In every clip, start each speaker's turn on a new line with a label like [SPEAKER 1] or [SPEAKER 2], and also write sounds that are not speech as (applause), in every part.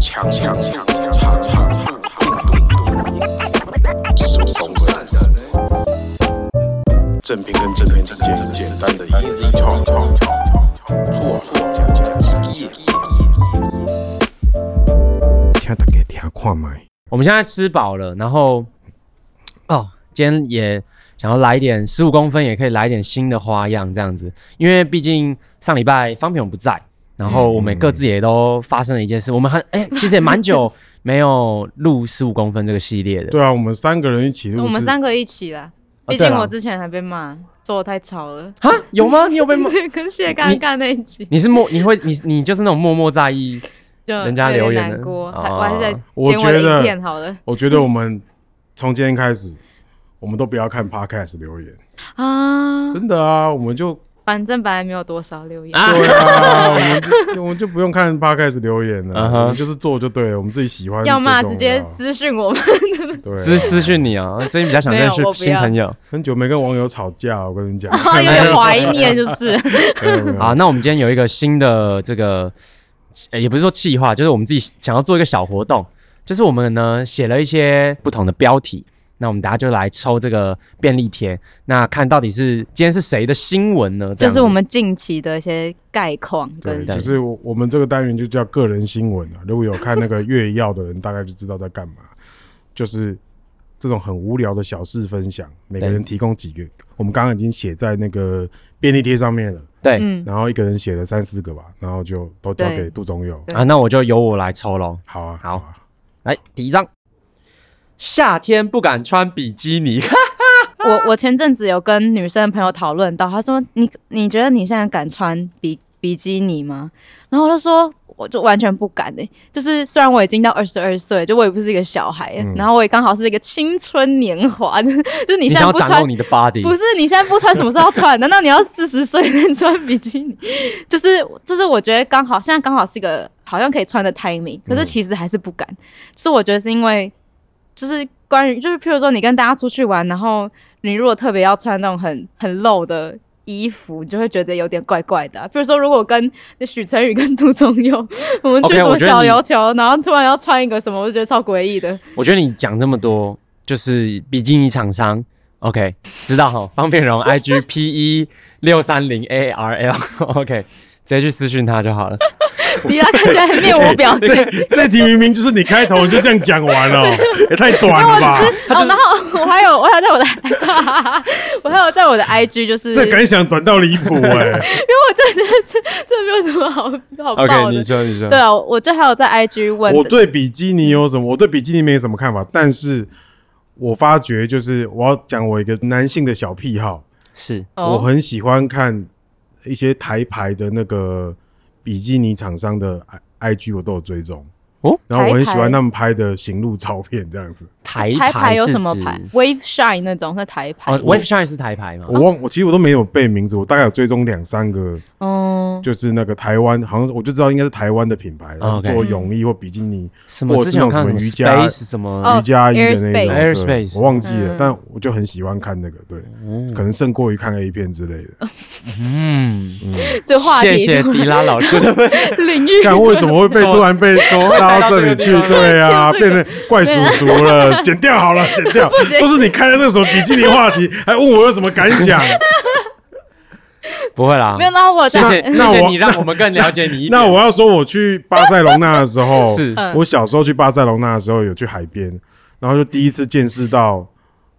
[SPEAKER 1] 强强强强强强手动的正片跟正片之间简单的 easy talk，做讲讲几页，
[SPEAKER 2] 请大家听看麦。
[SPEAKER 3] 我们现在吃饱了，然后哦，今天也想要来一点十五公分，也可以来一点新的花样这样子，因为毕竟上礼拜方平我不在，然后我们各自也都发生了一件事，我们很哎、其实也蛮
[SPEAKER 4] (laughs)
[SPEAKER 3] 久没有录十五公分这个系列的，
[SPEAKER 2] 对啊，我们三个人一起录是，
[SPEAKER 4] 我们三个一起啦。毕
[SPEAKER 3] 啊对
[SPEAKER 4] 竟
[SPEAKER 3] 啦
[SPEAKER 4] 我之前还被骂，说我太吵了。
[SPEAKER 3] 哈，有吗？你有被
[SPEAKER 4] (laughs)
[SPEAKER 3] 骂？
[SPEAKER 4] 是跟谢干干那一集，
[SPEAKER 3] 你是默，你会你你就是那种默默在意，
[SPEAKER 4] 就
[SPEAKER 3] 人家留
[SPEAKER 4] 有
[SPEAKER 3] 言
[SPEAKER 4] 点
[SPEAKER 3] 的
[SPEAKER 4] 难过。
[SPEAKER 3] 哦
[SPEAKER 4] 还我还是在
[SPEAKER 2] 我
[SPEAKER 4] 剪我的
[SPEAKER 2] 觉得
[SPEAKER 4] 影片好了
[SPEAKER 2] 我觉得我们从今天开始，我们都不要看 podcast 留言，
[SPEAKER 4] 啊。
[SPEAKER 2] 真的啊，我们就
[SPEAKER 4] 反正本来没有多少留言，
[SPEAKER 3] 啊
[SPEAKER 2] 对啊，我们就我们就不用看 podcast 留言了
[SPEAKER 3] 嗯哼
[SPEAKER 2] 我们就是做就对了，我们自己喜欢最
[SPEAKER 4] 要
[SPEAKER 2] 重
[SPEAKER 4] 骂
[SPEAKER 2] 要。
[SPEAKER 4] 直接私讯我们。
[SPEAKER 2] 对啊，
[SPEAKER 3] 私私讯你啊，最近比较想
[SPEAKER 4] 没有
[SPEAKER 3] 认识
[SPEAKER 4] 我不
[SPEAKER 3] 新
[SPEAKER 4] 要
[SPEAKER 3] 朋友
[SPEAKER 2] 很久没跟网友吵架，我跟你讲。
[SPEAKER 4] (laughs) 有点怀
[SPEAKER 3] (laughs)
[SPEAKER 4] 念，就是
[SPEAKER 2] 没有没有
[SPEAKER 3] 啊。那我们今天有一个新的这个，呃也不是说企划，就是我们自己想要做一个小活动，就是我们呢写了一些不同的标题，那我们大家就来抽这个便利贴，那看到底是今天是谁的新闻呢？这
[SPEAKER 4] 就
[SPEAKER 3] 样子
[SPEAKER 4] 是我们近期的一些概况
[SPEAKER 2] 对，
[SPEAKER 4] 跟
[SPEAKER 3] 对
[SPEAKER 2] 就是我我们这个单元就叫个人新闻啊。如果有看那个月曜的人，大概就知道在干嘛，就是这种很无聊的小事分享，每个人提供几个。我们刚刚已经写在那个便利贴上面了，
[SPEAKER 3] 对、
[SPEAKER 4] 嗯，
[SPEAKER 2] 然后一个人写了三四个吧，然后就都交给
[SPEAKER 4] 对
[SPEAKER 2] 杜总友。
[SPEAKER 4] 对
[SPEAKER 3] 啊，那我就由我来抽喽。
[SPEAKER 2] 好啊，
[SPEAKER 3] 好
[SPEAKER 2] 啊，
[SPEAKER 3] 来第一张，夏天不敢穿比基尼，
[SPEAKER 4] (laughs) 我我前阵子有跟女生朋友讨论到，她说你你觉得你现在敢穿比比基尼吗？然后我就说我就完全不敢哎、就是虽然我已经到二十二岁，就我也不是一个小孩、
[SPEAKER 2] 嗯
[SPEAKER 4] 然后我也刚好是一个青春年华，就是就是你
[SPEAKER 3] 你
[SPEAKER 4] 现
[SPEAKER 3] 想
[SPEAKER 4] 在
[SPEAKER 3] 要
[SPEAKER 4] 不
[SPEAKER 3] 掌
[SPEAKER 4] 穿
[SPEAKER 3] 控。你的 body，
[SPEAKER 4] 不是你现在不穿，什么时
[SPEAKER 3] (laughs)
[SPEAKER 4] 候穿？难道你要四十岁才穿比基尼？就是就是，我觉得刚好现在刚好是一个好像可以穿的 timing，可是
[SPEAKER 3] 嗯
[SPEAKER 4] 其实还是不敢。就是我觉得是因为，就是关于就是譬如说你跟大家出去玩，然后你如果特别要穿那种很很露的。衣服你就会觉得有点怪怪的啊、譬如说，如果跟许晨宇跟杜宗佑， (laughs) 我们去
[SPEAKER 3] OK，
[SPEAKER 4] 什
[SPEAKER 3] 我
[SPEAKER 4] 么
[SPEAKER 3] 觉得
[SPEAKER 4] 小
[SPEAKER 3] 你
[SPEAKER 4] 琉球，然后突然要穿一个什么，我就觉得超诡
[SPEAKER 3] (laughs)
[SPEAKER 4] 异的。
[SPEAKER 3] 我觉得你讲这么多，就是比基尼厂商，OK，知道哈，方便
[SPEAKER 4] (laughs)
[SPEAKER 3] 荣 IG P E 六三零 A R L，OK，直接去私讯他就好了。
[SPEAKER 4] 你他看起来很面无表情，
[SPEAKER 2] 这这题明明就是你开头你就这样讲完
[SPEAKER 4] (laughs)
[SPEAKER 2] 了，也太短了吧？
[SPEAKER 4] 哦，然后我还有，我还有在我的， (laughs) 我还有在我的 IG，就是因
[SPEAKER 2] 这
[SPEAKER 4] 为
[SPEAKER 2] 感想短到离谱哎！
[SPEAKER 4] 我真的觉得这这没有什么好好
[SPEAKER 3] OK，
[SPEAKER 4] 爆
[SPEAKER 3] 你
[SPEAKER 4] 的。
[SPEAKER 3] 说你说，
[SPEAKER 4] 对啊，我我就还有在 IG 问
[SPEAKER 2] 我对比基尼有什么？我对比基尼没什么看法，但是我发觉就是我要讲我一个男性的小癖好，
[SPEAKER 3] 是
[SPEAKER 4] 哦
[SPEAKER 2] 我很喜欢看一些台牌的那个比基尼厂商的 I G，我都有追踪
[SPEAKER 3] 哦
[SPEAKER 2] 然后我很喜
[SPEAKER 4] 台牌
[SPEAKER 2] 欢他们拍的行路照片这样子。
[SPEAKER 3] 台
[SPEAKER 4] 台牌有
[SPEAKER 3] 是
[SPEAKER 4] 什么
[SPEAKER 3] 指
[SPEAKER 4] 牌？Wave Shine 那种是台牌
[SPEAKER 3] 哦。，Wave Shine 是台牌吗？
[SPEAKER 2] 我忘，我其实我都没有背名字，我大概有追踪两三个，
[SPEAKER 4] 嗯，
[SPEAKER 2] 就是那个台湾，好像是我就知道应该是台湾的品牌，它是
[SPEAKER 3] 哦 OK
[SPEAKER 2] 做泳衣或比基尼、
[SPEAKER 3] 什么？
[SPEAKER 2] 我
[SPEAKER 3] 之
[SPEAKER 2] 是
[SPEAKER 3] 前有看
[SPEAKER 2] 那
[SPEAKER 3] 什
[SPEAKER 2] 种
[SPEAKER 3] 么
[SPEAKER 2] 什么瑜伽
[SPEAKER 3] Space 什
[SPEAKER 4] 哦
[SPEAKER 3] 么？
[SPEAKER 2] 瑜伽衣的那种
[SPEAKER 3] Airspace
[SPEAKER 2] 对
[SPEAKER 3] Airspace 哦
[SPEAKER 2] 我忘记了
[SPEAKER 4] 嗯，
[SPEAKER 2] 但我就很喜欢看那个，对，可能胜过于看 A 片之类的。
[SPEAKER 4] (laughs)
[SPEAKER 3] 嗯，
[SPEAKER 4] 这话
[SPEAKER 3] 谢
[SPEAKER 4] 题
[SPEAKER 3] 谢迪拉老师的分
[SPEAKER 4] (laughs) 领域
[SPEAKER 2] 看为什么会被突然被说拉到这里去
[SPEAKER 3] 带到这个地？方
[SPEAKER 2] 对啊，
[SPEAKER 4] 这
[SPEAKER 2] 变
[SPEAKER 4] 个啊
[SPEAKER 2] 成怪叔叔了，剪掉好了，剪
[SPEAKER 4] (laughs)
[SPEAKER 2] 掉。
[SPEAKER 4] 行
[SPEAKER 2] 都是你开了这个什么比基尼话题，还问我有什么感想？
[SPEAKER 3] 不会啦
[SPEAKER 4] (laughs) 没，有，那我
[SPEAKER 3] 谢
[SPEAKER 4] 在
[SPEAKER 3] 谢
[SPEAKER 2] 那
[SPEAKER 3] 谢
[SPEAKER 2] 那
[SPEAKER 3] 谢
[SPEAKER 2] 我
[SPEAKER 3] 你让我们更了解 (laughs) 你一点。
[SPEAKER 2] 那我要说，我去巴塞隆纳的时候，
[SPEAKER 3] (laughs) 是
[SPEAKER 4] 嗯
[SPEAKER 2] 我小时候去巴塞隆纳的时候，有去海边，然后就第一次见识到，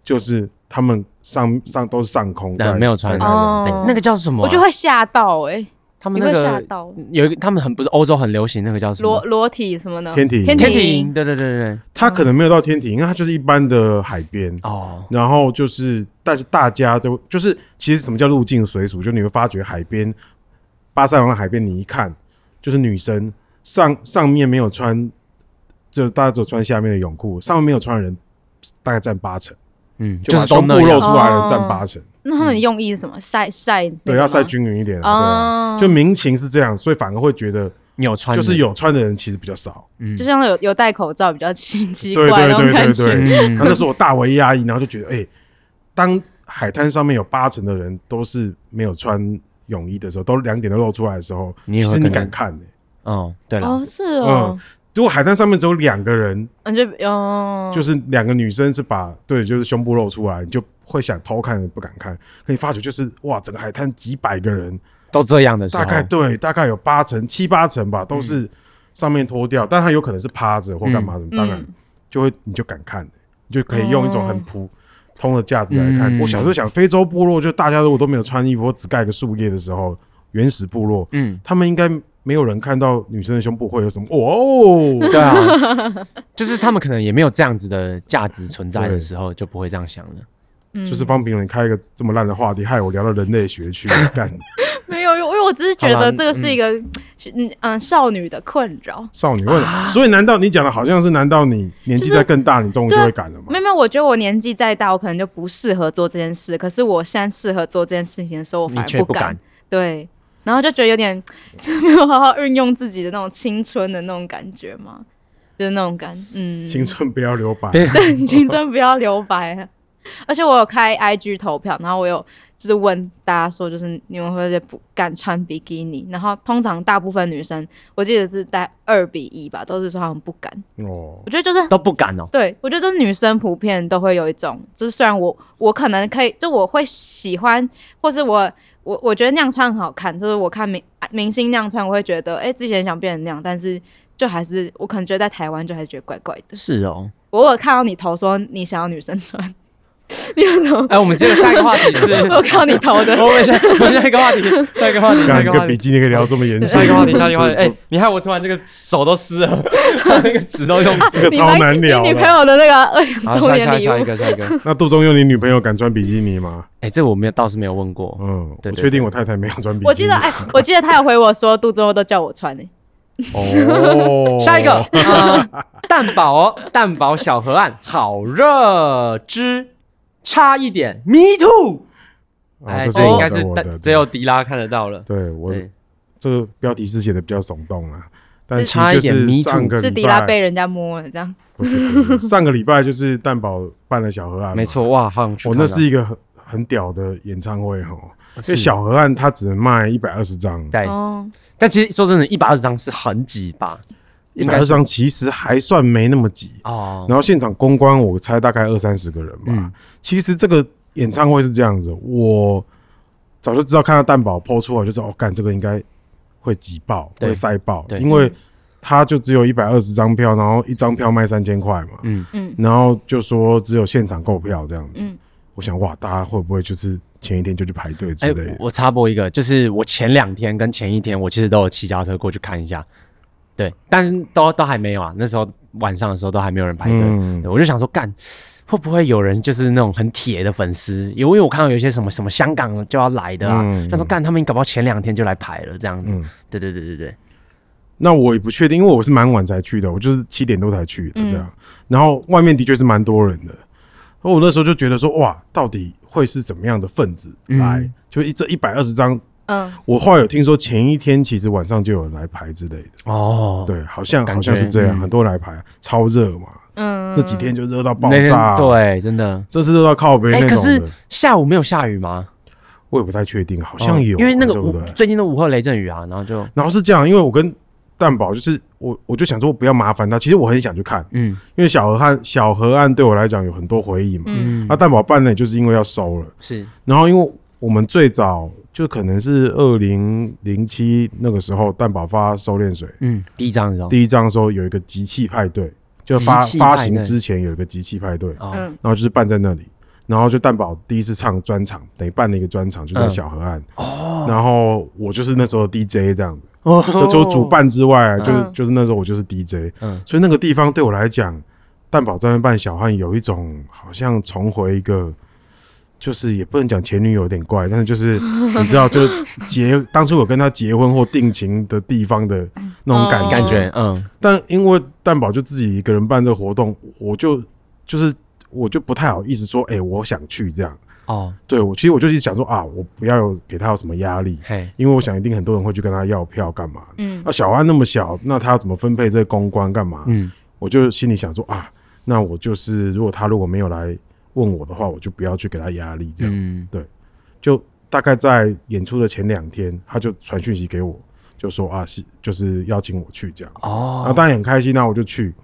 [SPEAKER 2] 就是他们上上都是上空在
[SPEAKER 3] 嗯没有穿
[SPEAKER 2] 晒太阳
[SPEAKER 4] 哦
[SPEAKER 3] 哎，那个叫什么啊？
[SPEAKER 4] 我就会吓到哎，
[SPEAKER 3] 他
[SPEAKER 4] 你
[SPEAKER 3] 们那
[SPEAKER 4] 会吓
[SPEAKER 3] 个
[SPEAKER 4] 到
[SPEAKER 3] 有一个，他们很不是欧洲很流行那个叫什么
[SPEAKER 4] 裸？裸体什么的
[SPEAKER 2] 天体
[SPEAKER 4] 天
[SPEAKER 3] 天
[SPEAKER 4] 体
[SPEAKER 3] 体
[SPEAKER 4] 营
[SPEAKER 3] 营，对对对对，
[SPEAKER 2] 它可能没有到天体，因为它就是一般的海边。
[SPEAKER 3] 哦，
[SPEAKER 2] 然后就是，但是大家都就是，其实什么叫入境随俗？就你会发觉海边，巴塞罗那海边，你一看就是女生上上面没有穿，就大家只有穿下面的泳裤，上面没有穿的人大概占八成，
[SPEAKER 3] 嗯，
[SPEAKER 2] 就是
[SPEAKER 3] 都
[SPEAKER 2] 胸部
[SPEAKER 3] 那
[SPEAKER 2] 露
[SPEAKER 3] 样
[SPEAKER 2] 出来的人占八成，
[SPEAKER 3] 哦
[SPEAKER 4] 那他们
[SPEAKER 3] 嗯
[SPEAKER 4] 的用意是什么？晒晒那
[SPEAKER 2] 对，
[SPEAKER 4] 个
[SPEAKER 2] 要
[SPEAKER 4] 吗
[SPEAKER 2] 晒均匀一点啊。
[SPEAKER 4] 哦
[SPEAKER 2] 对啊，就民情是这样，所以反而会觉得
[SPEAKER 3] 你有穿，
[SPEAKER 2] 就是，有穿的人其实比较少。
[SPEAKER 4] 就像有有戴口罩比较奇奇怪
[SPEAKER 2] 对对
[SPEAKER 4] 那种
[SPEAKER 2] 对
[SPEAKER 4] 感
[SPEAKER 2] 对
[SPEAKER 4] 觉。
[SPEAKER 2] 对，
[SPEAKER 3] 嗯
[SPEAKER 2] 然后那时候我大为压抑，然后就觉得，哎、当海滩上面有八成的人都是没有穿泳衣的时候，都两点都露出来的时候，
[SPEAKER 3] 你也
[SPEAKER 2] 其
[SPEAKER 3] 会
[SPEAKER 2] 实你
[SPEAKER 3] 跟着
[SPEAKER 2] 敢看、欸、
[SPEAKER 3] 哦，对了，
[SPEAKER 4] 哦，是哦，
[SPEAKER 2] 如果海滩上面只有两个人，
[SPEAKER 4] 嗯，就嗯，
[SPEAKER 2] 就是两个女生是把对，就是胸部露出来，你就会想偷看，不敢看。可你发觉就是哇，整个海滩几百个人，
[SPEAKER 3] 都这样的时候，
[SPEAKER 2] 大概对，大概有八成、七八成吧，
[SPEAKER 4] 嗯
[SPEAKER 2] 都是上面脱掉，但他有可能是趴着或干嘛什么，当然
[SPEAKER 4] 嗯哦
[SPEAKER 2] 就会你就敢看，你就可以用一种很普通的价值来看。
[SPEAKER 3] 嗯
[SPEAKER 2] 我小时候想，非洲部落就大家如果都没有穿衣服，或只盖个树叶的时候，原始部落，
[SPEAKER 3] 嗯，
[SPEAKER 2] 他们应该没有人看到女生的胸部会有什么哦，
[SPEAKER 3] 对啊，就是他们可能也没有这样子的价值存在的时候，就不会这样想了。
[SPEAKER 4] 嗯
[SPEAKER 2] 就是方平人开一个这么烂的话题，害我聊到人类学去
[SPEAKER 4] (laughs)
[SPEAKER 2] 干
[SPEAKER 4] 没有，因为我只是觉
[SPEAKER 3] 好啦
[SPEAKER 4] 得这个是一个嗯嗯少女的困扰。
[SPEAKER 2] 少女问，所以难道你讲的好像是？难道你年纪
[SPEAKER 4] 啊就是啊
[SPEAKER 2] 再更大，你终于就会敢了吗
[SPEAKER 4] 没？有没有，我觉得我年纪再大，我可能就不适合做这件事。可是我现在适合做这件事情的时候，我
[SPEAKER 3] 你
[SPEAKER 4] 反而
[SPEAKER 3] 却不
[SPEAKER 4] 敢。
[SPEAKER 3] 敢，
[SPEAKER 4] 对，然后就觉得有点 (laughs) 就没有好好运用自己的那种青春的那种感觉嘛，就是那种感，嗯，
[SPEAKER 2] 青春不要留白，
[SPEAKER 3] 对
[SPEAKER 4] 对，青春不要留白。而且我有开 IG 投票，然后我有就是问大家说，就是你们会不会不敢穿比基尼？然后通常大部分女生，我记得是在二比一吧，都是说她们不敢。
[SPEAKER 2] 哦，
[SPEAKER 4] 我觉得就是
[SPEAKER 3] 都不敢哦。
[SPEAKER 4] 对，我觉得女生普遍都会有一种，就是虽然我我可能可以，就我会喜欢，或是我我我觉得那样穿很好看，就是我看明明星那样穿，我会觉得，哎、之前想变成那样，但是就还是我可能觉得在台湾就还是觉得怪怪的。
[SPEAKER 3] 是哦，
[SPEAKER 4] 我有看到你投说你想要女生穿， (laughs) 你有投，
[SPEAKER 3] 哎，我们接着下一个话题 (laughs) 是，
[SPEAKER 4] 我看到你投的，
[SPEAKER 2] 哦
[SPEAKER 3] 我们下我们下一个话题，下一个话题，下
[SPEAKER 2] (laughs) 干
[SPEAKER 3] 一个
[SPEAKER 2] 个
[SPEAKER 3] 话
[SPEAKER 2] 比
[SPEAKER 3] 题。
[SPEAKER 2] 基尼可以聊这么严肃
[SPEAKER 3] (laughs) 下一个话题，，下一个话
[SPEAKER 2] 这
[SPEAKER 3] 题。哎，你害我突然这个手都湿了， (laughs) 那个纸都用湿。
[SPEAKER 2] 这个
[SPEAKER 4] 你
[SPEAKER 2] 超
[SPEAKER 4] 把
[SPEAKER 2] 难
[SPEAKER 4] 你
[SPEAKER 2] 聊啊
[SPEAKER 4] 女朋
[SPEAKER 2] 的。
[SPEAKER 4] 友的那个二两 (laughs)
[SPEAKER 3] 好，
[SPEAKER 4] 周
[SPEAKER 3] 下
[SPEAKER 4] 年
[SPEAKER 3] 下
[SPEAKER 4] 礼
[SPEAKER 3] 下一
[SPEAKER 4] 物，
[SPEAKER 3] 个，下一个。
[SPEAKER 2] 那杜仲佑，你女朋友敢穿比基尼吗？
[SPEAKER 3] 哎，这我没有，倒是没有问过。
[SPEAKER 2] 嗯，
[SPEAKER 3] 哦对对
[SPEAKER 2] 我确定我太太没有穿比基尼。
[SPEAKER 4] 我记得哎，
[SPEAKER 3] 嗯
[SPEAKER 4] 我记得他有回我说肚子饿都叫我穿呢、欸
[SPEAKER 2] 哦
[SPEAKER 3] (laughs) ，下一个，呃，蛋堡哦，蛋堡小河岸好热之，差一点，me too。
[SPEAKER 2] 哦，
[SPEAKER 3] 哎，
[SPEAKER 2] 这是
[SPEAKER 3] 这
[SPEAKER 2] 我
[SPEAKER 3] 应
[SPEAKER 2] 的
[SPEAKER 3] 该是
[SPEAKER 2] 我
[SPEAKER 3] 大
[SPEAKER 2] 的，
[SPEAKER 3] 只有迪拉看得到了。哎
[SPEAKER 2] 对对我
[SPEAKER 3] 对
[SPEAKER 2] 这个标题是写的比较耸动啊，但其
[SPEAKER 3] 差
[SPEAKER 2] 实就
[SPEAKER 3] 一点
[SPEAKER 2] 是
[SPEAKER 3] me too
[SPEAKER 2] 上个礼拜
[SPEAKER 4] 是迪拉被人家摸了这样。
[SPEAKER 2] 不是不是上个礼拜就是蛋堡办了小河岸，
[SPEAKER 3] 没错，，哇，好想去
[SPEAKER 2] 我
[SPEAKER 3] 看啊。
[SPEAKER 2] 那是一个很很屌的演唱会哦，因
[SPEAKER 3] 是
[SPEAKER 2] 为小河岸它只能卖一百二十张，
[SPEAKER 3] 对，
[SPEAKER 4] 哦，
[SPEAKER 3] 但其实说真的，一百二十张是很挤吧？
[SPEAKER 2] 一
[SPEAKER 3] 应
[SPEAKER 2] 百
[SPEAKER 3] 该
[SPEAKER 2] 二十
[SPEAKER 3] 是
[SPEAKER 2] 张其实还算没那么挤。
[SPEAKER 3] 哦，
[SPEAKER 2] 然后现场公关，我猜大概二三十个人吧。
[SPEAKER 3] 嗯
[SPEAKER 2] 其实这个演唱会是这样子，我早就知道看到蛋宝抛出来，就知道哦，干这个应该会挤爆，
[SPEAKER 3] 对
[SPEAKER 2] 会塞爆，
[SPEAKER 3] 对
[SPEAKER 2] 因为他就只有一百二十张票，然后一张票卖三千块嘛，
[SPEAKER 3] 嗯
[SPEAKER 4] 嗯
[SPEAKER 2] 然后就说只有现场购票这样子。
[SPEAKER 4] 嗯
[SPEAKER 2] 我想哇，大家会不会就是前一天就去排队之
[SPEAKER 3] 哎
[SPEAKER 2] 类的？，
[SPEAKER 3] 我插播一个，就是我前两天跟前一天，我其实都有骑脚踏车过去看一下，对，但是都都还没有啊。那时候晚上的时候都还没有人排队，
[SPEAKER 2] 嗯
[SPEAKER 3] 对我就想说，干会不会有人就是那种很铁的粉丝？因为我看到有一些什么什么香港就要来的啊，
[SPEAKER 2] 嗯
[SPEAKER 3] 他说干他们搞不好前两天就来排了这样子。
[SPEAKER 2] 嗯
[SPEAKER 3] 对对对对对，
[SPEAKER 2] 那我也不确定，因为我是蛮晚才去的，我就是七点多才去的
[SPEAKER 3] 嗯
[SPEAKER 2] 这样。然后外面的确是蛮多人的，然后我那时候就觉得说，哇，到底会是怎么样的分子来？
[SPEAKER 3] 嗯
[SPEAKER 2] 就一这一百二十张，
[SPEAKER 4] 嗯，
[SPEAKER 2] 我后来有听说前一天其实晚上就有人来排之类的，
[SPEAKER 3] 哦，
[SPEAKER 2] 对，好像
[SPEAKER 3] 感觉
[SPEAKER 2] 好像是这样，
[SPEAKER 3] 嗯
[SPEAKER 2] 很多人来排，超热嘛，
[SPEAKER 4] 嗯，
[SPEAKER 2] 那几天就热到爆
[SPEAKER 3] 那天
[SPEAKER 2] 炸，，啊
[SPEAKER 3] 对，真的。
[SPEAKER 2] 这是热到靠北
[SPEAKER 3] 哎、
[SPEAKER 2] 那
[SPEAKER 3] 可
[SPEAKER 2] 种
[SPEAKER 3] 是
[SPEAKER 2] 的，
[SPEAKER 3] 下午没有下雨吗？
[SPEAKER 2] 我也不太确定，好像
[SPEAKER 3] 哦
[SPEAKER 2] 有，
[SPEAKER 3] 因为那个
[SPEAKER 2] 对不
[SPEAKER 3] 午
[SPEAKER 2] 对？
[SPEAKER 3] 最近的午后雷阵雨啊，然后就
[SPEAKER 2] 然后是这样，因为我跟蛋宝就是我，我就想说我不要麻烦他，其实我很想去看。
[SPEAKER 3] 嗯
[SPEAKER 2] 因为小河岸小河岸对我来讲有很多回忆嘛。
[SPEAKER 4] 嗯
[SPEAKER 3] 嗯
[SPEAKER 2] 那，蛋堡办呢，就是因为要收了，
[SPEAKER 3] 是
[SPEAKER 2] 然后因为我们最早就可能是二零零七那个时候，蛋堡发收敛水
[SPEAKER 3] 嗯第一张的时候，
[SPEAKER 2] 第一张的时候有一个集气派对，就发
[SPEAKER 3] 集气派对
[SPEAKER 2] 发行之前有一个集气派对，然
[SPEAKER 3] 哦
[SPEAKER 4] 嗯
[SPEAKER 2] 后就是办在那里。然后就蛋堡第一次唱专场，等于办了一个专场，就在
[SPEAKER 3] 嗯
[SPEAKER 2] 小河岸。然后我就是那时候的 DJ 这样子，
[SPEAKER 3] 哦，
[SPEAKER 2] 就除了主办之外，就是
[SPEAKER 4] 嗯
[SPEAKER 2] 就是那时候我就是 DJ，
[SPEAKER 3] 嗯
[SPEAKER 2] 所以那个地方对我来讲，蛋堡在那边办小汉有一种好像重回一个，就是也不能讲前女友有点怪，但是就是
[SPEAKER 4] (laughs)
[SPEAKER 2] 你知道，就是结当初我跟他结婚或定情的地方的那种感
[SPEAKER 4] 哦
[SPEAKER 3] 感觉，嗯
[SPEAKER 2] 但因为蛋堡就自己一个人办这个活动，我就就是我就不太好意思说，哎、我想去这样。
[SPEAKER 3] 哦
[SPEAKER 2] 对我其实我就是想说啊，我不要有给他有什么压力，
[SPEAKER 3] 嘿
[SPEAKER 2] 因为我想一定很多人会去跟他要票干嘛的。
[SPEAKER 4] 嗯
[SPEAKER 2] 那小安那么小，那他要怎么分配这些公关干嘛？
[SPEAKER 3] 嗯
[SPEAKER 2] 我就心里想说啊，那我就是如果他如果没有来问我的话，我就不要去给他压力，这样、
[SPEAKER 3] 嗯
[SPEAKER 2] 就大概在演出的前两天，他就传讯息给我，就说啊是就是邀请我去这样，然后
[SPEAKER 3] 哦，
[SPEAKER 2] 当然很开心啊，我就去，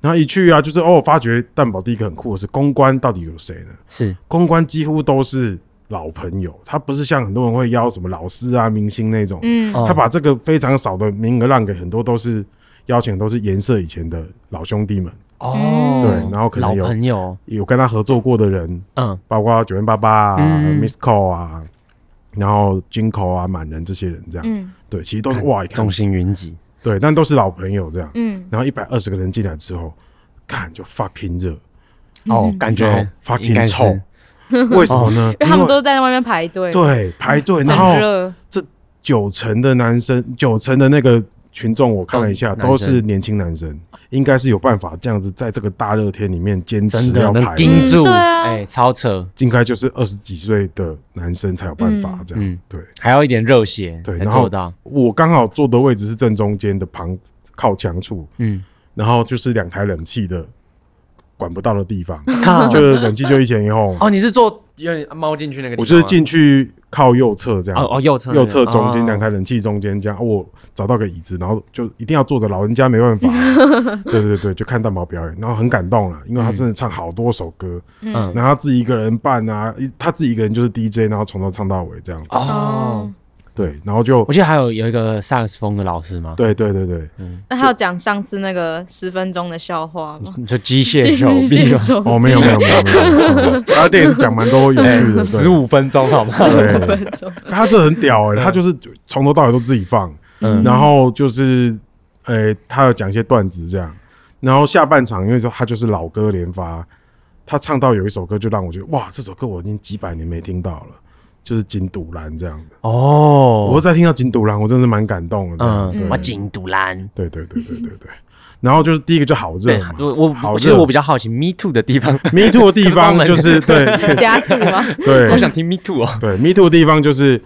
[SPEAKER 2] 然后一去啊就是哦，我发觉蛋堡第一个很酷的是公关到底有谁呢？
[SPEAKER 3] 是
[SPEAKER 2] 公关几乎都是老朋友，他不是像很多人会邀什么老师啊、明星那种，
[SPEAKER 4] 嗯，
[SPEAKER 3] 哦
[SPEAKER 2] 他把这个非常少的名额让给很多都是邀请都是颜色以前的老兄弟们，
[SPEAKER 3] 哦，
[SPEAKER 2] 对然后可能
[SPEAKER 3] 老
[SPEAKER 2] 有
[SPEAKER 3] 朋友，
[SPEAKER 2] 有跟他合作过的人，
[SPEAKER 3] 嗯，
[SPEAKER 2] 包括九零八八啊、
[SPEAKER 3] 嗯
[SPEAKER 2] Miss Call 啊，然后金口啊、满人这些人这样，
[SPEAKER 4] 嗯
[SPEAKER 2] 对，其实都是哇一看
[SPEAKER 3] 众，星云集，
[SPEAKER 2] 对，但都是老朋友这样。
[SPEAKER 4] 嗯，
[SPEAKER 2] 然后一百二十个人进来之后，看就 fucking
[SPEAKER 3] (laughs)
[SPEAKER 2] 热，
[SPEAKER 3] 哦，感觉
[SPEAKER 2] 然后
[SPEAKER 3] 应
[SPEAKER 2] 嗯
[SPEAKER 3] 该
[SPEAKER 2] fucking
[SPEAKER 3] 是
[SPEAKER 2] 臭，为什么呢？
[SPEAKER 4] 哦因为他们都在外面排队，
[SPEAKER 2] 对排队，然后
[SPEAKER 4] 很热，
[SPEAKER 2] 九成的男生，九成的那个群众，我看了一下，
[SPEAKER 3] 都
[SPEAKER 2] 都是年轻男生，应该是有办法这样子在这个大热天里面坚持
[SPEAKER 3] 真的
[SPEAKER 2] 要
[SPEAKER 3] 能
[SPEAKER 2] 排，
[SPEAKER 3] 盯住，
[SPEAKER 4] 嗯对啊
[SPEAKER 3] 哎，超扯，
[SPEAKER 2] 应该就是二十几岁的男生才有办法这样
[SPEAKER 3] 嗯
[SPEAKER 2] 子。对
[SPEAKER 3] 还要一点热血
[SPEAKER 2] 对
[SPEAKER 3] 才
[SPEAKER 2] 然后
[SPEAKER 3] 做到，
[SPEAKER 2] 我刚好坐的位置是正中间的旁靠墙处，
[SPEAKER 3] 嗯，
[SPEAKER 2] 然后就是两台冷气的管不到的地
[SPEAKER 3] (laughs)
[SPEAKER 2] 方，
[SPEAKER 3] 靠，
[SPEAKER 2] 就是冷气就一前一后，
[SPEAKER 3] (laughs) 哦，你是坐有点猫进去那个地方吗，
[SPEAKER 2] 我就是进去靠右侧这样子
[SPEAKER 3] 哦哦右侧那
[SPEAKER 2] 右
[SPEAKER 3] 边
[SPEAKER 2] 侧中间
[SPEAKER 3] 哦
[SPEAKER 2] 两台冷气中间这样，哦我找到个椅子，然后就一定要坐着，老人家没办法。对对对，就看蛋堡表演，然后很感动了，因为他真的唱好多首歌，
[SPEAKER 3] 嗯
[SPEAKER 2] 然后他自己一个人办啊，一他自己一个人就是 DJ，然后从头唱到尾这样。
[SPEAKER 3] 哦，
[SPEAKER 2] 对，然后就
[SPEAKER 3] 我记得还有有一个萨克斯风的老师吗？
[SPEAKER 2] 对对对对，
[SPEAKER 4] 那还有讲上次那个十分钟的笑话吗？
[SPEAKER 3] 对，就机械
[SPEAKER 4] 继续
[SPEAKER 3] 手臂
[SPEAKER 4] 接受
[SPEAKER 2] 哦没有没有没有没有，嗯他电影是讲蛮多有趣的，
[SPEAKER 3] 十
[SPEAKER 2] 对，
[SPEAKER 3] 五分钟好吗？ (laughs)
[SPEAKER 2] 对
[SPEAKER 4] 五分钟，
[SPEAKER 2] 他这很屌哎，他就是从头到尾都自己放。
[SPEAKER 3] 嗯，
[SPEAKER 2] 然后就是，呃、他有讲一些段子这样，然后下半场因为就他就是老歌连发，他唱到有一首歌就让我觉得哇，这首歌我已经几百年没听到了，就是《金独兰》这样的。
[SPEAKER 3] 哦，
[SPEAKER 2] 我再听到《金独兰》，我真的是蛮感动的这样。
[SPEAKER 3] 嗯，我
[SPEAKER 2] 对
[SPEAKER 3] 紧独蓝。
[SPEAKER 2] 对对对对对对。然后就是第一个就好热
[SPEAKER 3] 对
[SPEAKER 2] 嘛，，
[SPEAKER 3] 我我
[SPEAKER 2] 好
[SPEAKER 3] 我其实
[SPEAKER 2] 热。
[SPEAKER 3] 我比较好奇 Me Too 的地方，
[SPEAKER 2] (laughs) Me Too 的地方就是对
[SPEAKER 3] (laughs)
[SPEAKER 4] 加速吗？
[SPEAKER 2] (laughs) 对
[SPEAKER 3] 我想听 Me Too 哦。
[SPEAKER 2] 对 Me Too 的地方就是。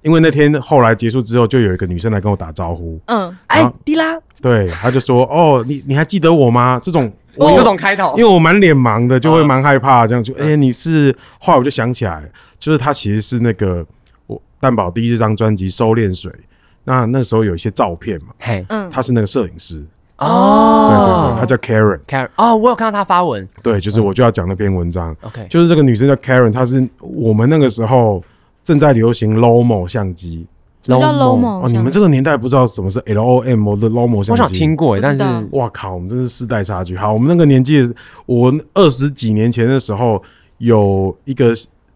[SPEAKER 2] 因为那天后来结束之后，就有一个女生来跟我打招呼，
[SPEAKER 4] 嗯，
[SPEAKER 3] 哎
[SPEAKER 2] 好，
[SPEAKER 3] 迪拉，
[SPEAKER 2] 对，她就说：“哦，你你还记得我吗？”这种
[SPEAKER 3] 我
[SPEAKER 4] 哦
[SPEAKER 3] 这种开头
[SPEAKER 2] 因为，我满脸盲的，
[SPEAKER 4] 嗯
[SPEAKER 2] 就会蛮害怕，这样就哎、你是，后来我就想起来，就是他其实是那个我蛋宝第一张专辑《收敛水》，那那时候有一些照片嘛，
[SPEAKER 3] 嘿，
[SPEAKER 4] 嗯，
[SPEAKER 2] 他是那个摄影师，对对
[SPEAKER 3] 哦
[SPEAKER 2] 对，，他叫 Karen，
[SPEAKER 3] Karen，哦，我有看到他发文
[SPEAKER 2] 对，就是我就要讲那篇文
[SPEAKER 4] 嗯
[SPEAKER 2] 章，
[SPEAKER 3] ，OK，
[SPEAKER 2] (laughs) 就是这个女生叫 Karen，她是我们那个时候正在流行 Lomo 相机
[SPEAKER 4] 什么叫
[SPEAKER 3] Lomo
[SPEAKER 2] 哦，
[SPEAKER 4] Lomo？
[SPEAKER 2] 你们这个年代不知道什么是 LOM 的 Lomo
[SPEAKER 3] 我
[SPEAKER 2] 相
[SPEAKER 3] 想
[SPEAKER 2] 机
[SPEAKER 3] 听。过，
[SPEAKER 4] 不
[SPEAKER 3] 但是
[SPEAKER 4] 知道
[SPEAKER 2] 哇靠，我们真是世代差距。好，我们那个年纪，我二十几年前的时候有一个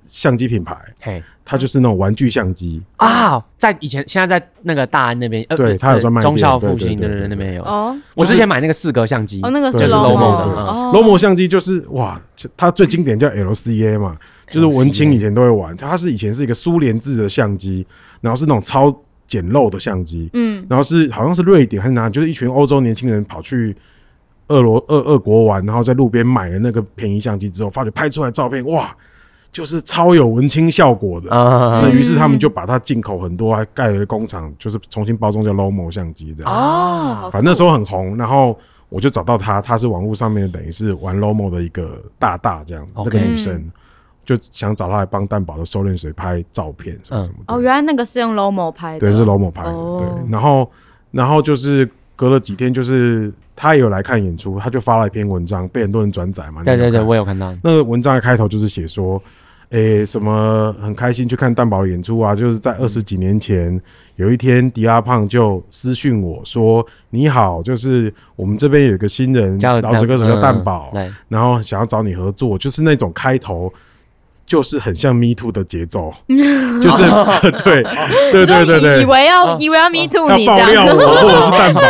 [SPEAKER 2] 相机品牌，
[SPEAKER 3] 嘿
[SPEAKER 2] 它就是那种玩具相机，
[SPEAKER 3] 啊，在以前现在在那个大安那边，呃
[SPEAKER 2] 对
[SPEAKER 3] 不
[SPEAKER 2] 他有专卖店
[SPEAKER 3] 中校复兴
[SPEAKER 2] 对对对
[SPEAKER 3] 对
[SPEAKER 2] 对
[SPEAKER 3] 那边有。
[SPEAKER 4] 哦
[SPEAKER 3] 我之前买那个四格相机，
[SPEAKER 4] 哦，那个
[SPEAKER 2] 对
[SPEAKER 4] 是
[SPEAKER 2] 对
[SPEAKER 4] Lomo
[SPEAKER 2] 对
[SPEAKER 3] 嗯
[SPEAKER 4] 的
[SPEAKER 2] 对
[SPEAKER 4] 哦
[SPEAKER 2] Lomo 相机就是哇，就它最经典叫 LCA 嘛，就是文青以前都会玩。它是以前是一个苏联制的相机，然后是那种超简陋的相机，
[SPEAKER 4] 嗯
[SPEAKER 2] 然后是好像是瑞典还是哪里，就是一群欧洲年轻人跑去俄罗俄俄国玩，然后在路边买了那个便宜相机之后，发觉拍出来照片哇，就是超有文青效果的。
[SPEAKER 3] 啊
[SPEAKER 2] 那于是他们就把它进口很多，还盖了一个工厂，就是重新包装叫 Lomo 相机这样。
[SPEAKER 4] 哦，
[SPEAKER 2] 反正那时候很红，然后我就找到她，她是网络上面等于是玩 Lomo 的一个大大这样，那
[SPEAKER 3] OK
[SPEAKER 2] 个女生就想找她来帮蛋宝的收敛水拍照片什么什么的。
[SPEAKER 4] 哦，原来那个是用 Lomo 拍的，
[SPEAKER 2] 对，是 Lomo 拍的。
[SPEAKER 4] 哦
[SPEAKER 2] 对，然后然后就是隔了几天，就是他也有来看演出，他就发了一篇文章，被很多人转载嘛。
[SPEAKER 3] 对
[SPEAKER 2] 你有
[SPEAKER 3] 对对，
[SPEAKER 2] 看
[SPEAKER 3] 我有看到。
[SPEAKER 2] 那个文章的开头就是写说，诶、什么很开心去看蛋堡的演出啊，就是
[SPEAKER 3] 嗯
[SPEAKER 2] 在二十几年前，有一天迪拉胖就私讯我说：“你好，就是我们这边有一个新人，
[SPEAKER 3] 叫嗯
[SPEAKER 2] 老舌歌手叫蛋堡，
[SPEAKER 3] 对，
[SPEAKER 2] 然后想要找你合作，就是那种开头。”就是很像 Me Too 的节
[SPEAKER 4] (laughs)
[SPEAKER 2] 奏，就是 (laughs) 对对对对对啊
[SPEAKER 4] 就以以，为要
[SPEAKER 3] 哦
[SPEAKER 4] 以为要 Me Too
[SPEAKER 2] 要
[SPEAKER 4] 你这
[SPEAKER 2] 爆料
[SPEAKER 4] 样，
[SPEAKER 2] 我说我是蛋堡，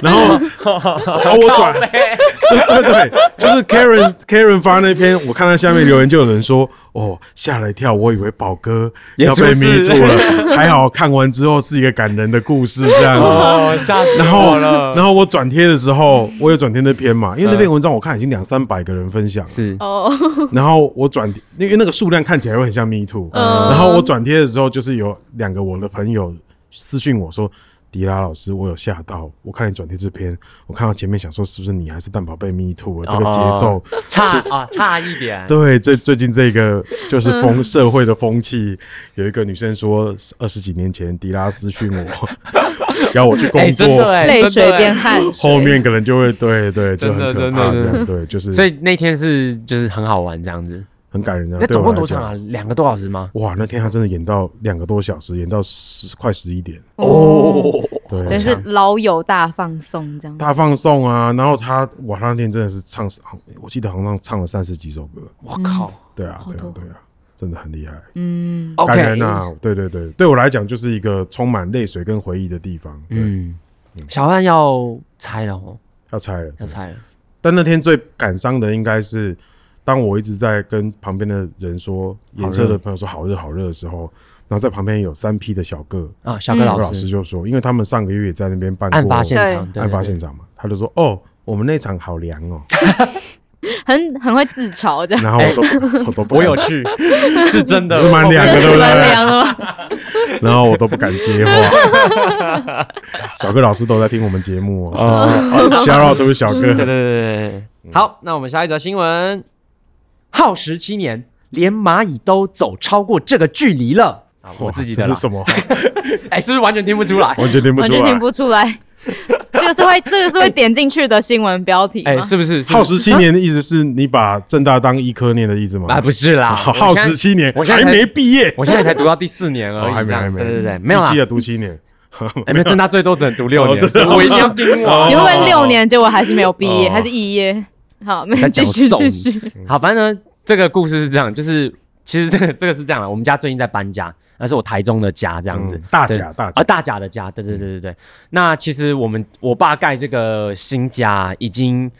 [SPEAKER 2] 然后然后我转，就对对，就是 Karen Karen 发那篇，我看到下面留言就有人说，哦吓了一跳，我以为宝哥
[SPEAKER 3] 也
[SPEAKER 2] 要被
[SPEAKER 3] 出事
[SPEAKER 2] me too 了，还好看完之后是一个感人的故事这样子。
[SPEAKER 3] 哦，吓死
[SPEAKER 2] 然后
[SPEAKER 3] 我，了。
[SPEAKER 2] 然后我转贴的时候，我有转贴那篇嘛，因为那篇文章我看已经两三百个人分享了，
[SPEAKER 3] 是
[SPEAKER 4] (laughs) 哦，
[SPEAKER 2] 然后我转，因为那个数量看起来会很像 Me Too，、
[SPEAKER 4] 嗯
[SPEAKER 2] 然后我转贴的时候，就是有两个我的朋友私讯我说：“迪拉老师，我有吓到，我看你转贴这篇，我看到前面想说是不是你还是蛋宝被 Me Too 了这
[SPEAKER 3] 哦
[SPEAKER 2] 个节奏，
[SPEAKER 3] 差啊，差一点。
[SPEAKER 2] 对，这最近这个就是风、社会的风气，有一个女生说二十几年前迪拉私讯我， (laughs) 要我去工
[SPEAKER 3] 哎，真的
[SPEAKER 2] 作，
[SPEAKER 3] 哎，
[SPEAKER 4] 泪
[SPEAKER 3] 真
[SPEAKER 4] 水
[SPEAKER 3] 的哎
[SPEAKER 4] 变汗水。
[SPEAKER 2] 后面可能就会对对，就
[SPEAKER 3] 真的
[SPEAKER 2] 很可
[SPEAKER 3] 真的
[SPEAKER 2] 怕这
[SPEAKER 3] 真的
[SPEAKER 2] 样，对，就是
[SPEAKER 3] 所以那天是就是很好玩这样子。
[SPEAKER 2] 很感人啊。
[SPEAKER 3] 那
[SPEAKER 2] 对
[SPEAKER 3] 总
[SPEAKER 2] 我
[SPEAKER 3] 共
[SPEAKER 2] 来
[SPEAKER 3] 多长
[SPEAKER 2] 讲
[SPEAKER 3] 啊？，两个多小时吗？
[SPEAKER 2] 哇，那天他真的演到两个多小时，演到十快十一点，
[SPEAKER 3] 哦，
[SPEAKER 2] 对
[SPEAKER 4] 嗯但，是老友大放松这样。
[SPEAKER 2] 大放送啊。然后他哇，他那天真的是唱，我记得好像唱了三十几首歌，
[SPEAKER 3] 我靠
[SPEAKER 2] 对啊，
[SPEAKER 4] 好
[SPEAKER 2] 对啊
[SPEAKER 4] 多，
[SPEAKER 2] 对啊，真的很厉害，
[SPEAKER 4] 嗯，
[SPEAKER 3] ，OK，
[SPEAKER 2] 感人啊。对对对，对我来讲就是一个充满泪水跟回忆的地方。对，嗯
[SPEAKER 3] 嗯，小汉要拆了哦，
[SPEAKER 2] 要拆了，
[SPEAKER 3] 要拆了。
[SPEAKER 2] 但那天最感伤的应该是，当我一直在跟旁边的人说，颜色的朋友说好热好热的时候，然后在旁边有三批的小个
[SPEAKER 3] 啊，小哥
[SPEAKER 2] 小
[SPEAKER 4] 嗯
[SPEAKER 3] 老
[SPEAKER 2] 个
[SPEAKER 3] 师，
[SPEAKER 2] 老师就说，因为他们上个月也在那边办过
[SPEAKER 3] 案发现场，对
[SPEAKER 2] 案发现，场嘛，他就说哦，我们那场好凉
[SPEAKER 3] (laughs)
[SPEAKER 2] 哦，
[SPEAKER 4] 很很会自嘲这样，
[SPEAKER 2] 然后我
[SPEAKER 3] (laughs)
[SPEAKER 2] 都我都不敢
[SPEAKER 3] 对对我有去，是 (laughs) 真的，
[SPEAKER 2] 是蛮两个对
[SPEAKER 4] 真是
[SPEAKER 2] 不对
[SPEAKER 4] 蛮凉的吗？
[SPEAKER 2] 然后我都不敢接话。
[SPEAKER 3] (laughs)
[SPEAKER 2] 小哥老师都在听我们节目哦， (laughs)
[SPEAKER 3] 啊，
[SPEAKER 2] 小老都是小
[SPEAKER 3] 对对对
[SPEAKER 2] 哥，嗯
[SPEAKER 3] 对对。好，那我们下一则新闻，耗时七年，连蚂蚁都走超过这个距离了。啊我
[SPEAKER 2] 哇
[SPEAKER 3] 自己的
[SPEAKER 2] 这
[SPEAKER 3] 啦
[SPEAKER 2] 是，什么？
[SPEAKER 3] 哎，是不是完全听不出来？
[SPEAKER 2] 完全听不
[SPEAKER 4] 完
[SPEAKER 2] 出
[SPEAKER 4] 全听
[SPEAKER 2] 来。
[SPEAKER 4] 不
[SPEAKER 2] (laughs)
[SPEAKER 4] 出来。这个是会，这个是会点进去的新闻标题
[SPEAKER 3] 哎，
[SPEAKER 4] 吗？
[SPEAKER 3] 是不是？是不
[SPEAKER 2] 耗
[SPEAKER 3] 是
[SPEAKER 2] 时七年的意思是你把正大当医科念的意思吗？
[SPEAKER 3] 啊，不是啦，
[SPEAKER 2] 好
[SPEAKER 3] 我
[SPEAKER 2] 嗯耗
[SPEAKER 3] 现在
[SPEAKER 2] 时七年，
[SPEAKER 3] 我现在
[SPEAKER 2] 还
[SPEAKER 3] 才
[SPEAKER 2] 没毕业，
[SPEAKER 3] 我现在才读到第四年而
[SPEAKER 2] 哦
[SPEAKER 3] 已，
[SPEAKER 2] 还没
[SPEAKER 3] 这样
[SPEAKER 2] 还没
[SPEAKER 3] 对对对，没有啊啦
[SPEAKER 2] 预计，要读七
[SPEAKER 3] (laughs)
[SPEAKER 2] 年，
[SPEAKER 3] 哎，没有正大最多只能读六
[SPEAKER 2] 哦
[SPEAKER 3] 年，
[SPEAKER 2] 真的
[SPEAKER 3] 我一定要啊盯
[SPEAKER 2] (laughs)
[SPEAKER 3] 完。
[SPEAKER 4] 你会不会六年结果还是没有毕业，
[SPEAKER 2] 哦
[SPEAKER 4] 还是肄业？好，没
[SPEAKER 3] 在
[SPEAKER 4] 继
[SPEAKER 3] 讲
[SPEAKER 4] 续
[SPEAKER 3] 揍
[SPEAKER 4] 继
[SPEAKER 3] 你
[SPEAKER 4] 续。
[SPEAKER 3] 好，反正呢，这个故事是这样，就是其实这个这个是这样的，我们家最近在搬家，那是我台中的家这
[SPEAKER 2] 这
[SPEAKER 3] 样子，
[SPEAKER 2] 大
[SPEAKER 3] 对
[SPEAKER 2] 甲大
[SPEAKER 3] 啊
[SPEAKER 2] 甲，
[SPEAKER 3] 大甲的家，对对对
[SPEAKER 2] 嗯
[SPEAKER 3] 对对。那其实我们我爸盖这个新家已经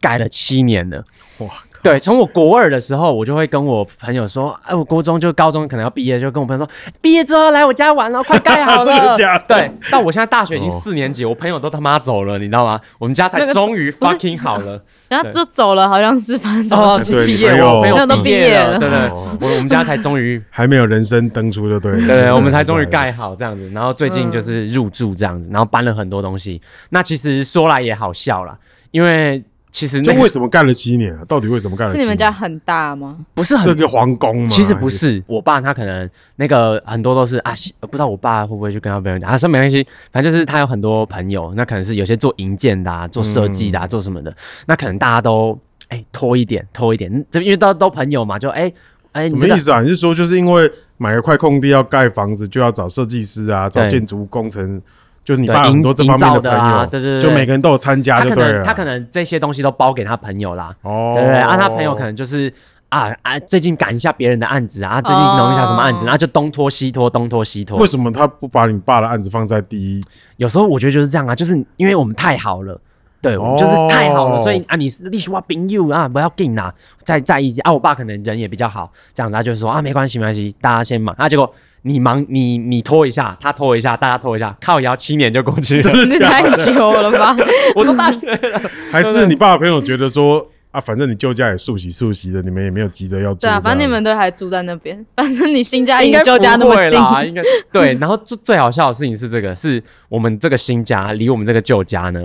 [SPEAKER 3] 盖了七年了。
[SPEAKER 2] 哇，
[SPEAKER 3] 对，从我国二的时候，我就会跟我朋友说，哎，我国中就高中可能要毕业，就跟我朋友说，毕业之后来我家玩了，快盖好
[SPEAKER 2] (laughs) 真的
[SPEAKER 3] 了。
[SPEAKER 2] 假的
[SPEAKER 3] 对，到我现在大学已经
[SPEAKER 2] 哦
[SPEAKER 3] 四年级，我朋友都他妈走了，你知道吗？我们家才
[SPEAKER 4] 那个
[SPEAKER 3] 终于
[SPEAKER 4] 不是
[SPEAKER 3] fucking 好
[SPEAKER 4] (laughs)
[SPEAKER 3] 了。
[SPEAKER 4] 然后就走了，好像是发生什
[SPEAKER 3] 哦
[SPEAKER 4] 么，
[SPEAKER 2] 对
[SPEAKER 4] 事？
[SPEAKER 2] 你
[SPEAKER 3] 嗯毕业，
[SPEAKER 2] 朋友
[SPEAKER 3] 我朋
[SPEAKER 4] 朋友都
[SPEAKER 3] 友
[SPEAKER 4] 毕业
[SPEAKER 3] 了，
[SPEAKER 4] 了
[SPEAKER 3] 对对，
[SPEAKER 2] 哦，
[SPEAKER 3] 我我们家才终于
[SPEAKER 2] 还没有人生登出就对 (laughs) 了，
[SPEAKER 3] 对，我们才终于盖好这样子，然后最近就是入住这样子，然后搬了很多东西。那其实说来也好笑啦，因为其实
[SPEAKER 2] 就
[SPEAKER 3] 那个
[SPEAKER 2] 为什么盖了七年啊？到底为什么盖了七
[SPEAKER 4] 是
[SPEAKER 2] 年？
[SPEAKER 4] 你们家很大吗？
[SPEAKER 3] 不是
[SPEAKER 2] 这
[SPEAKER 3] 很。
[SPEAKER 2] 个皇宫吗？
[SPEAKER 3] 其实不是，我爸他可能那个很多都是啊，西不知道我爸会不会去跟他朋友讲，他说没关系，反正就是他有很多朋友，那可能是有些做营建的、啊、做设计
[SPEAKER 2] 嗯
[SPEAKER 3] 的、啊、做什么的，那可能大家都哎拖一点，拖一点，这因为都都朋友嘛，就哎哎，
[SPEAKER 2] 什
[SPEAKER 3] 你
[SPEAKER 2] 么
[SPEAKER 3] 这个
[SPEAKER 2] 意思啊？你是说就是因为买了块空地要盖房子，就要找设计师啊，找
[SPEAKER 3] 对
[SPEAKER 2] 建筑工程，就是你
[SPEAKER 3] 对
[SPEAKER 2] 爸有很
[SPEAKER 3] 营
[SPEAKER 2] 多这方面
[SPEAKER 3] 营造
[SPEAKER 2] 朋
[SPEAKER 3] 的啊
[SPEAKER 2] 友，
[SPEAKER 3] 对对对
[SPEAKER 2] 就每个人都有参加
[SPEAKER 3] 他
[SPEAKER 2] 就
[SPEAKER 3] 可
[SPEAKER 2] 对
[SPEAKER 3] 能
[SPEAKER 2] 了。
[SPEAKER 3] 他可能这些东西都包给他朋友啦，
[SPEAKER 2] 哦，
[SPEAKER 3] 对不对？啊，他朋友可能就是啊啊，最近赶一下别人的案子啊，啊最近弄一下什么案子，
[SPEAKER 4] 哦
[SPEAKER 3] 然后就东拖西拖，东拖西拖
[SPEAKER 2] 为。什么他不把你爸的案子放在第一？
[SPEAKER 3] 有时候我觉得就是这样啊，就是因为我们太好了。对，
[SPEAKER 2] 哦
[SPEAKER 3] 我们就是太好了，所以啊，你是立需要冰 you 啊，不要劲啊，在在意啊。我爸可能人也比较好，这样子他就是说啊，没关系，没关系，大家先忙。啊，结果你忙，你你拖一下，他拖一下，大家拖一下，靠摇七年就过去了，
[SPEAKER 4] 那太久了吧？
[SPEAKER 3] (laughs) 我都大学了。
[SPEAKER 2] 还是你爸的朋友觉得说啊，反正你舅家也速洗速洗的，你们也没有急着要住。
[SPEAKER 4] 对啊，反正你们都还住在那边，反正你新家离
[SPEAKER 3] 应该
[SPEAKER 4] 旧啊家那么
[SPEAKER 3] 不会
[SPEAKER 4] 近，
[SPEAKER 3] 啦，应该对。然后最最好笑的事情是，这个是我们这个新家离我们这个旧家呢，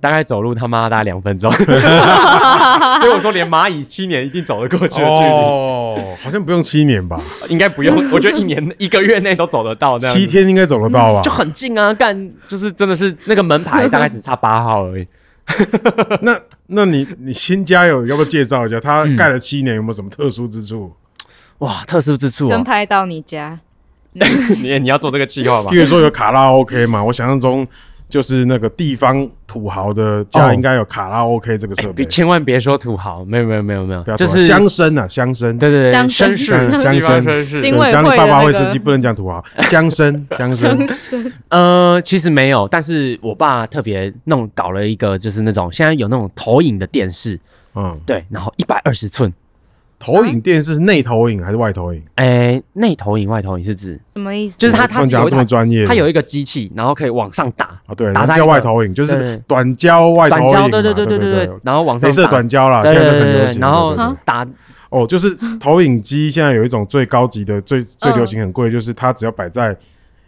[SPEAKER 3] 大概走路他妈大概两
[SPEAKER 4] (laughs)
[SPEAKER 3] 分钟，所以我说连蚂蚁七年一定走得过去
[SPEAKER 2] 这
[SPEAKER 3] 的距离，
[SPEAKER 2] 样哦，好像不用七年吧，
[SPEAKER 3] 应该不用，我觉得一年一个月内都走得到这样子。
[SPEAKER 2] 七天应该走得到吧
[SPEAKER 3] 就？很近啊，干就是真的是那个门牌大概只差八号而已。
[SPEAKER 2] 那那你你新家有要不要介绍一下？他
[SPEAKER 3] 嗯
[SPEAKER 2] 盖了七年，有没有什么特殊之处？
[SPEAKER 3] 哇，特殊之处
[SPEAKER 4] 跟
[SPEAKER 3] 哦，
[SPEAKER 4] 拍到你家。
[SPEAKER 3] 你你要做这个计划
[SPEAKER 2] (laughs)
[SPEAKER 3] 吧
[SPEAKER 2] 比？如说有卡拉 OK 嘛，我想象中就是那个地方土豪的家
[SPEAKER 3] 哦
[SPEAKER 2] 应该有卡拉 OK 这个设备
[SPEAKER 3] 别，哎千万别说土豪，没有没有没有没有
[SPEAKER 2] 不要，
[SPEAKER 3] 就
[SPEAKER 2] 说
[SPEAKER 3] 是
[SPEAKER 2] 乡绅啊，乡绅。
[SPEAKER 3] 对对对，
[SPEAKER 4] 乡
[SPEAKER 3] 绅
[SPEAKER 4] 绅
[SPEAKER 3] 士
[SPEAKER 2] 嗯乡
[SPEAKER 3] 地方
[SPEAKER 2] 绅
[SPEAKER 3] 绅士
[SPEAKER 4] 经
[SPEAKER 2] 对
[SPEAKER 4] 委
[SPEAKER 2] 讲你
[SPEAKER 4] 会
[SPEAKER 2] 爸
[SPEAKER 4] 的
[SPEAKER 2] 爸
[SPEAKER 4] 那
[SPEAKER 2] 会
[SPEAKER 4] 个
[SPEAKER 2] 生气，不能讲土豪，乡
[SPEAKER 3] (laughs)
[SPEAKER 2] 绅，乡绅，
[SPEAKER 3] 呃，其实没有，但是我爸特别弄搞了一个，就是那种现在有那种投影的电视，
[SPEAKER 2] 嗯，
[SPEAKER 3] 对，然后一百二十寸，
[SPEAKER 2] 投影电视是内投影还是外投影？
[SPEAKER 3] 哎，内投影、外投影是指
[SPEAKER 4] 什么意思？
[SPEAKER 3] 就是它它
[SPEAKER 2] 他
[SPEAKER 3] 是
[SPEAKER 2] 讲到
[SPEAKER 3] 有一
[SPEAKER 2] 这么
[SPEAKER 3] 台，
[SPEAKER 2] 专业，
[SPEAKER 3] 它有一个机器，然后可以往上打，
[SPEAKER 2] 啊，对，
[SPEAKER 3] 打在
[SPEAKER 2] 叫
[SPEAKER 3] 一个
[SPEAKER 2] 外投影，就
[SPEAKER 3] 对对
[SPEAKER 2] 是
[SPEAKER 3] 对
[SPEAKER 2] 短焦外投
[SPEAKER 3] 短
[SPEAKER 2] 影嘛，
[SPEAKER 3] 焦，对对
[SPEAKER 2] 对
[SPEAKER 3] 对
[SPEAKER 2] 对
[SPEAKER 3] 对，，然后往上
[SPEAKER 2] 镭射
[SPEAKER 3] 打，
[SPEAKER 2] 短焦啦，
[SPEAKER 3] 对
[SPEAKER 2] 现
[SPEAKER 3] 对
[SPEAKER 2] 在都
[SPEAKER 3] 对
[SPEAKER 2] 很流
[SPEAKER 3] 对对，
[SPEAKER 2] 行。
[SPEAKER 3] 然后
[SPEAKER 2] 对对对
[SPEAKER 3] 打
[SPEAKER 2] 哦，就是投影机现在有一种最高级的、
[SPEAKER 3] (laughs)
[SPEAKER 2] 最最流行、很贵，就是它只要摆在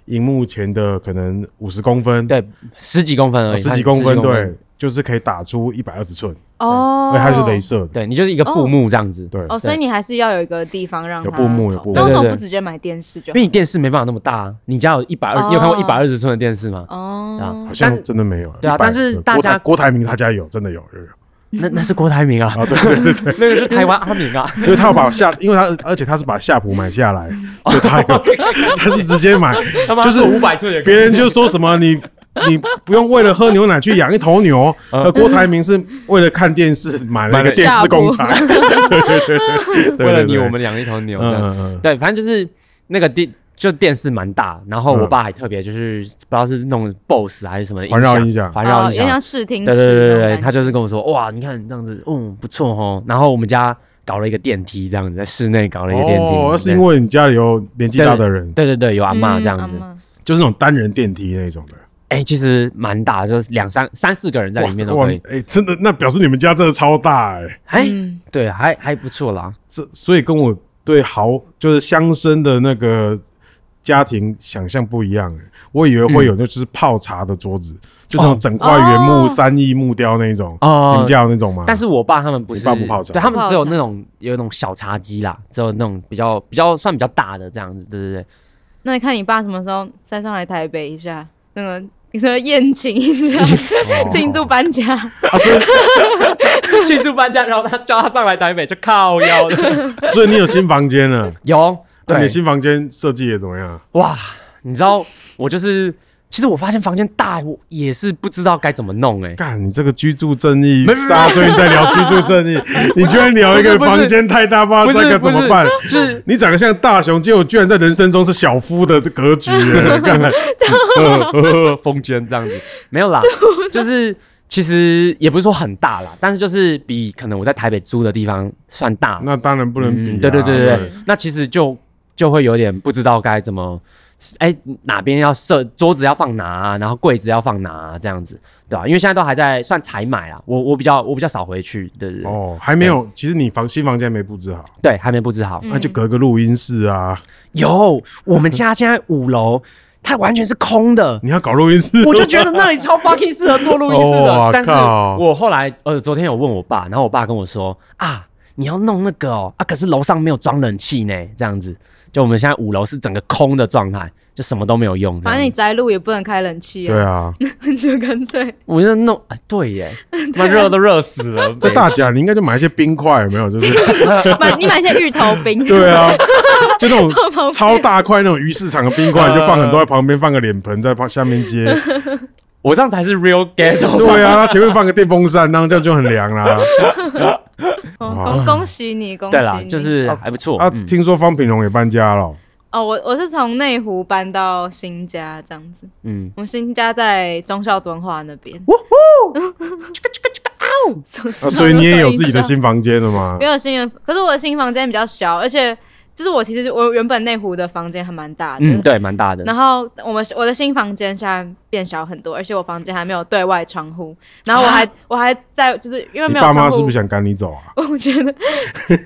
[SPEAKER 2] 荧幕前的可能五十公分，
[SPEAKER 3] 对十几公分而
[SPEAKER 2] 哦，
[SPEAKER 3] 已，
[SPEAKER 2] 十
[SPEAKER 3] 它
[SPEAKER 2] 几公分，对，就是可以打出一百二十寸，
[SPEAKER 4] 哦
[SPEAKER 2] 而，且它是镭射的，
[SPEAKER 3] 对你就是一个布幕这样子，
[SPEAKER 2] 对，
[SPEAKER 4] 哦，所以你还是要有一个地方让
[SPEAKER 2] 有
[SPEAKER 4] 它
[SPEAKER 2] 布幕有
[SPEAKER 4] 投
[SPEAKER 2] 布幕
[SPEAKER 4] 但为什
[SPEAKER 3] 对
[SPEAKER 4] 么
[SPEAKER 3] 对
[SPEAKER 4] 不直接买电视就
[SPEAKER 3] 因？为你电视没办法那么大啊，你家有一百二，你有看过一百二十寸的电视吗？
[SPEAKER 4] 哦
[SPEAKER 3] 啊，
[SPEAKER 2] 好
[SPEAKER 3] 但
[SPEAKER 2] 像
[SPEAKER 3] 是
[SPEAKER 2] 真的没有。
[SPEAKER 3] 对啊
[SPEAKER 2] 100
[SPEAKER 3] 但是
[SPEAKER 2] 对
[SPEAKER 3] 大
[SPEAKER 2] 郭
[SPEAKER 3] 家
[SPEAKER 2] 台郭台铭他家有，真的有有 (laughs) 有，
[SPEAKER 3] 那那是郭台铭啊，
[SPEAKER 2] 哦
[SPEAKER 3] (laughs) 那个是台湾阿明
[SPEAKER 2] (laughs)
[SPEAKER 3] 啊，
[SPEAKER 2] 因为他要把夏，因为他而且他是把夏普买下来，所以他
[SPEAKER 3] (laughs)
[SPEAKER 2] 有，他是直接买，
[SPEAKER 3] 他妈
[SPEAKER 2] 就是
[SPEAKER 3] 五百寸也可以
[SPEAKER 2] 别人就说什么
[SPEAKER 3] (laughs)
[SPEAKER 2] 你。你不用为了喝牛奶去养一头牛，
[SPEAKER 3] 嗯
[SPEAKER 2] 而郭台铭是为了看电视买了一
[SPEAKER 3] 买
[SPEAKER 2] 个
[SPEAKER 3] 了
[SPEAKER 2] 电视工
[SPEAKER 3] (laughs)
[SPEAKER 2] 厂，
[SPEAKER 3] 为了你
[SPEAKER 2] 对对
[SPEAKER 3] 我们养一头牛
[SPEAKER 2] 嗯
[SPEAKER 3] 这样。
[SPEAKER 2] 嗯嗯，
[SPEAKER 3] 对，反正就是那个电就电视蛮大，然后我爸还特别就是、不知道是弄 BOSS 还是什么音
[SPEAKER 2] 嗯环
[SPEAKER 3] 响
[SPEAKER 2] 绕音响
[SPEAKER 3] 环绕
[SPEAKER 4] 哦
[SPEAKER 3] 音
[SPEAKER 4] 有点
[SPEAKER 3] 响，
[SPEAKER 4] 像视听
[SPEAKER 3] 对对对
[SPEAKER 4] 室
[SPEAKER 3] 对
[SPEAKER 4] 那
[SPEAKER 3] 对，
[SPEAKER 4] 种
[SPEAKER 3] 他
[SPEAKER 4] 感觉。
[SPEAKER 3] 就是跟我说哇，你看这样子，嗯，不错哦。然后我们家搞了一个电梯，这样子在室内搞了一个电梯，
[SPEAKER 2] 哦，那是
[SPEAKER 3] 对
[SPEAKER 2] 因为你家里有年纪大的人，
[SPEAKER 3] 对对对有阿嬷
[SPEAKER 4] 嗯
[SPEAKER 3] 这样子，
[SPEAKER 4] 阿嬷
[SPEAKER 2] 就是那种单人电梯那种的，
[SPEAKER 3] 哎、其实蛮大的，就是两三三四个人在里面都
[SPEAKER 2] 哇
[SPEAKER 3] 可以，，
[SPEAKER 2] 哎，真的，那表示你们家真的超大哎，
[SPEAKER 3] 哎、
[SPEAKER 4] 嗯
[SPEAKER 3] 对，还还不错啦。
[SPEAKER 2] 这所以跟我对豪就是乡绅的那个家庭想象不一样、欸、我以为会有
[SPEAKER 3] 嗯
[SPEAKER 2] 就是泡茶的桌子，就是那种整块原木、
[SPEAKER 4] 哦
[SPEAKER 2] 三翼木雕那一种，
[SPEAKER 3] 哦
[SPEAKER 2] 你们家有那种吗？
[SPEAKER 3] 但是我爸他们不是，
[SPEAKER 2] 你爸不泡茶
[SPEAKER 3] 对他们只有
[SPEAKER 4] 不泡茶
[SPEAKER 3] 那种有那种小茶几啦，只有那种比较比较算比较大的这样子，对对对。
[SPEAKER 4] 那你看你爸什么时候再上来台北一下？那个你说宴请一下，庆祝搬家。
[SPEAKER 2] 啊，所
[SPEAKER 3] (laughs)
[SPEAKER 2] 以
[SPEAKER 3] 庆祝搬家，然后他叫他上来台北就靠腰的。
[SPEAKER 2] 所以你有新房间了，啊
[SPEAKER 3] 有
[SPEAKER 2] 那你
[SPEAKER 3] 对
[SPEAKER 2] 的新房间设计的怎么样？
[SPEAKER 3] 哇，你知道我就是，其实我发现房间大，我也是不知道该怎么弄哎、
[SPEAKER 2] 干，你这个居住正义
[SPEAKER 3] 没没，没
[SPEAKER 2] 大家最近在聊居住正
[SPEAKER 3] (laughs)
[SPEAKER 2] 义，你居然聊一个
[SPEAKER 3] 不是不是
[SPEAKER 2] 房间太大，不知道
[SPEAKER 3] 不
[SPEAKER 2] 这
[SPEAKER 3] 是
[SPEAKER 2] 个
[SPEAKER 3] 不
[SPEAKER 2] 怎么
[SPEAKER 3] 是
[SPEAKER 2] 办？
[SPEAKER 3] 是
[SPEAKER 2] 你长得像大雄，结果居然在人生中是小夫的格局
[SPEAKER 3] (laughs)
[SPEAKER 2] 了，干
[SPEAKER 3] 呃风间这样子，没有啦，就是其实也不是说很大啦，但是就是比可能我在台北租的地方算大，
[SPEAKER 2] 那当然不能比啊、
[SPEAKER 3] 嗯对对对对
[SPEAKER 4] 对
[SPEAKER 3] 对，那其实就就会有点不知道该怎么，哎、哪边要设桌子要放哪、啊，然后柜子要放哪、啊，这样子，对吧、因为现在都还在算采买啊，我我比较我比较少回去，对对对，嗯
[SPEAKER 2] 哦，还没有，其实你房新房间没布置好，
[SPEAKER 3] 对，还没布置好。
[SPEAKER 2] 那就隔个录音室啊，
[SPEAKER 3] 有，我们家现在五楼，它完全是空的。
[SPEAKER 2] 你要搞录音室，
[SPEAKER 3] (laughs) 我就觉得那里超 fucking 适合做录音室
[SPEAKER 2] (laughs)
[SPEAKER 3] 的，
[SPEAKER 2] 哦哇
[SPEAKER 3] 但是
[SPEAKER 2] 靠
[SPEAKER 3] 我后来呃昨天有问我爸，然后我爸跟我说啊，你要弄那个哦啊，可是楼上没有装冷气呢，这样子，就我们现在五楼是整个空的状态，就什么都没有用。这
[SPEAKER 4] 反
[SPEAKER 3] 样
[SPEAKER 4] 正你
[SPEAKER 3] 子
[SPEAKER 4] 宅路也不能开冷气
[SPEAKER 2] 对
[SPEAKER 4] 啊，
[SPEAKER 2] 啊，
[SPEAKER 4] (laughs) 就
[SPEAKER 2] (laughs)
[SPEAKER 4] 干脆
[SPEAKER 3] 我就弄，哎对
[SPEAKER 4] (laughs)
[SPEAKER 3] 耶，他妈热都热死了，
[SPEAKER 2] 在
[SPEAKER 3] 北
[SPEAKER 2] 大甲你应该就买一些冰块，有没有？就是。
[SPEAKER 4] 买你买一些芋头冰
[SPEAKER 2] (laughs) 对啊，就那种超大块那种鱼市场的冰块，你就放很多在旁边，放个脸盆在旁下面
[SPEAKER 4] (laughs)
[SPEAKER 2] 接，
[SPEAKER 3] 我这样才是 real ghetto。
[SPEAKER 2] 对啊，它前面放个电风扇，然后这样就很凉
[SPEAKER 4] (laughs)
[SPEAKER 2] 啦。
[SPEAKER 4] 嗯哦恭恭喜你，恭喜
[SPEAKER 3] 对啦，
[SPEAKER 4] 你！
[SPEAKER 3] 就是还不错。
[SPEAKER 2] 啊
[SPEAKER 3] 嗯，
[SPEAKER 2] 听说方平荣也搬家了，
[SPEAKER 4] (laughs) 哦，我我是从内湖搬到新家这样子，
[SPEAKER 3] 嗯，
[SPEAKER 4] 我们新家在忠孝敦化那边。
[SPEAKER 2] 啊所以你也有自己的新房间了吗
[SPEAKER 4] 没？有新的，可是我的新房间比较小，而且就是我其实我原本内湖的房间还蛮大的，
[SPEAKER 3] 嗯，对，蛮大的。
[SPEAKER 4] 然后我们我的新房间现在变小很多，而且我房间还没有对外窗户，然后我还、我还在就是因为
[SPEAKER 2] 啊你
[SPEAKER 4] 没有
[SPEAKER 2] 爸妈
[SPEAKER 4] 窗
[SPEAKER 2] 是
[SPEAKER 4] 户
[SPEAKER 2] 不是，想赶你走啊？
[SPEAKER 4] (laughs) 我觉得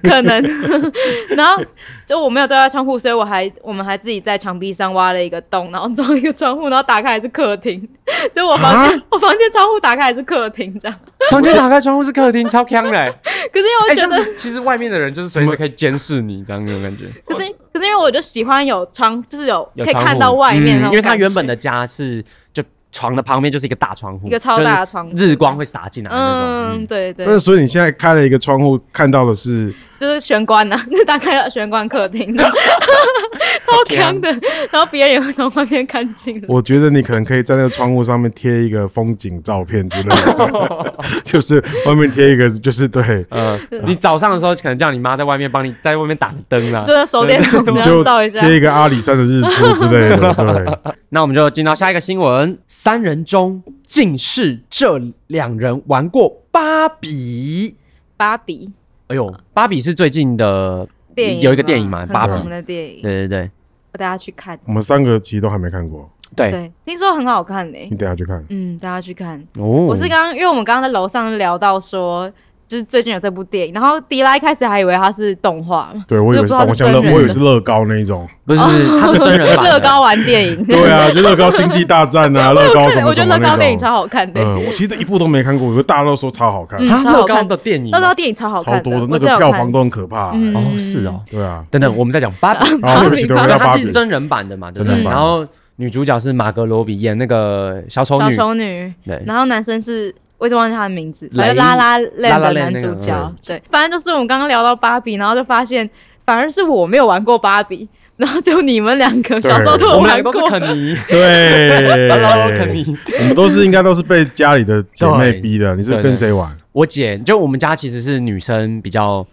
[SPEAKER 4] 可能， (laughs) 然后就我没有对外窗户，所以我还我们还自己在墙壁上挖了一个洞，然后装一个窗户，然后打开还是客厅， (laughs) 就我房
[SPEAKER 3] 啊
[SPEAKER 4] 间、我房间窗户打开还是客厅这样，
[SPEAKER 3] 房间打开窗户是客厅，超香的欸。
[SPEAKER 4] 可是因 (laughs) 为我
[SPEAKER 3] 哎，
[SPEAKER 4] 觉
[SPEAKER 3] 这
[SPEAKER 4] 得
[SPEAKER 3] 样。子其实外面的人就是随时可以监视你，这样那种感觉。
[SPEAKER 4] 可是，可是因为我就喜欢有窗，就是有
[SPEAKER 3] 有
[SPEAKER 4] 可以
[SPEAKER 3] 窗
[SPEAKER 4] 看
[SPEAKER 3] 户
[SPEAKER 4] 到外面
[SPEAKER 3] 嗯
[SPEAKER 4] 那种感
[SPEAKER 3] 因
[SPEAKER 4] 觉、
[SPEAKER 3] 为他原本的家是就床的旁边就是一个大窗户，
[SPEAKER 4] 一个超大的窗户
[SPEAKER 3] 就是日光会洒进来的那种。
[SPEAKER 4] 嗯，
[SPEAKER 3] 嗯
[SPEAKER 4] 对对
[SPEAKER 2] 但，是所以你现在开了一个窗户，看到的是
[SPEAKER 4] 就是玄关呐、啊， (laughs) 那大概玄关客
[SPEAKER 3] (laughs)
[SPEAKER 4] 厅的，超强的。然后别人也会从外面看进来。
[SPEAKER 2] 我觉得你可能可以在那个窗户上面贴一个风景照片之类的，
[SPEAKER 4] (laughs)
[SPEAKER 2] 就是外面贴一个， (laughs) 就是对，
[SPEAKER 3] 呃，你早上的时候可能叫你妈在外面帮你在外面打灯啦。
[SPEAKER 4] 就是手电筒这样
[SPEAKER 2] 就
[SPEAKER 4] 照一下，
[SPEAKER 2] 贴一个阿里山的日出之类的，对，
[SPEAKER 3] 那我们就进到下一个新闻，三人中竟是这两人玩过芭比。
[SPEAKER 4] 芭比
[SPEAKER 3] 哎呦，芭比是最近的
[SPEAKER 4] 电影
[SPEAKER 3] 有一个电影嘛，
[SPEAKER 4] 很
[SPEAKER 3] 芭
[SPEAKER 4] 红
[SPEAKER 3] 比。
[SPEAKER 4] 的电影，
[SPEAKER 3] 对对对
[SPEAKER 4] 大家去看。
[SPEAKER 2] 我们三个其实都还没看过，
[SPEAKER 3] 对
[SPEAKER 4] 对，听说很好看嘞、嗯
[SPEAKER 2] 你等一下去看。
[SPEAKER 4] 嗯，大家去看。
[SPEAKER 3] 哦，
[SPEAKER 4] 我是刚刚，因为我们刚刚在楼上聊到说，就是最近有这部电影，然后迪拉一开始还以为它是动画嘛，
[SPEAKER 2] 对我以为
[SPEAKER 4] 就是不知道
[SPEAKER 2] 动
[SPEAKER 4] 是
[SPEAKER 2] 画像乐，
[SPEAKER 4] 真人的
[SPEAKER 2] 我以为是乐高那一种。
[SPEAKER 3] 不是，它是真人版的
[SPEAKER 4] 哦 (laughs) 乐高玩电影，
[SPEAKER 2] 对啊，就乐高星际大战啊，乐高什么
[SPEAKER 4] (laughs) 我觉
[SPEAKER 2] 什
[SPEAKER 4] 得
[SPEAKER 2] 么
[SPEAKER 4] 乐高
[SPEAKER 2] 那
[SPEAKER 4] 电影
[SPEAKER 2] 种。
[SPEAKER 4] 超好看的，
[SPEAKER 2] 嗯，我其实一部都没看过，可是大家都说超好看，
[SPEAKER 4] 嗯
[SPEAKER 3] 啊，
[SPEAKER 4] 超好
[SPEAKER 3] 乐高
[SPEAKER 4] 看
[SPEAKER 3] 的电影
[SPEAKER 4] 乐高电影超好
[SPEAKER 2] 超
[SPEAKER 4] 看
[SPEAKER 2] 多的，那
[SPEAKER 4] 我
[SPEAKER 2] 个
[SPEAKER 4] 真有
[SPEAKER 2] 票
[SPEAKER 4] 看
[SPEAKER 2] 房都很可怕。
[SPEAKER 4] 嗯
[SPEAKER 3] 哦，是哦。
[SPEAKER 2] 对啊，
[SPEAKER 3] 等等，我们再讲芭比，
[SPEAKER 2] 啊，对不起，对不起，
[SPEAKER 3] 对，
[SPEAKER 2] 叫
[SPEAKER 3] 它
[SPEAKER 2] 芭
[SPEAKER 3] 是
[SPEAKER 2] 比。
[SPEAKER 3] 真人版的嘛，对
[SPEAKER 2] 真
[SPEAKER 3] 不对？
[SPEAKER 2] 人版
[SPEAKER 3] 然后女主角是马格罗比演那个小丑
[SPEAKER 4] 嗯小
[SPEAKER 3] 女，
[SPEAKER 4] 丑女，
[SPEAKER 3] 对，
[SPEAKER 4] 然后男生是我一直忘记他的名字，反
[SPEAKER 3] 哎雷
[SPEAKER 4] 正拉
[SPEAKER 3] 拉
[SPEAKER 4] 拉链
[SPEAKER 3] 拉
[SPEAKER 4] 的
[SPEAKER 3] 链
[SPEAKER 4] 男
[SPEAKER 3] 那个
[SPEAKER 4] 主角，对，反正就是我们刚刚聊到芭比，然后就发现反而是我没有玩过芭比， (laughs) 然后就你们两个小时候都有
[SPEAKER 3] 我们两个
[SPEAKER 4] 玩
[SPEAKER 3] 都
[SPEAKER 4] 过
[SPEAKER 3] 是，肯尼，
[SPEAKER 2] 对，
[SPEAKER 3] (laughs) 然后肯尼，
[SPEAKER 2] 我们都是应该都是被家里的姐妹
[SPEAKER 3] 对
[SPEAKER 2] 逼的。你是
[SPEAKER 3] 对
[SPEAKER 2] 跟
[SPEAKER 3] 对
[SPEAKER 2] 谁玩？
[SPEAKER 3] 我姐就我们家其实是女生比较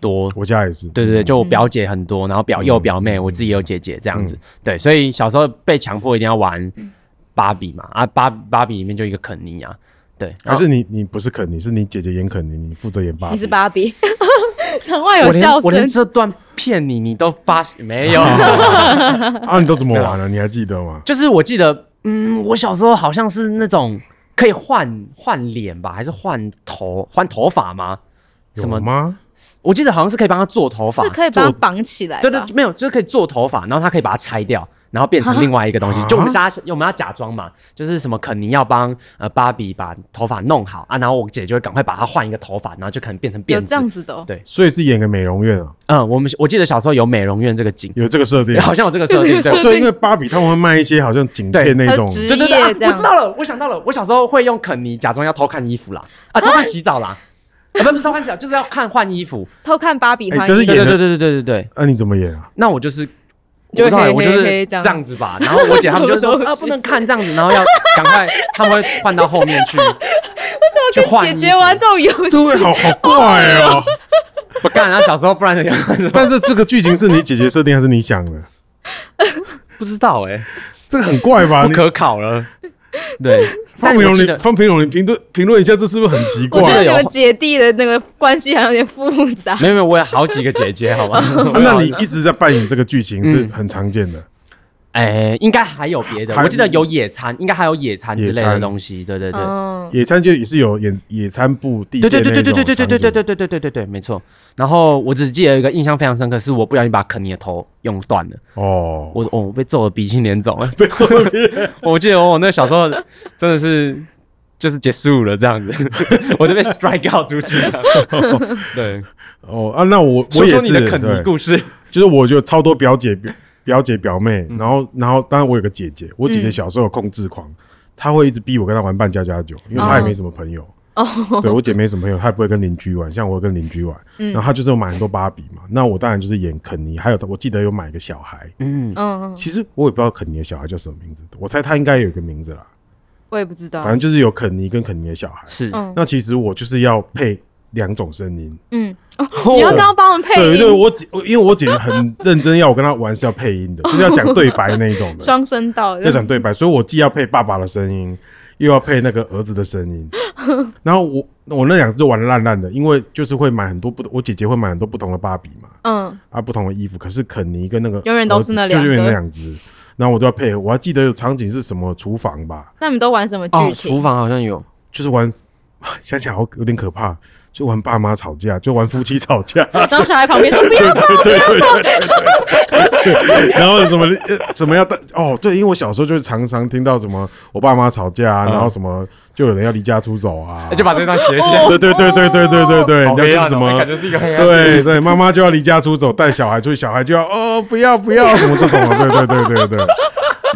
[SPEAKER 3] 多，
[SPEAKER 2] 我家也是。
[SPEAKER 3] 对对对，就我表姐很多，然后表又有表
[SPEAKER 2] 嗯
[SPEAKER 3] 妹，我自己有姐姐这样子，对，所以小时候被强迫一定要玩芭比嘛，啊芭芭比里面就一个肯尼啊，对，
[SPEAKER 2] 还是你你不是肯尼，是你姐姐演肯尼，你负责演芭比。
[SPEAKER 4] 你是芭比， (laughs) 场外
[SPEAKER 3] 然后
[SPEAKER 4] 有
[SPEAKER 3] 我连
[SPEAKER 4] 笑
[SPEAKER 3] 我连
[SPEAKER 4] 声，
[SPEAKER 3] 这段骗你你都发没
[SPEAKER 2] (laughs)
[SPEAKER 3] 有，
[SPEAKER 2] 啊？你都怎么玩了？你还记得吗？
[SPEAKER 3] 就是我记得，嗯，我小时候好像是那种可以换换脸吧，还是换头换头发吗？
[SPEAKER 2] 有
[SPEAKER 3] 什么
[SPEAKER 2] 吗？
[SPEAKER 3] 我记得好像是可以帮他做头发，
[SPEAKER 4] 是可以把它绑起来吧，
[SPEAKER 3] 对对，没有，就是可以做头发，然后他可以把它拆掉，然后变成另外一个东西。 (laughs)
[SPEAKER 2] 啊
[SPEAKER 3] 就我们家我们要假装嘛，就是什么肯尼要帮呃芭比把头发弄好啊，然后我姐就会赶快把它换一个头发，然后就可能变成
[SPEAKER 4] 有
[SPEAKER 3] 辫
[SPEAKER 4] 这
[SPEAKER 3] 子
[SPEAKER 4] 样。子的哦，
[SPEAKER 2] 所以是演个美容院啊，
[SPEAKER 3] 嗯，我们我记得小时候有美容院这个景，
[SPEAKER 2] 有这个设定。
[SPEAKER 3] (laughs)
[SPEAKER 2] 啊
[SPEAKER 3] 好像有这个设 (laughs) 定。
[SPEAKER 4] 有
[SPEAKER 3] 对
[SPEAKER 4] 这个设定呃
[SPEAKER 2] 对，因为芭比他们会卖一些好像景片那种
[SPEAKER 4] 和，职
[SPEAKER 3] 对对对、啊
[SPEAKER 4] 业这样
[SPEAKER 3] 我知，道了，我想到了，我小时候会用肯尼假装要偷看衣服啦，啊，偷看洗澡啦，啊，不是不是偷看洗澡，就是要看换衣服。
[SPEAKER 4] 偷看芭比
[SPEAKER 2] 哎
[SPEAKER 4] 换
[SPEAKER 2] 可是
[SPEAKER 4] (laughs) 衣服
[SPEAKER 2] (laughs) 演
[SPEAKER 3] 对对
[SPEAKER 2] 的
[SPEAKER 3] 对对对对对。
[SPEAKER 2] 那你怎么演啊？
[SPEAKER 3] 那我就是，我
[SPEAKER 4] 就
[SPEAKER 3] 不知道
[SPEAKER 4] 黑
[SPEAKER 3] 我就
[SPEAKER 4] 黑
[SPEAKER 3] 是
[SPEAKER 4] 黑
[SPEAKER 3] 这
[SPEAKER 4] 这样
[SPEAKER 3] 样子吧。然后我姐他们就
[SPEAKER 4] (laughs) 什
[SPEAKER 3] 说
[SPEAKER 4] 么东西
[SPEAKER 3] 啊，不能看这样子，然后要赶快，他们会换到后面
[SPEAKER 4] (laughs)
[SPEAKER 3] 去。为什
[SPEAKER 4] 跟姐姐玩这种游
[SPEAKER 2] 对，
[SPEAKER 4] 戏，
[SPEAKER 2] 好好怪哦。
[SPEAKER 3] 不干？然后小时候不然人
[SPEAKER 2] 但是这个剧情是你姐姐设定还是你想的？
[SPEAKER 3] (laughs) 不知道哎，
[SPEAKER 2] 这个很怪吧？
[SPEAKER 3] 不
[SPEAKER 2] 你
[SPEAKER 3] 可考
[SPEAKER 4] (laughs)
[SPEAKER 3] 了。对，
[SPEAKER 2] 方
[SPEAKER 3] 但
[SPEAKER 2] 平
[SPEAKER 3] 我
[SPEAKER 2] 荣，
[SPEAKER 3] 记
[SPEAKER 2] 你
[SPEAKER 3] 得
[SPEAKER 2] 方平荣，你评论评论一下，这是不是很奇怪
[SPEAKER 4] 我？觉得你
[SPEAKER 3] 哇
[SPEAKER 4] 们姐弟的那个关系好像有点复杂，
[SPEAKER 3] 没有没有，我有好几个姐
[SPEAKER 2] (laughs)
[SPEAKER 3] 姐，好吧？
[SPEAKER 2] 啊那你一直在扮演这个剧情是很常见的。
[SPEAKER 3] 哎，应该还有别的，
[SPEAKER 2] 还
[SPEAKER 3] 我记得有野餐，应该还有野餐之
[SPEAKER 2] 野
[SPEAKER 3] 类的
[SPEAKER 2] 餐
[SPEAKER 3] 东西。对对对。
[SPEAKER 4] 嗯，
[SPEAKER 2] 野餐就也是有野野餐布地
[SPEAKER 3] 对
[SPEAKER 2] 垫
[SPEAKER 3] 对对对对
[SPEAKER 2] 那
[SPEAKER 3] 对
[SPEAKER 2] 种
[SPEAKER 3] 对
[SPEAKER 2] 场景
[SPEAKER 3] 对对对对对对对对对，没错。然后我只记得有一个印象非常深刻，是我不小心把肯尼的头用断了，
[SPEAKER 2] 哦，
[SPEAKER 3] 我哦我被揍的鼻青脸肿了。
[SPEAKER 2] 被揍了，
[SPEAKER 3] 我记得我那小时候真的是就是结束了这样子，我就被 strike out 出去了。对，
[SPEAKER 2] 哦啊，那我我
[SPEAKER 3] 说
[SPEAKER 2] 也
[SPEAKER 3] 说
[SPEAKER 2] 是
[SPEAKER 3] 你的肯尼
[SPEAKER 2] 对
[SPEAKER 3] 故事。
[SPEAKER 2] 就是我就超多表姐、表表姐、表妹，然后然后当然我有个姐姐，我姐姐
[SPEAKER 4] 嗯
[SPEAKER 2] 小时候有控制狂，她会一直逼我跟她玩扮家家酒，因为她也没什么朋友。对我姐没什么朋友，她也不会跟邻居玩，像我会跟邻居玩，然后她就是有买很多芭比嘛，那我当然就是演肯尼，还有我记得有买一个小孩，
[SPEAKER 3] 嗯，
[SPEAKER 4] 嗯，
[SPEAKER 2] 其实我也不知道肯尼的小孩叫什么名字，我猜他应该有一个名字啦，
[SPEAKER 4] 我也不知道
[SPEAKER 2] 反，正就是有肯尼跟肯尼的小孩。
[SPEAKER 3] 是，
[SPEAKER 4] 嗯
[SPEAKER 2] 那其实我就是要配两种声音，
[SPEAKER 4] 嗯，你要刚刚帮我们配
[SPEAKER 2] 对
[SPEAKER 4] 音
[SPEAKER 2] 对，，我姐我因为我姐
[SPEAKER 4] (laughs)
[SPEAKER 2] 很认真要我跟她玩是要配音的，就是要讲对白那一种的，
[SPEAKER 4] (laughs) 双声道
[SPEAKER 2] 要讲对白，所以我既要配爸爸的声音，又要配那个儿子的声
[SPEAKER 4] (laughs)
[SPEAKER 2] 音。然后我我那两次就玩的烂烂的，因为就是会买很多不，我姐姐会买很多不同的芭比嘛，
[SPEAKER 4] 嗯，
[SPEAKER 2] 啊不同的衣服，可是肯尼跟那个
[SPEAKER 4] 永远都是那
[SPEAKER 2] 儿子就
[SPEAKER 4] 两个
[SPEAKER 2] 永远那两只，然后我都要配合。我还记得有场景是什么厨房吧，
[SPEAKER 4] 那你们都玩什么
[SPEAKER 3] 哦，
[SPEAKER 4] 剧
[SPEAKER 3] 厨
[SPEAKER 4] 情？
[SPEAKER 3] 房好像有，
[SPEAKER 2] 就是玩 (laughs) 想起来好有点可怕，就玩爸妈吵架，就玩夫妻吵架。
[SPEAKER 4] 然后小孩旁边说不要吵，
[SPEAKER 2] 对对对， (laughs) 然后怎么呃怎么样的哦，对，因为我小时候就是常常听到什么我爸妈吵架啊，
[SPEAKER 3] 嗯哎
[SPEAKER 2] 然后什么就有人要离家出走啊，
[SPEAKER 3] 就把这张写起来。
[SPEAKER 2] 对对对对对对对对，
[SPEAKER 3] 好
[SPEAKER 2] 人家
[SPEAKER 3] 黑
[SPEAKER 2] 就
[SPEAKER 3] 暗
[SPEAKER 2] 是
[SPEAKER 3] 哦
[SPEAKER 2] 什么
[SPEAKER 3] 感。觉是一个 (laughs) 黑暗。
[SPEAKER 2] 对对，妈妈就要离家出走，带小孩出去，小孩就要哦不要不要什么这种啊， (laughs) 对对对对对。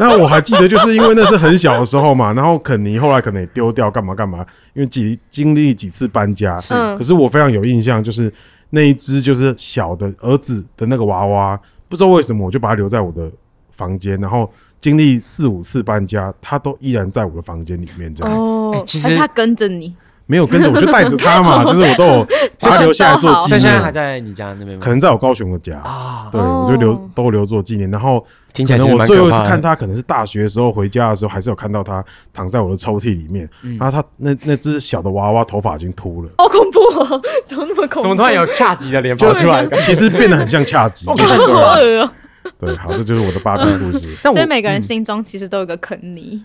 [SPEAKER 2] 那我还记得，就是因为那是很小的时候嘛，然后肯尼后来可能也丢掉，干嘛干嘛，因为几经历几次搬家，
[SPEAKER 4] 嗯
[SPEAKER 2] 可是我非常有印象，就是那一只就是小的儿子的那个娃娃，不知道为什么我就把它留在我的房间，然后经历四五次搬家，它都依然在我的房间里面，这样、
[SPEAKER 4] 哦
[SPEAKER 3] 哎其，实
[SPEAKER 4] 还是他跟着你，
[SPEAKER 2] 没有跟着我就带着它嘛，就是我都有把它留下来做纪
[SPEAKER 3] 所
[SPEAKER 2] 念，
[SPEAKER 3] 以现在还在你家那边吗
[SPEAKER 2] 可能在我高雄的家
[SPEAKER 3] 啊，
[SPEAKER 2] 对，
[SPEAKER 4] 哦
[SPEAKER 2] 我就留都留作纪念。然后
[SPEAKER 3] 听起
[SPEAKER 2] 可
[SPEAKER 3] 来
[SPEAKER 2] 能
[SPEAKER 3] 其实
[SPEAKER 2] 我
[SPEAKER 3] 蛮
[SPEAKER 2] 最后一
[SPEAKER 3] 可
[SPEAKER 2] 次
[SPEAKER 3] 怕的
[SPEAKER 2] 看他，可能是大学的时候回家的时候，还是有看到他躺在我的抽屉里面。
[SPEAKER 3] 嗯
[SPEAKER 2] 然后他那那只小的娃娃头发已经秃了，
[SPEAKER 4] 好恐怖哦， (laughs) 怎么那么恐怖？
[SPEAKER 3] 怎么突然有恰吉的脸跑出来？
[SPEAKER 2] 其实变得很像恰吉。就是
[SPEAKER 4] 好
[SPEAKER 2] 对啊
[SPEAKER 4] 恶哦？
[SPEAKER 2] 对，好，这就是我的芭
[SPEAKER 4] (laughs)
[SPEAKER 2] 比故事。
[SPEAKER 3] 但我嗯
[SPEAKER 4] 所以每个人心中其实都有个肯尼，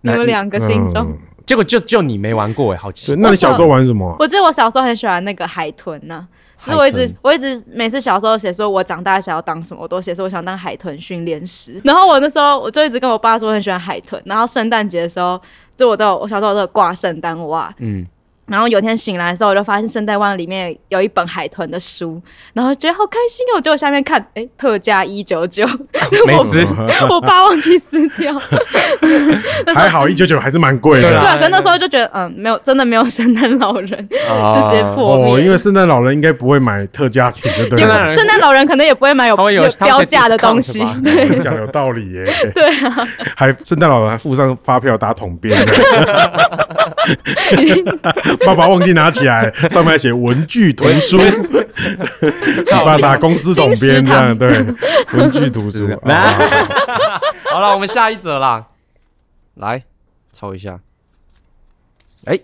[SPEAKER 4] 你们两个心中
[SPEAKER 2] 嗯
[SPEAKER 3] 结果就就你没玩过哎，好奇
[SPEAKER 2] 对，
[SPEAKER 3] 怪。
[SPEAKER 2] 那你小时候玩什么
[SPEAKER 4] (laughs)
[SPEAKER 2] 啊？
[SPEAKER 4] 我记得我小时候很喜欢那个海豚呢、就是我一直我一直每次小时候写说我长大想要当什么，我都写说我想当海豚训练师。然后我那时候我就一直跟我爸说我很喜欢海豚，然后圣诞节的时候，就我都有我小时候都有挂圣诞袜，
[SPEAKER 3] 嗯，
[SPEAKER 4] 然后有一天醒来的时候，我就发现圣诞袜里面有一本海豚的书，然后觉得好开心哦。结果下面看，哎，特价一九九，
[SPEAKER 3] (laughs) 没撕，
[SPEAKER 4] (laughs) 我爸忘记撕
[SPEAKER 3] (laughs)
[SPEAKER 4] 掉。那时候
[SPEAKER 2] 还好一九九还是蛮贵
[SPEAKER 3] 对
[SPEAKER 2] 的
[SPEAKER 4] 对
[SPEAKER 3] 啊。
[SPEAKER 4] 啊，可那时候就觉得，嗯，没有，真的没有圣诞老人， (laughs) (laughs) 就
[SPEAKER 3] 就
[SPEAKER 4] 直接破
[SPEAKER 2] 哦，
[SPEAKER 4] 灭。
[SPEAKER 2] 因为圣诞老人应该不会买特价品，对不对
[SPEAKER 3] 圣诞老
[SPEAKER 2] 了？
[SPEAKER 3] 人
[SPEAKER 4] 圣诞老人可能也不会买有
[SPEAKER 3] 他会有他会
[SPEAKER 4] 标
[SPEAKER 3] 写
[SPEAKER 4] 价的东西
[SPEAKER 3] discount 吧，
[SPEAKER 4] 对，
[SPEAKER 2] 讲得有道理耶。对啊，还圣诞老人还附上发票打桶边，爸爸忘记拿起来，上面还写文具图书，你爸打公司桶边这样对，文具图书
[SPEAKER 3] 是。
[SPEAKER 2] 啊啊啊
[SPEAKER 3] 好了，我们下一则啦，来抽一下。哎、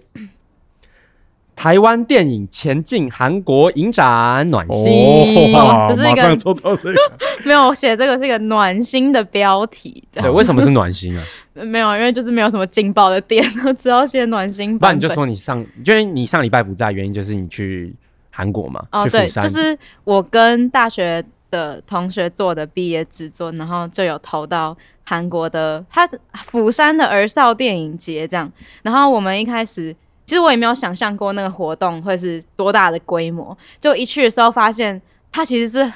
[SPEAKER 3] 台湾电影前进韩国影展，暖心。
[SPEAKER 4] (laughs)
[SPEAKER 2] 哦，
[SPEAKER 4] 这是一
[SPEAKER 2] 马
[SPEAKER 4] 个
[SPEAKER 2] 上抽到这个，
[SPEAKER 4] (laughs) 没有，我写这个是一个暖心的标题，这
[SPEAKER 3] 对，
[SPEAKER 4] 样
[SPEAKER 3] 为什么是暖心
[SPEAKER 4] (laughs)
[SPEAKER 3] 啊？
[SPEAKER 4] 没有，因为就是没有什么劲爆的点，我只好写暖心
[SPEAKER 3] 不然
[SPEAKER 4] 版
[SPEAKER 3] 你就
[SPEAKER 4] 本。
[SPEAKER 3] 说你上，就是你上礼拜不在，原因就是你去韩国嘛，
[SPEAKER 4] 哦，
[SPEAKER 3] 去
[SPEAKER 4] 对，
[SPEAKER 3] 釜山。
[SPEAKER 4] 就是我跟大学的同学做的毕业制作，然后就有投到韩国的他釜山的儿少电影节这样。然后我们一开始其实我也没有想象过那个活动会是多大的规模，就一去的时候发现它其实是。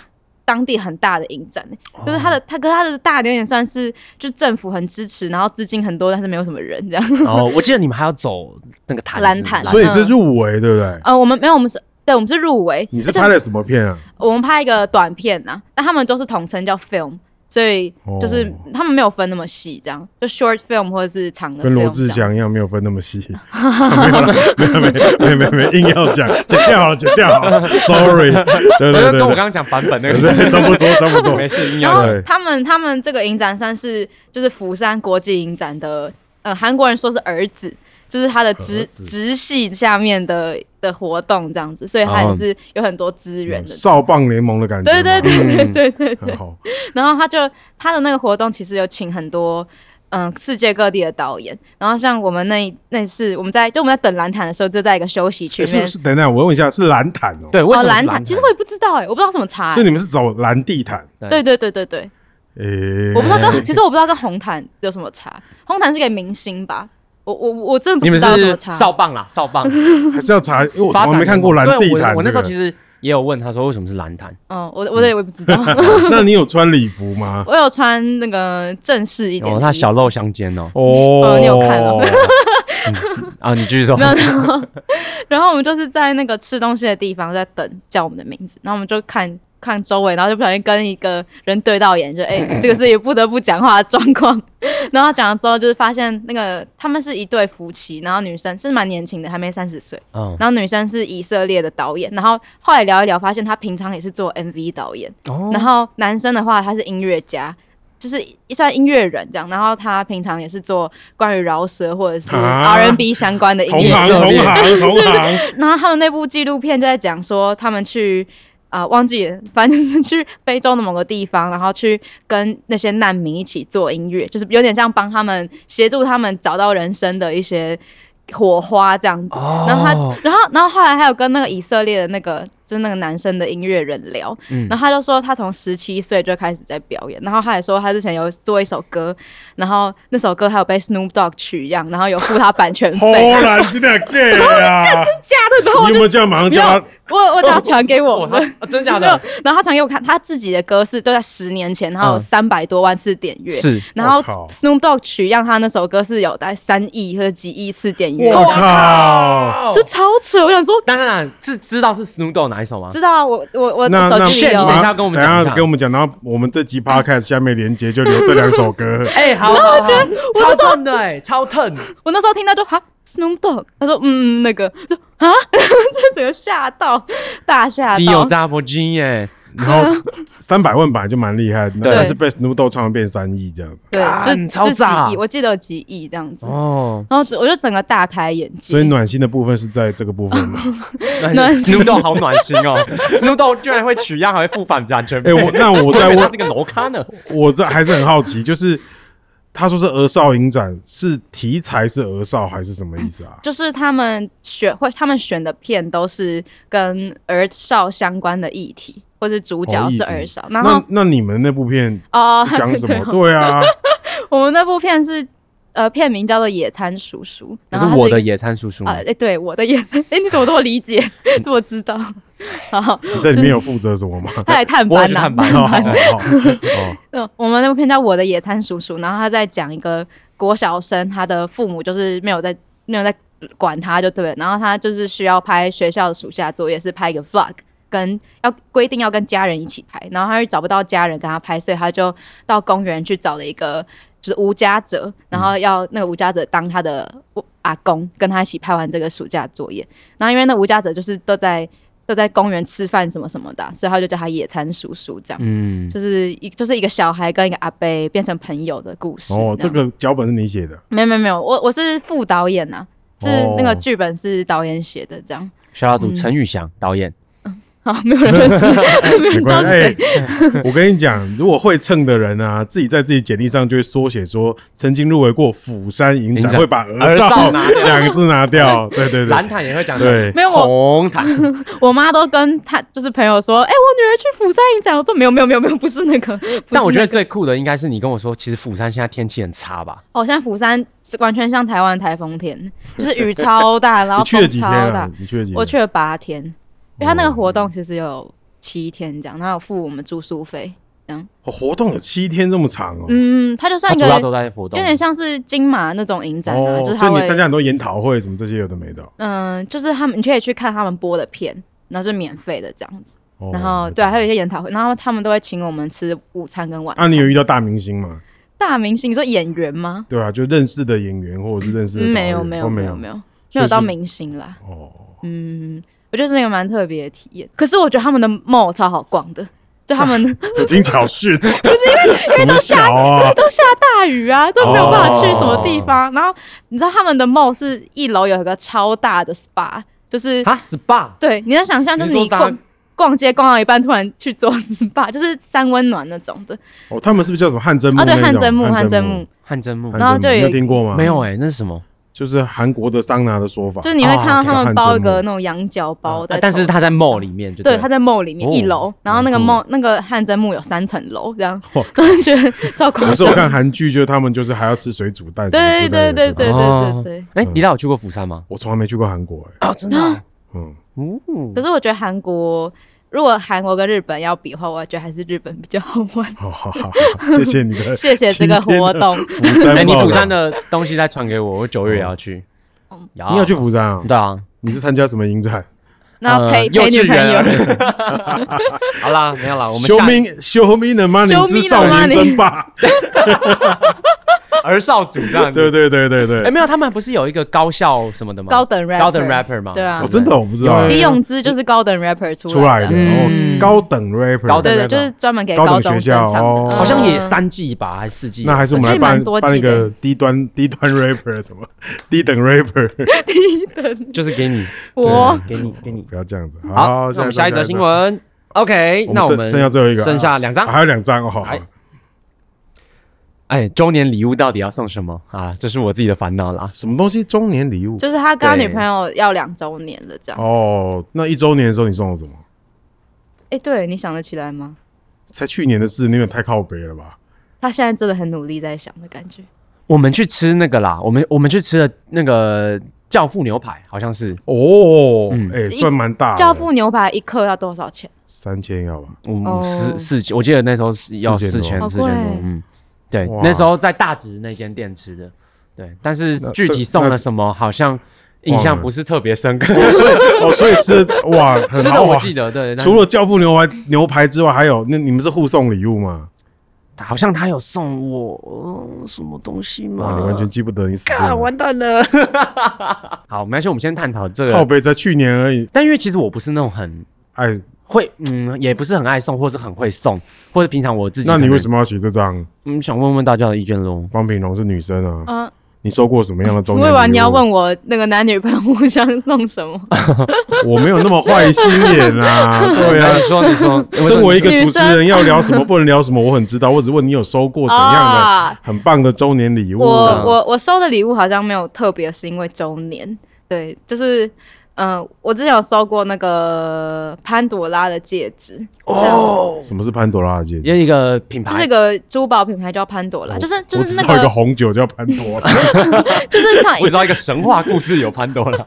[SPEAKER 4] 当地很大的影展，
[SPEAKER 2] 哦
[SPEAKER 4] 就是它的，它跟它的大的有点算是，就政府很支持，然后资金很多，但是没有什么人这样。
[SPEAKER 2] (laughs)
[SPEAKER 3] 然
[SPEAKER 4] (laughs)
[SPEAKER 3] 后哦我记得你们还要走那个坛子
[SPEAKER 4] 蓝毯
[SPEAKER 2] 所以是入围，对不对？
[SPEAKER 4] 呃，我们没有，我们是，对，我们是入围。
[SPEAKER 2] 你是
[SPEAKER 4] 而且
[SPEAKER 2] 拍了什么片啊？
[SPEAKER 4] 我们拍一个短片呐、那他们都是统称叫 film，所以就是
[SPEAKER 2] 哦
[SPEAKER 4] 他们没有分那么细，这样就 short film 或者是长的 film
[SPEAKER 2] 跟罗志
[SPEAKER 4] 这样
[SPEAKER 2] 祥一样，没有分那么细。没有了，没有没有没有没有，硬要讲，剪掉好了，剪掉好了，sorry。对对
[SPEAKER 3] 我就跟我
[SPEAKER 2] 对
[SPEAKER 3] 刚刚讲版本那
[SPEAKER 2] 对，
[SPEAKER 3] 个
[SPEAKER 2] (laughs) 对，差不多
[SPEAKER 3] (laughs)
[SPEAKER 2] 差不多
[SPEAKER 3] 没。事，硬
[SPEAKER 4] 然
[SPEAKER 3] 要
[SPEAKER 4] 后
[SPEAKER 3] 讲
[SPEAKER 2] 对
[SPEAKER 4] 他们他们这个影展算是就是釜山国际影展的，呃，韩国人说是儿子，就是他的直
[SPEAKER 2] 儿子
[SPEAKER 4] 直系下面的的活动这样子，所以
[SPEAKER 2] 哦
[SPEAKER 4] 他也是有很多资源的。
[SPEAKER 2] 少棒联盟的感觉嘛，
[SPEAKER 4] 对对对
[SPEAKER 3] 嗯
[SPEAKER 4] 对 (laughs) 对对对。
[SPEAKER 2] 很好，
[SPEAKER 4] 然后他就他的那个活动其实有请很多嗯世界各地的导演，然后像我们那一那次我们在就我们在等蓝毯的时候，就在一个休息区
[SPEAKER 2] 诶
[SPEAKER 4] 里
[SPEAKER 2] 是
[SPEAKER 4] 面
[SPEAKER 2] 不是？等一下，我问一下，是蓝毯哦？
[SPEAKER 3] 对，为什么
[SPEAKER 4] 哦
[SPEAKER 3] 是
[SPEAKER 4] 蓝
[SPEAKER 3] 毯？
[SPEAKER 4] 其实我也不知道哎、我不知道怎么查、
[SPEAKER 2] 所
[SPEAKER 4] 欸
[SPEAKER 2] 以。你们是走蓝地毯？
[SPEAKER 4] 对对对对对，
[SPEAKER 3] 嗯
[SPEAKER 2] 诶，
[SPEAKER 4] 我不知道跟其实我不知道跟红毯有什么差，红毯是给明星吧？我我我真的不
[SPEAKER 3] 你
[SPEAKER 4] 知
[SPEAKER 3] 们
[SPEAKER 4] 道有什么
[SPEAKER 3] 是
[SPEAKER 4] 差。
[SPEAKER 3] 少棒
[SPEAKER 4] (laughs)
[SPEAKER 3] 啦，少棒。
[SPEAKER 2] (laughs) 还是要查，因为我
[SPEAKER 3] 发
[SPEAKER 2] 从
[SPEAKER 3] 展
[SPEAKER 2] 来没看过蓝地
[SPEAKER 3] 对
[SPEAKER 2] 毯。
[SPEAKER 3] 我我那时候其
[SPEAKER 2] 实，
[SPEAKER 3] 实也有问他说为什么是蓝毯，
[SPEAKER 4] 嗯，我我也我也不
[SPEAKER 3] (laughs)
[SPEAKER 4] 知道，
[SPEAKER 2] 那你有穿礼服吗？
[SPEAKER 4] 我有穿那个正式一点的
[SPEAKER 3] 哦
[SPEAKER 4] 衣，服。
[SPEAKER 3] 他小露相间 (laughs) 哦。
[SPEAKER 2] 哦
[SPEAKER 4] 嗯你有看哦 (laughs)
[SPEAKER 3] 啊，你继续说
[SPEAKER 4] 没。有，然后然后我们就是在那个吃东西的地方在等叫我们的名字，然后我们就看看周围，然后就不小心跟一个人对到眼，就哎、这个是也不得不讲话的状况。 (laughs) 然后讲了之后，就是发现那个他们是一对夫妻，然后女生是蛮年轻的，还没三十岁，
[SPEAKER 3] 嗯，
[SPEAKER 4] 然后女生是以色列的导演，然后后来聊一聊，发现她平常也是做 MV 导演。
[SPEAKER 3] 哦
[SPEAKER 4] 然后男生的话，他是音乐家，就是算音乐人这样。然后他平常也是做关于饶舌或者是
[SPEAKER 2] 啊
[SPEAKER 4] R&B 相关的音
[SPEAKER 2] 同
[SPEAKER 4] 乐。
[SPEAKER 2] 行同
[SPEAKER 4] (laughs)
[SPEAKER 2] 行同行，
[SPEAKER 4] 然后他们那部纪录片就在讲说，他们去啊、忘记了， (laughs) 反正就是去非洲的某个地方，然后去跟那些难民一起做音乐，就是有点像帮他们协助他们找到人生的一些火花这样子。
[SPEAKER 3] 哦
[SPEAKER 4] 然后他，然后，然后后来还有跟那个以色列的那个，就是那个男生的音乐人聊，
[SPEAKER 3] 嗯
[SPEAKER 4] 然后他就说他从十七岁就开始在表演，然后他还说他之前有做一首歌，然后那首歌还有被 Snoop Dogg 取样，然后有付他版权
[SPEAKER 3] (laughs)
[SPEAKER 2] 荷
[SPEAKER 4] 费，
[SPEAKER 2] 兰真的 gay
[SPEAKER 4] (laughs)
[SPEAKER 2] 啊！
[SPEAKER 4] 假的都
[SPEAKER 2] 你有没有这样马上
[SPEAKER 4] 没
[SPEAKER 2] 叫
[SPEAKER 4] 有
[SPEAKER 2] 他？，
[SPEAKER 4] 我我叫他传给我
[SPEAKER 3] 哦他
[SPEAKER 4] 们。
[SPEAKER 3] 啊真假
[SPEAKER 4] 没有
[SPEAKER 3] 的？，
[SPEAKER 4] 然后他传给我看，他自己的歌是都在十年前，然后有
[SPEAKER 3] 嗯
[SPEAKER 4] 三百多万次点阅，
[SPEAKER 3] 是
[SPEAKER 4] 然后
[SPEAKER 2] 我靠
[SPEAKER 4] Snoop Dogg 取样他那首歌是有大概三亿或者几亿次点阅，
[SPEAKER 2] 我靠！
[SPEAKER 4] 是超扯。我想说，
[SPEAKER 3] 当然啦是知道是 Snoop Dogg 哪一首吗？
[SPEAKER 4] 知道啊，我我我
[SPEAKER 2] 那
[SPEAKER 4] 手
[SPEAKER 2] 那
[SPEAKER 4] 机里
[SPEAKER 3] 你等一
[SPEAKER 4] 有，
[SPEAKER 3] 下跟我们讲一下
[SPEAKER 2] 等一下跟我们讲，然后我们这集 podcast 下面连接就留这两首歌。
[SPEAKER 4] (laughs)
[SPEAKER 3] 哎，好，我觉得
[SPEAKER 4] 那
[SPEAKER 3] 超
[SPEAKER 4] 时候
[SPEAKER 3] 疼的哎，超疼。
[SPEAKER 4] 我那时候听到就哈 Snoop Dogg，他说嗯那个，我说 (laughs) 啊，这整个吓到，大吓
[SPEAKER 3] 金有
[SPEAKER 4] 到。
[SPEAKER 3] Double G 耶，
[SPEAKER 2] 然后
[SPEAKER 4] (laughs)
[SPEAKER 2] 三百万本来就蛮厉害的，
[SPEAKER 3] 对
[SPEAKER 2] 但是被 Snoop Dogg 唱完变三亿这样，
[SPEAKER 4] 对，
[SPEAKER 3] 干
[SPEAKER 4] 就
[SPEAKER 3] 超
[SPEAKER 4] 就几
[SPEAKER 3] 炸
[SPEAKER 4] 亿，我记得有几亿这样子，
[SPEAKER 3] 哦，
[SPEAKER 4] 然后整我就整个大开眼界。
[SPEAKER 2] 所以暖心的部分是在这个部分嘛。
[SPEAKER 4] (laughs)
[SPEAKER 3] 那
[SPEAKER 4] 暖
[SPEAKER 3] Snoop Dogg 好暖心哦 (laughs) ，Snoop Dogg 居然会取样，还会复返版权费
[SPEAKER 2] 哎，。我那我
[SPEAKER 3] 我以
[SPEAKER 2] 再
[SPEAKER 3] 为他
[SPEAKER 2] 问
[SPEAKER 3] 是，个 no 咖呢。
[SPEAKER 2] 我这还是很好奇，就是他说是儿少影展，是题材是儿少还是什么意思啊？
[SPEAKER 4] 就是他们选会，他们选的片都是跟儿少相关的议题，或是主角是儿
[SPEAKER 3] 哦
[SPEAKER 4] 少。然后
[SPEAKER 2] 那那你们那部片
[SPEAKER 4] (laughs) 哦，
[SPEAKER 2] 是讲什么？
[SPEAKER 4] (laughs) 对
[SPEAKER 2] 对啊，
[SPEAKER 4] 我们那部片是呃，片名叫做《野餐
[SPEAKER 3] (laughs)
[SPEAKER 4] 叔叔》，
[SPEAKER 3] 可
[SPEAKER 4] 然
[SPEAKER 3] 是
[SPEAKER 4] 后它
[SPEAKER 3] 我
[SPEAKER 4] 一个
[SPEAKER 3] 的野餐叔叔
[SPEAKER 4] 啊，哎、对，我的野， (laughs) 哎、你怎么这么
[SPEAKER 3] (laughs)
[SPEAKER 4] 理解？这么知道？ (laughs) 然后
[SPEAKER 2] 你在里
[SPEAKER 4] (laughs)
[SPEAKER 2] 面有负责什么吗？
[SPEAKER 4] 他来探
[SPEAKER 3] 我也
[SPEAKER 4] 班啊
[SPEAKER 3] 去
[SPEAKER 4] 呐、
[SPEAKER 3] 探班
[SPEAKER 2] 哦哦哦
[SPEAKER 4] 嗯，我们那部片叫《我的野餐叔叔》，然后他在讲一个国小生，他的父母就是没有在没有在管他就对了，然后他就是需要拍学校的暑假作业，是拍一个 vlog，跟要规定要跟家人一起拍，然后他又找不到家人跟他拍，所以他就到公园去找了一个就是无家者，然后要那个无家者当他的阿公，跟他一起拍完这个暑假作业，然后因为那无家者就是都在都在公园吃饭什么什么的啊，所以他就叫他野餐叔叔这样。
[SPEAKER 3] 嗯，
[SPEAKER 4] 就是一就是一个小孩跟一个阿伯变成朋友的故事。
[SPEAKER 2] 哦，
[SPEAKER 4] 这
[SPEAKER 2] 这
[SPEAKER 4] 样
[SPEAKER 2] 个脚本是你写的，
[SPEAKER 4] 没有没有没有，我我是副导演呐、是
[SPEAKER 2] 哦
[SPEAKER 4] 那个剧本是导演写的，这样 (laughs)
[SPEAKER 3] 小老祖陈宇翔导演，
[SPEAKER 4] 啊，没有人认识，没有
[SPEAKER 2] 没
[SPEAKER 4] 人知道
[SPEAKER 2] 关
[SPEAKER 4] 是
[SPEAKER 2] 系。
[SPEAKER 4] 谁。
[SPEAKER 2] 哎我跟你讲，如果会蹭的人啊，自己在自己简历上就会缩写说曾经入围过釜山影
[SPEAKER 3] 影
[SPEAKER 2] 展，
[SPEAKER 3] 展
[SPEAKER 2] 会把儿
[SPEAKER 3] 儿
[SPEAKER 2] 少
[SPEAKER 3] 少拿
[SPEAKER 2] 两个字拿
[SPEAKER 4] (laughs)
[SPEAKER 2] 掉。对对对
[SPEAKER 3] 蓝，毯也会讲
[SPEAKER 2] 对
[SPEAKER 4] 没有我
[SPEAKER 3] 红
[SPEAKER 4] (laughs)
[SPEAKER 3] 毯，
[SPEAKER 4] 我妈都跟她就是朋友说，哎、我女儿去釜山影展，我说没有没有没有没有，不是那个。不是
[SPEAKER 3] 但我觉
[SPEAKER 4] 那
[SPEAKER 3] 得
[SPEAKER 4] 个
[SPEAKER 3] 最酷的应该是你跟我说，其实釜山现在天气很差吧？
[SPEAKER 4] 哦，现在釜山是完全像台湾的台风天，就是雨超大，然
[SPEAKER 2] 你
[SPEAKER 4] 后
[SPEAKER 2] 去 (laughs) 了
[SPEAKER 4] 风
[SPEAKER 2] 几
[SPEAKER 4] 超
[SPEAKER 2] 天
[SPEAKER 4] 大
[SPEAKER 2] 啊。？你去了几天？
[SPEAKER 4] 我去了八天，因为他那个活动其实有七天这样，然后有付我们住宿费。
[SPEAKER 2] 哦活动有七天这么长哦。
[SPEAKER 4] 嗯，他就
[SPEAKER 3] 它
[SPEAKER 4] 算一
[SPEAKER 3] 主
[SPEAKER 4] 个
[SPEAKER 3] 要都在活动
[SPEAKER 4] 有，点像是金马那种影展啊，
[SPEAKER 2] 哦，
[SPEAKER 4] 就是
[SPEAKER 2] 所
[SPEAKER 4] 他
[SPEAKER 2] 以
[SPEAKER 4] 会
[SPEAKER 2] 你，参加很多研讨会什么这些有的没的哦。
[SPEAKER 4] 嗯、就是他们，你可以去看他们播的片，然后是免费的这样子。
[SPEAKER 2] 哦
[SPEAKER 4] 然后对啊，还有一些研讨会，然后他们都会请我们吃午餐跟晚
[SPEAKER 2] 啊，
[SPEAKER 4] 餐。
[SPEAKER 2] 你有遇到大明星吗？
[SPEAKER 4] 大明星，你说演员吗？
[SPEAKER 2] 对啊，就认识的演员或者是认识的
[SPEAKER 4] 嗯，
[SPEAKER 2] 导
[SPEAKER 4] 没
[SPEAKER 2] 演
[SPEAKER 4] 有没有
[SPEAKER 2] 都没
[SPEAKER 4] 没有没
[SPEAKER 2] 有。
[SPEAKER 4] 有
[SPEAKER 2] 所
[SPEAKER 4] 没
[SPEAKER 2] 以
[SPEAKER 4] 有到
[SPEAKER 2] 就是
[SPEAKER 4] 明星啦。
[SPEAKER 2] 哦，
[SPEAKER 4] 嗯，我觉得是一个蛮特别的体验。可是我觉得他们的 mall 超好逛的，就他
[SPEAKER 2] (laughs)
[SPEAKER 4] 们
[SPEAKER 2] 走进巧
[SPEAKER 4] (laughs)
[SPEAKER 2] 训，不是因为因
[SPEAKER 4] 因为都下
[SPEAKER 2] 啊，
[SPEAKER 4] 都下大雨啊，都没有办法去什么地
[SPEAKER 2] 哦
[SPEAKER 4] 方。然后你知道他们的 mall 是一楼有一个超大的 spa，就是
[SPEAKER 3] 啊 SPA，
[SPEAKER 4] 对，你能想象就是
[SPEAKER 3] 你说
[SPEAKER 4] 你
[SPEAKER 3] 大
[SPEAKER 4] 逛逛街逛到一半，突然去做 (laughs) SPA，就是三温暖那种的。
[SPEAKER 2] 哦，他们是不是叫什么汗蒸木
[SPEAKER 4] 啊，
[SPEAKER 2] 那
[SPEAKER 4] 对，
[SPEAKER 2] 种？
[SPEAKER 4] 汗蒸木，汗蒸
[SPEAKER 2] 蒸
[SPEAKER 4] 木，，
[SPEAKER 3] 汗蒸木
[SPEAKER 2] 汗蒸木
[SPEAKER 4] 然后就有
[SPEAKER 2] 你
[SPEAKER 4] 一
[SPEAKER 2] 有听过吗？
[SPEAKER 3] 没有，哎，那是什么？
[SPEAKER 2] 就是韩国的桑拿的说法
[SPEAKER 4] 就。是你会看到他们包一个
[SPEAKER 2] 哦
[SPEAKER 4] 那种羊角包
[SPEAKER 3] 啊
[SPEAKER 4] 的，
[SPEAKER 3] 但是他在 mall 里。面，就
[SPEAKER 4] 对，
[SPEAKER 3] 了
[SPEAKER 4] 他在 mall 里面
[SPEAKER 3] 哦
[SPEAKER 4] 一楼，然后那个
[SPEAKER 2] 嗯
[SPEAKER 4] mall 那个汗蒸木有三层楼，这样 (laughs)
[SPEAKER 2] 哇，
[SPEAKER 4] 突然
[SPEAKER 2] (laughs)
[SPEAKER 4] 觉得超夸
[SPEAKER 2] 可是我看
[SPEAKER 4] 张。
[SPEAKER 2] 韩剧，就是他们就是还要吃水煮蛋什么之
[SPEAKER 4] 对
[SPEAKER 2] 类的。
[SPEAKER 4] 对对
[SPEAKER 2] 吧
[SPEAKER 4] 对对对对。
[SPEAKER 3] 哎，
[SPEAKER 2] 嗯
[SPEAKER 3] 李大有去过釜山吗？
[SPEAKER 2] 哦我从来没去过韩国，哎，
[SPEAKER 3] 啊，真的哦，
[SPEAKER 2] 嗯，
[SPEAKER 3] 哦
[SPEAKER 4] 可是我觉得韩国，如果韩国跟日本要比的话，我觉得还是日本比较好玩。
[SPEAKER 2] 好好好，好谢谢你的
[SPEAKER 4] (laughs) 谢谢这个
[SPEAKER 2] 今天
[SPEAKER 4] 活
[SPEAKER 2] 的 (laughs)
[SPEAKER 4] 动，
[SPEAKER 2] 釜山报道。
[SPEAKER 3] 哎，你釜
[SPEAKER 2] (laughs)
[SPEAKER 3] 山的哦东西再传给我，我九月也要去。
[SPEAKER 4] 嗯
[SPEAKER 3] 你
[SPEAKER 2] 嗯你要去？釜山啊？
[SPEAKER 3] 对啊，
[SPEAKER 2] 你是参加什么影展？
[SPEAKER 4] 然后陪
[SPEAKER 3] 呃幼
[SPEAKER 4] 陪
[SPEAKER 3] 稚
[SPEAKER 4] 女朋友
[SPEAKER 2] 啊
[SPEAKER 3] 园。 (laughs) 好啦，没有啦，我们
[SPEAKER 2] 修
[SPEAKER 3] 下
[SPEAKER 2] 明修明的 money
[SPEAKER 4] Show
[SPEAKER 2] 之
[SPEAKER 4] me the
[SPEAKER 2] 少年争霸，
[SPEAKER 3] (laughs) 儿少组这样子
[SPEAKER 2] 对。对对对对
[SPEAKER 3] 哎，。没有，他们不是有一个高校什么的吗？
[SPEAKER 4] 高等 rapper，
[SPEAKER 3] 高等 rapper 吗？
[SPEAKER 4] 对啊
[SPEAKER 2] 哦，真的我不知
[SPEAKER 3] 有
[SPEAKER 2] 道
[SPEAKER 3] 有
[SPEAKER 4] 李永芝就是高等 rapper
[SPEAKER 2] 出来的
[SPEAKER 4] 的，
[SPEAKER 2] 哦
[SPEAKER 3] 嗯，
[SPEAKER 2] 高等 rapper，
[SPEAKER 3] 高等
[SPEAKER 4] 对
[SPEAKER 3] rapper
[SPEAKER 4] 对，就是专门给
[SPEAKER 2] 高等
[SPEAKER 4] 高中
[SPEAKER 2] 学
[SPEAKER 4] 生
[SPEAKER 2] 校
[SPEAKER 4] 唱的，
[SPEAKER 2] 哦
[SPEAKER 4] 嗯
[SPEAKER 3] 好像也三季吧，还是四季？
[SPEAKER 2] 那还是我们来
[SPEAKER 4] 我觉得
[SPEAKER 2] 办
[SPEAKER 4] 蛮多
[SPEAKER 2] 办一
[SPEAKER 4] 季的
[SPEAKER 2] 个低端低端 rapper 什么 (laughs) 低等 rapper，
[SPEAKER 3] 嗯就是给你，
[SPEAKER 4] 我
[SPEAKER 3] 对给你，给你。
[SPEAKER 2] 不要这样子。
[SPEAKER 3] 好，
[SPEAKER 2] 好，
[SPEAKER 3] 那我们下一则新，闻。
[SPEAKER 2] 下
[SPEAKER 3] OK，
[SPEAKER 2] 一
[SPEAKER 3] 那我
[SPEAKER 2] 剩
[SPEAKER 3] 们
[SPEAKER 2] 剩下最后一个，
[SPEAKER 3] 剩下两
[SPEAKER 2] 啊
[SPEAKER 3] 张。
[SPEAKER 2] 还有两张哦
[SPEAKER 3] 来。哎，周年礼物到底要送什么啊？这是我自己的烦恼啦。
[SPEAKER 2] 什么东西中年礼物？
[SPEAKER 4] 就是他跟他
[SPEAKER 3] 对
[SPEAKER 4] 女朋友要两周年了，这样。
[SPEAKER 2] 哦，那一周年的时候你送我什么？
[SPEAKER 4] 哎，对，你想得起来吗？
[SPEAKER 2] 才去年的事，你有点太靠北了吧？
[SPEAKER 4] 他现在真的很努力在想的感觉。
[SPEAKER 3] 我们去吃那个啦，我们我们去吃了那个教父牛排，好像是
[SPEAKER 2] 哦，
[SPEAKER 3] 嗯
[SPEAKER 2] 哎，
[SPEAKER 4] 一
[SPEAKER 2] 算蛮大的，
[SPEAKER 4] 教父牛排一克要多少钱？
[SPEAKER 2] 三千要吧？
[SPEAKER 3] 嗯
[SPEAKER 4] 哦
[SPEAKER 3] 四四千，我记得那时候是要
[SPEAKER 2] 四
[SPEAKER 3] 四
[SPEAKER 2] 千
[SPEAKER 3] 千
[SPEAKER 4] 多
[SPEAKER 3] 四千
[SPEAKER 4] 好
[SPEAKER 3] 多
[SPEAKER 4] 贵，
[SPEAKER 3] 嗯，对
[SPEAKER 2] 哇，
[SPEAKER 3] 那时候在大直那间店吃的，对，但是
[SPEAKER 2] 那
[SPEAKER 3] 具
[SPEAKER 2] 这
[SPEAKER 3] 体送
[SPEAKER 2] 那
[SPEAKER 3] 了什么好像印
[SPEAKER 2] 忘
[SPEAKER 3] 象
[SPEAKER 2] 了
[SPEAKER 3] 不是特别深刻，
[SPEAKER 2] 哦，所以哦，所以吃的哇，很
[SPEAKER 3] 吃的
[SPEAKER 2] 豪
[SPEAKER 3] 我
[SPEAKER 2] 华。
[SPEAKER 3] 记得，对，但
[SPEAKER 2] 除了教父牛排牛排之外，还有那你们是互送礼物吗？
[SPEAKER 3] 好像他有送我、呃、什么东西
[SPEAKER 2] 哇，
[SPEAKER 3] 吗？
[SPEAKER 2] 你完全记不得，你死定
[SPEAKER 3] 啊，
[SPEAKER 2] 了。
[SPEAKER 3] 完蛋了！好，没关系，我们先探讨这
[SPEAKER 2] 靠
[SPEAKER 3] 个。
[SPEAKER 2] 北才去年而已，
[SPEAKER 3] 但因为其实我不是那种很
[SPEAKER 2] 哎，
[SPEAKER 3] 会，嗯，也不是很爱送，或是很会送，或者平常我自己。
[SPEAKER 2] 那你为什
[SPEAKER 3] 么？
[SPEAKER 2] 么要写这张？
[SPEAKER 3] 嗯，想问问大家的意见喽。
[SPEAKER 2] 方品龙是女生啊，
[SPEAKER 4] 嗯，
[SPEAKER 2] 你收过什么样的中
[SPEAKER 4] 不
[SPEAKER 2] 年？
[SPEAKER 4] 会吧？你要，问我那个男女朋友互相
[SPEAKER 2] (laughs)
[SPEAKER 4] 送什么？
[SPEAKER 2] 我没有那么坏心眼啦。
[SPEAKER 4] (laughs)
[SPEAKER 2] 对
[SPEAKER 3] 来
[SPEAKER 2] 啊
[SPEAKER 3] 你，说你说，
[SPEAKER 2] 身为一个
[SPEAKER 4] 哎女
[SPEAKER 2] 主持
[SPEAKER 4] 生
[SPEAKER 2] 人，要聊
[SPEAKER 4] (laughs)
[SPEAKER 2] 什么不能聊什么，我很知道。我只问你有收过哦怎样的
[SPEAKER 4] 啊，
[SPEAKER 2] 很棒的周年礼物？
[SPEAKER 4] 我我我收的礼物好像没有特别，是因为周年。对，就是嗯、呃我之前有收过那个潘朵拉的戒指，
[SPEAKER 3] 哦，
[SPEAKER 2] 什么是潘多拉的戒指？
[SPEAKER 3] 有一个品牌，
[SPEAKER 4] 就是一个珠宝品牌叫潘朵拉，就是就
[SPEAKER 2] 哦我
[SPEAKER 4] 是
[SPEAKER 2] 只
[SPEAKER 4] 那
[SPEAKER 2] 知道一个红酒叫潘多
[SPEAKER 4] (laughs)
[SPEAKER 2] 拉。
[SPEAKER 4] 就是
[SPEAKER 2] (laughs)
[SPEAKER 4] 常
[SPEAKER 3] 我知道一个神话故事有潘多拉，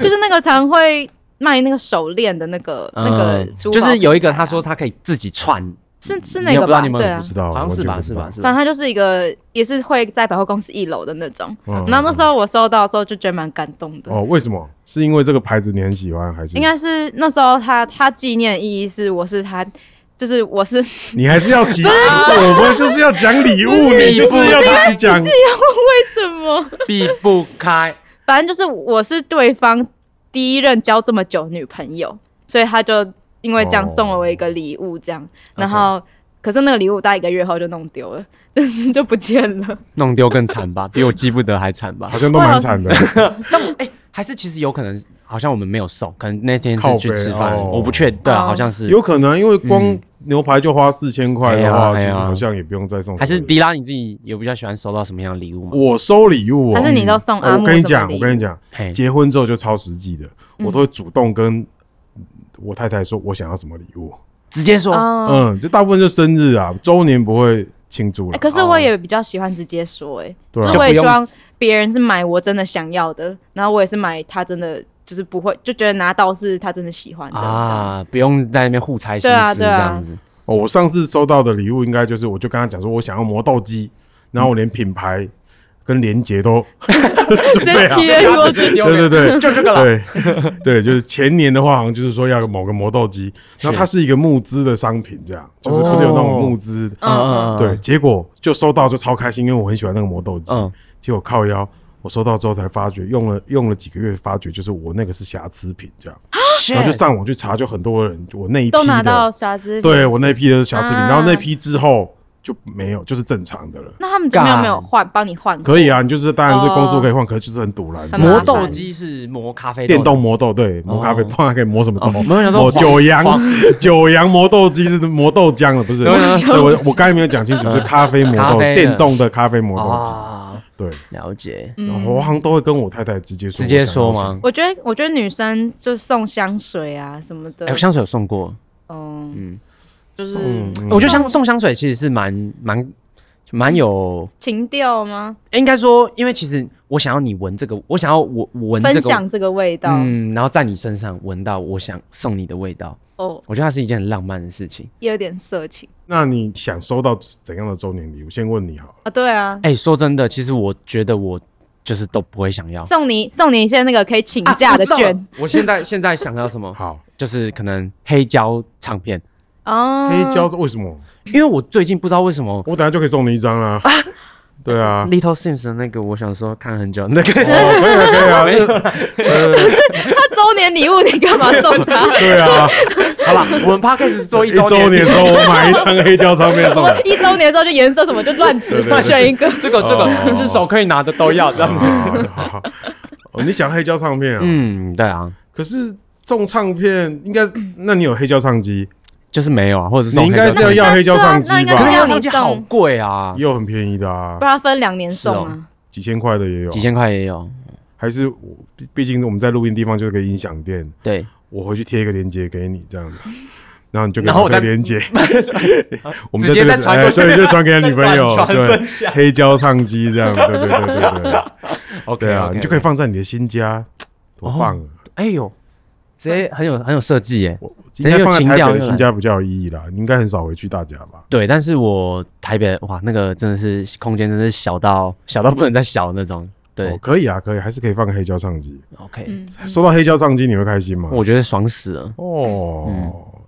[SPEAKER 4] 就是那个常会卖那个手链的那个、 (laughs) 那个
[SPEAKER 3] 嗯
[SPEAKER 4] 珠宝品牌啊，
[SPEAKER 3] 就是有一个他说他可以自己串，
[SPEAKER 4] 是是
[SPEAKER 3] 你
[SPEAKER 4] 那
[SPEAKER 3] 有
[SPEAKER 4] 个
[SPEAKER 3] 不知道
[SPEAKER 4] 吧？
[SPEAKER 3] 你们
[SPEAKER 4] 对
[SPEAKER 2] 不
[SPEAKER 4] 啊，
[SPEAKER 2] 知道，
[SPEAKER 3] 好像是吧
[SPEAKER 2] 完全不知
[SPEAKER 3] 是
[SPEAKER 2] 道
[SPEAKER 3] 吧？是
[SPEAKER 4] 反正
[SPEAKER 3] 吧？
[SPEAKER 4] 它就是一个也是会在百货公司一楼的那种。
[SPEAKER 2] 嗯
[SPEAKER 4] 然后那时候我收到的时候就觉得蛮感动的，
[SPEAKER 2] 哦，为什么？是因为这个牌子你很喜欢，还是
[SPEAKER 4] 应该是那时候他他纪念意义是我是他，就是我是 (laughs) 你
[SPEAKER 2] 你还是要
[SPEAKER 4] (laughs)
[SPEAKER 2] 提？啊我们就是要讲礼物，你就是要自己讲。
[SPEAKER 4] 要问为什么？
[SPEAKER 3] 避不开，
[SPEAKER 4] 反正就是我是对方第一任交这么久女朋友，所以他就因为这样
[SPEAKER 2] 哦
[SPEAKER 4] 送了我一个礼物，这样，然
[SPEAKER 2] 嗯
[SPEAKER 4] 后。可是那个礼物大概一个月后就弄丢了， (laughs) 就是就不见了。
[SPEAKER 3] 弄丢更惨吧，比 (laughs) 我记不得还惨吧
[SPEAKER 2] 好？像都蛮惨的，
[SPEAKER 3] 但我哎、还是其实有可能，好像我们没有送，可能那天
[SPEAKER 2] 靠
[SPEAKER 3] 是
[SPEAKER 2] 北
[SPEAKER 3] 去吃饭，
[SPEAKER 2] 哦
[SPEAKER 3] 我不确定，对啊，
[SPEAKER 4] 哦
[SPEAKER 3] 好像是。嗯
[SPEAKER 2] 有可能因为光牛排就花四千块的话，
[SPEAKER 3] 哎呀哎
[SPEAKER 2] 其
[SPEAKER 3] 呀
[SPEAKER 2] 实好像也不用再送。
[SPEAKER 3] 还是迪拉你自己有比较喜欢收到什么样的礼物吗？
[SPEAKER 2] 我收礼物哦，
[SPEAKER 4] 还是你都送阿
[SPEAKER 2] 我
[SPEAKER 4] 木
[SPEAKER 2] 跟你
[SPEAKER 4] 什么
[SPEAKER 2] 讲，
[SPEAKER 4] 礼
[SPEAKER 2] 我
[SPEAKER 4] 物
[SPEAKER 2] 跟你讲，
[SPEAKER 4] 哎
[SPEAKER 3] 嘿，
[SPEAKER 2] 结婚之后就超实际的，
[SPEAKER 4] 嗯
[SPEAKER 2] 我都会主动跟我太太说我想要什么礼物。
[SPEAKER 3] 直接说，
[SPEAKER 4] 哦
[SPEAKER 2] 嗯，就大部分就生日啊，周年不会庆祝
[SPEAKER 4] 哎
[SPEAKER 2] 了。
[SPEAKER 4] 可是
[SPEAKER 3] 哦
[SPEAKER 4] 我也比较喜欢直接说、哎、
[SPEAKER 2] 对啊
[SPEAKER 4] 就是我也希望别人是买我真的想要的，然后我也是买他真的就是不会，就觉得拿到是他真的喜欢的。
[SPEAKER 3] 啊，不用在那边互猜心
[SPEAKER 4] 对啊
[SPEAKER 3] 思这
[SPEAKER 4] 对啊
[SPEAKER 3] 样子。
[SPEAKER 2] 哦，我上次收到的礼物应该就是，我就跟他讲说我想要磨豆机，然后我连品牌跟连结
[SPEAKER 4] (laughs)
[SPEAKER 2] 都准
[SPEAKER 4] 这
[SPEAKER 2] 备
[SPEAKER 4] 样
[SPEAKER 2] 好。
[SPEAKER 4] 贴 (laughs) 过去，
[SPEAKER 3] 对啊
[SPEAKER 2] 对对对，
[SPEAKER 3] 就这个了。
[SPEAKER 2] 对对， (laughs) 就是前年的话，好像就是说要某个磨豆机，然后它是一个募资的商品，这样就是不是有那种募资？
[SPEAKER 3] 嗯嗯嗯，
[SPEAKER 2] 对，结果就收到就超开心，因为我很喜欢那个磨豆机。
[SPEAKER 3] 嗯，
[SPEAKER 2] 结果靠腰，我收到之后才发觉，用了用了几个月，发觉就是我那个是瑕疵品，这样，然后就
[SPEAKER 3] Shit
[SPEAKER 2] 上网去查，就很多人我那一批
[SPEAKER 4] 都拿到
[SPEAKER 2] 的，
[SPEAKER 4] 瑕疵。
[SPEAKER 2] 对，我那一批的是瑕疵品，
[SPEAKER 4] 啊
[SPEAKER 2] 然后那批之后就没有，就是正常的了。
[SPEAKER 4] 那他们怎么样
[SPEAKER 3] 干
[SPEAKER 4] 没有换帮你换？
[SPEAKER 2] 可以啊，你就是当然是公司
[SPEAKER 4] 哦
[SPEAKER 2] 可以换，可是就是很堵然。
[SPEAKER 4] 很麻
[SPEAKER 3] 磨
[SPEAKER 4] 烦
[SPEAKER 3] 豆机是磨咖啡豆啊的
[SPEAKER 2] 电动磨豆，对，磨咖啡，
[SPEAKER 3] 哦
[SPEAKER 2] 不然还可以磨什么豆？
[SPEAKER 3] 哦没有想说
[SPEAKER 2] 磨
[SPEAKER 3] 黄
[SPEAKER 2] 九阳
[SPEAKER 3] 黄，
[SPEAKER 2] (laughs) 九阳磨豆机是磨豆浆了，不是？
[SPEAKER 3] 没有想呃
[SPEAKER 2] 对，我我刚才没有讲清楚，是咖啡磨
[SPEAKER 3] 咖
[SPEAKER 2] 豆，
[SPEAKER 3] 啡的
[SPEAKER 2] 电动的咖啡磨豆机。
[SPEAKER 3] 啊，
[SPEAKER 2] 对，
[SPEAKER 3] 了
[SPEAKER 4] 嗯
[SPEAKER 3] 解，
[SPEAKER 2] 然后我好像都会跟我太太直接说，
[SPEAKER 3] 直接说？吗？
[SPEAKER 4] 我觉得，我觉得女生就送香水啊什么的
[SPEAKER 3] 哎，我，香水有送过，
[SPEAKER 4] 嗯，
[SPEAKER 3] 嗯，
[SPEAKER 4] 就是
[SPEAKER 2] 嗯嗯
[SPEAKER 3] 我觉得香送香水其实是蛮蛮蛮有
[SPEAKER 4] 情调吗？
[SPEAKER 3] 应该说，因为其实我想要你闻这个，我想要我闻这
[SPEAKER 4] 分
[SPEAKER 3] 个，
[SPEAKER 4] 享这个味道
[SPEAKER 3] 嗯，然后在你身上闻到我想送你的味道，
[SPEAKER 4] 哦，
[SPEAKER 3] 我觉得它是一件很浪漫的事情。
[SPEAKER 4] 也有点色情
[SPEAKER 2] 那你想收到怎样的周年礼物？先问你好了。
[SPEAKER 4] 啊。对啊，
[SPEAKER 3] 哎，说真的，其实我觉得我就是都不会想要
[SPEAKER 4] 送你送你一些那个可以请
[SPEAKER 3] 啊
[SPEAKER 4] 假
[SPEAKER 3] 我
[SPEAKER 4] 的
[SPEAKER 3] 知道了
[SPEAKER 4] 券
[SPEAKER 3] 我现在现在想要什么？ (laughs)
[SPEAKER 2] 好，
[SPEAKER 3] 就是可能黑胶唱片，
[SPEAKER 4] 哦，
[SPEAKER 2] 黑胶是为什么？
[SPEAKER 3] 因为我最近不知道为什么
[SPEAKER 2] 我等下就可以送你一张啦。对啊，
[SPEAKER 3] (laughs) Little Sims 的那个，我想说看很久那个。
[SPEAKER 2] 哦可以啊，可以啊那个，？
[SPEAKER 4] 他周年礼物你干嘛送他
[SPEAKER 2] 对啊，
[SPEAKER 3] 好 (laughs) 啦，我们 Podcast 做
[SPEAKER 2] 一
[SPEAKER 3] 一
[SPEAKER 2] 周年
[SPEAKER 3] 年
[SPEAKER 2] 的，时候我买一张黑胶唱片送
[SPEAKER 4] 我
[SPEAKER 2] 你。
[SPEAKER 3] (laughs)
[SPEAKER 4] 一周年的时候就颜色什么就乱指
[SPEAKER 2] 对对对
[SPEAKER 4] 选一个，
[SPEAKER 3] 这个这
[SPEAKER 2] 哦
[SPEAKER 3] 个至手可以拿的都要这样子。
[SPEAKER 2] 好好好，哦你想黑胶唱片啊？
[SPEAKER 3] (laughs) 嗯，对啊，
[SPEAKER 2] 可是送唱片应该，那你有黑胶唱机？
[SPEAKER 3] 就是没有啊，或者是
[SPEAKER 2] 你应该是要要黑胶唱机
[SPEAKER 4] 那那应该
[SPEAKER 3] 可
[SPEAKER 4] 是
[SPEAKER 3] 是
[SPEAKER 2] 吧？
[SPEAKER 3] 要你好贵啊
[SPEAKER 2] 也，有很便宜的啊
[SPEAKER 4] 不，然分两年送
[SPEAKER 3] 是
[SPEAKER 4] 啊。
[SPEAKER 2] 几千块的也有
[SPEAKER 3] 几。千块也有。
[SPEAKER 2] 还是我毕毕竟我们在录音地方就是个音响店，
[SPEAKER 3] 对，
[SPEAKER 2] 我回去贴一个链接给你，这样子，然后你就给
[SPEAKER 3] 然后
[SPEAKER 2] 我
[SPEAKER 3] 我
[SPEAKER 2] 这个
[SPEAKER 3] 再
[SPEAKER 2] 链
[SPEAKER 3] (laughs)
[SPEAKER 2] 接， (laughs) 我们在
[SPEAKER 3] 直接
[SPEAKER 2] 这个哎
[SPEAKER 3] 再传过去
[SPEAKER 2] 所以就传给女朋 (laughs) 友，
[SPEAKER 3] (laughs) 再转传分
[SPEAKER 2] 对，黑胶唱机这样，对对对对对，
[SPEAKER 3] (laughs) OK，哦
[SPEAKER 2] 对啊，你就可以
[SPEAKER 3] 以。
[SPEAKER 2] 放在你的新家，多棒啊！
[SPEAKER 3] 哎呦，直接很有很有设计耶。
[SPEAKER 2] 我
[SPEAKER 3] 直
[SPEAKER 2] 应
[SPEAKER 3] 接
[SPEAKER 2] 该
[SPEAKER 3] 又
[SPEAKER 2] 放在
[SPEAKER 3] 情
[SPEAKER 2] 台
[SPEAKER 3] 调
[SPEAKER 2] 北的
[SPEAKER 3] 又
[SPEAKER 2] 新
[SPEAKER 3] 来
[SPEAKER 2] 家比较有意义啦，你应该很少回去大家吧？
[SPEAKER 3] 对，但是我台北哇，那个真的是空间真的是小到小到不能再小那种。
[SPEAKER 2] 哦
[SPEAKER 3] 对
[SPEAKER 2] 可以啊，可以，还是可以放黑胶唱机。
[SPEAKER 3] ，OK，
[SPEAKER 4] 嗯，
[SPEAKER 2] 收到黑胶唱机你会开心吗？
[SPEAKER 3] 我觉得爽死了。
[SPEAKER 2] 哦，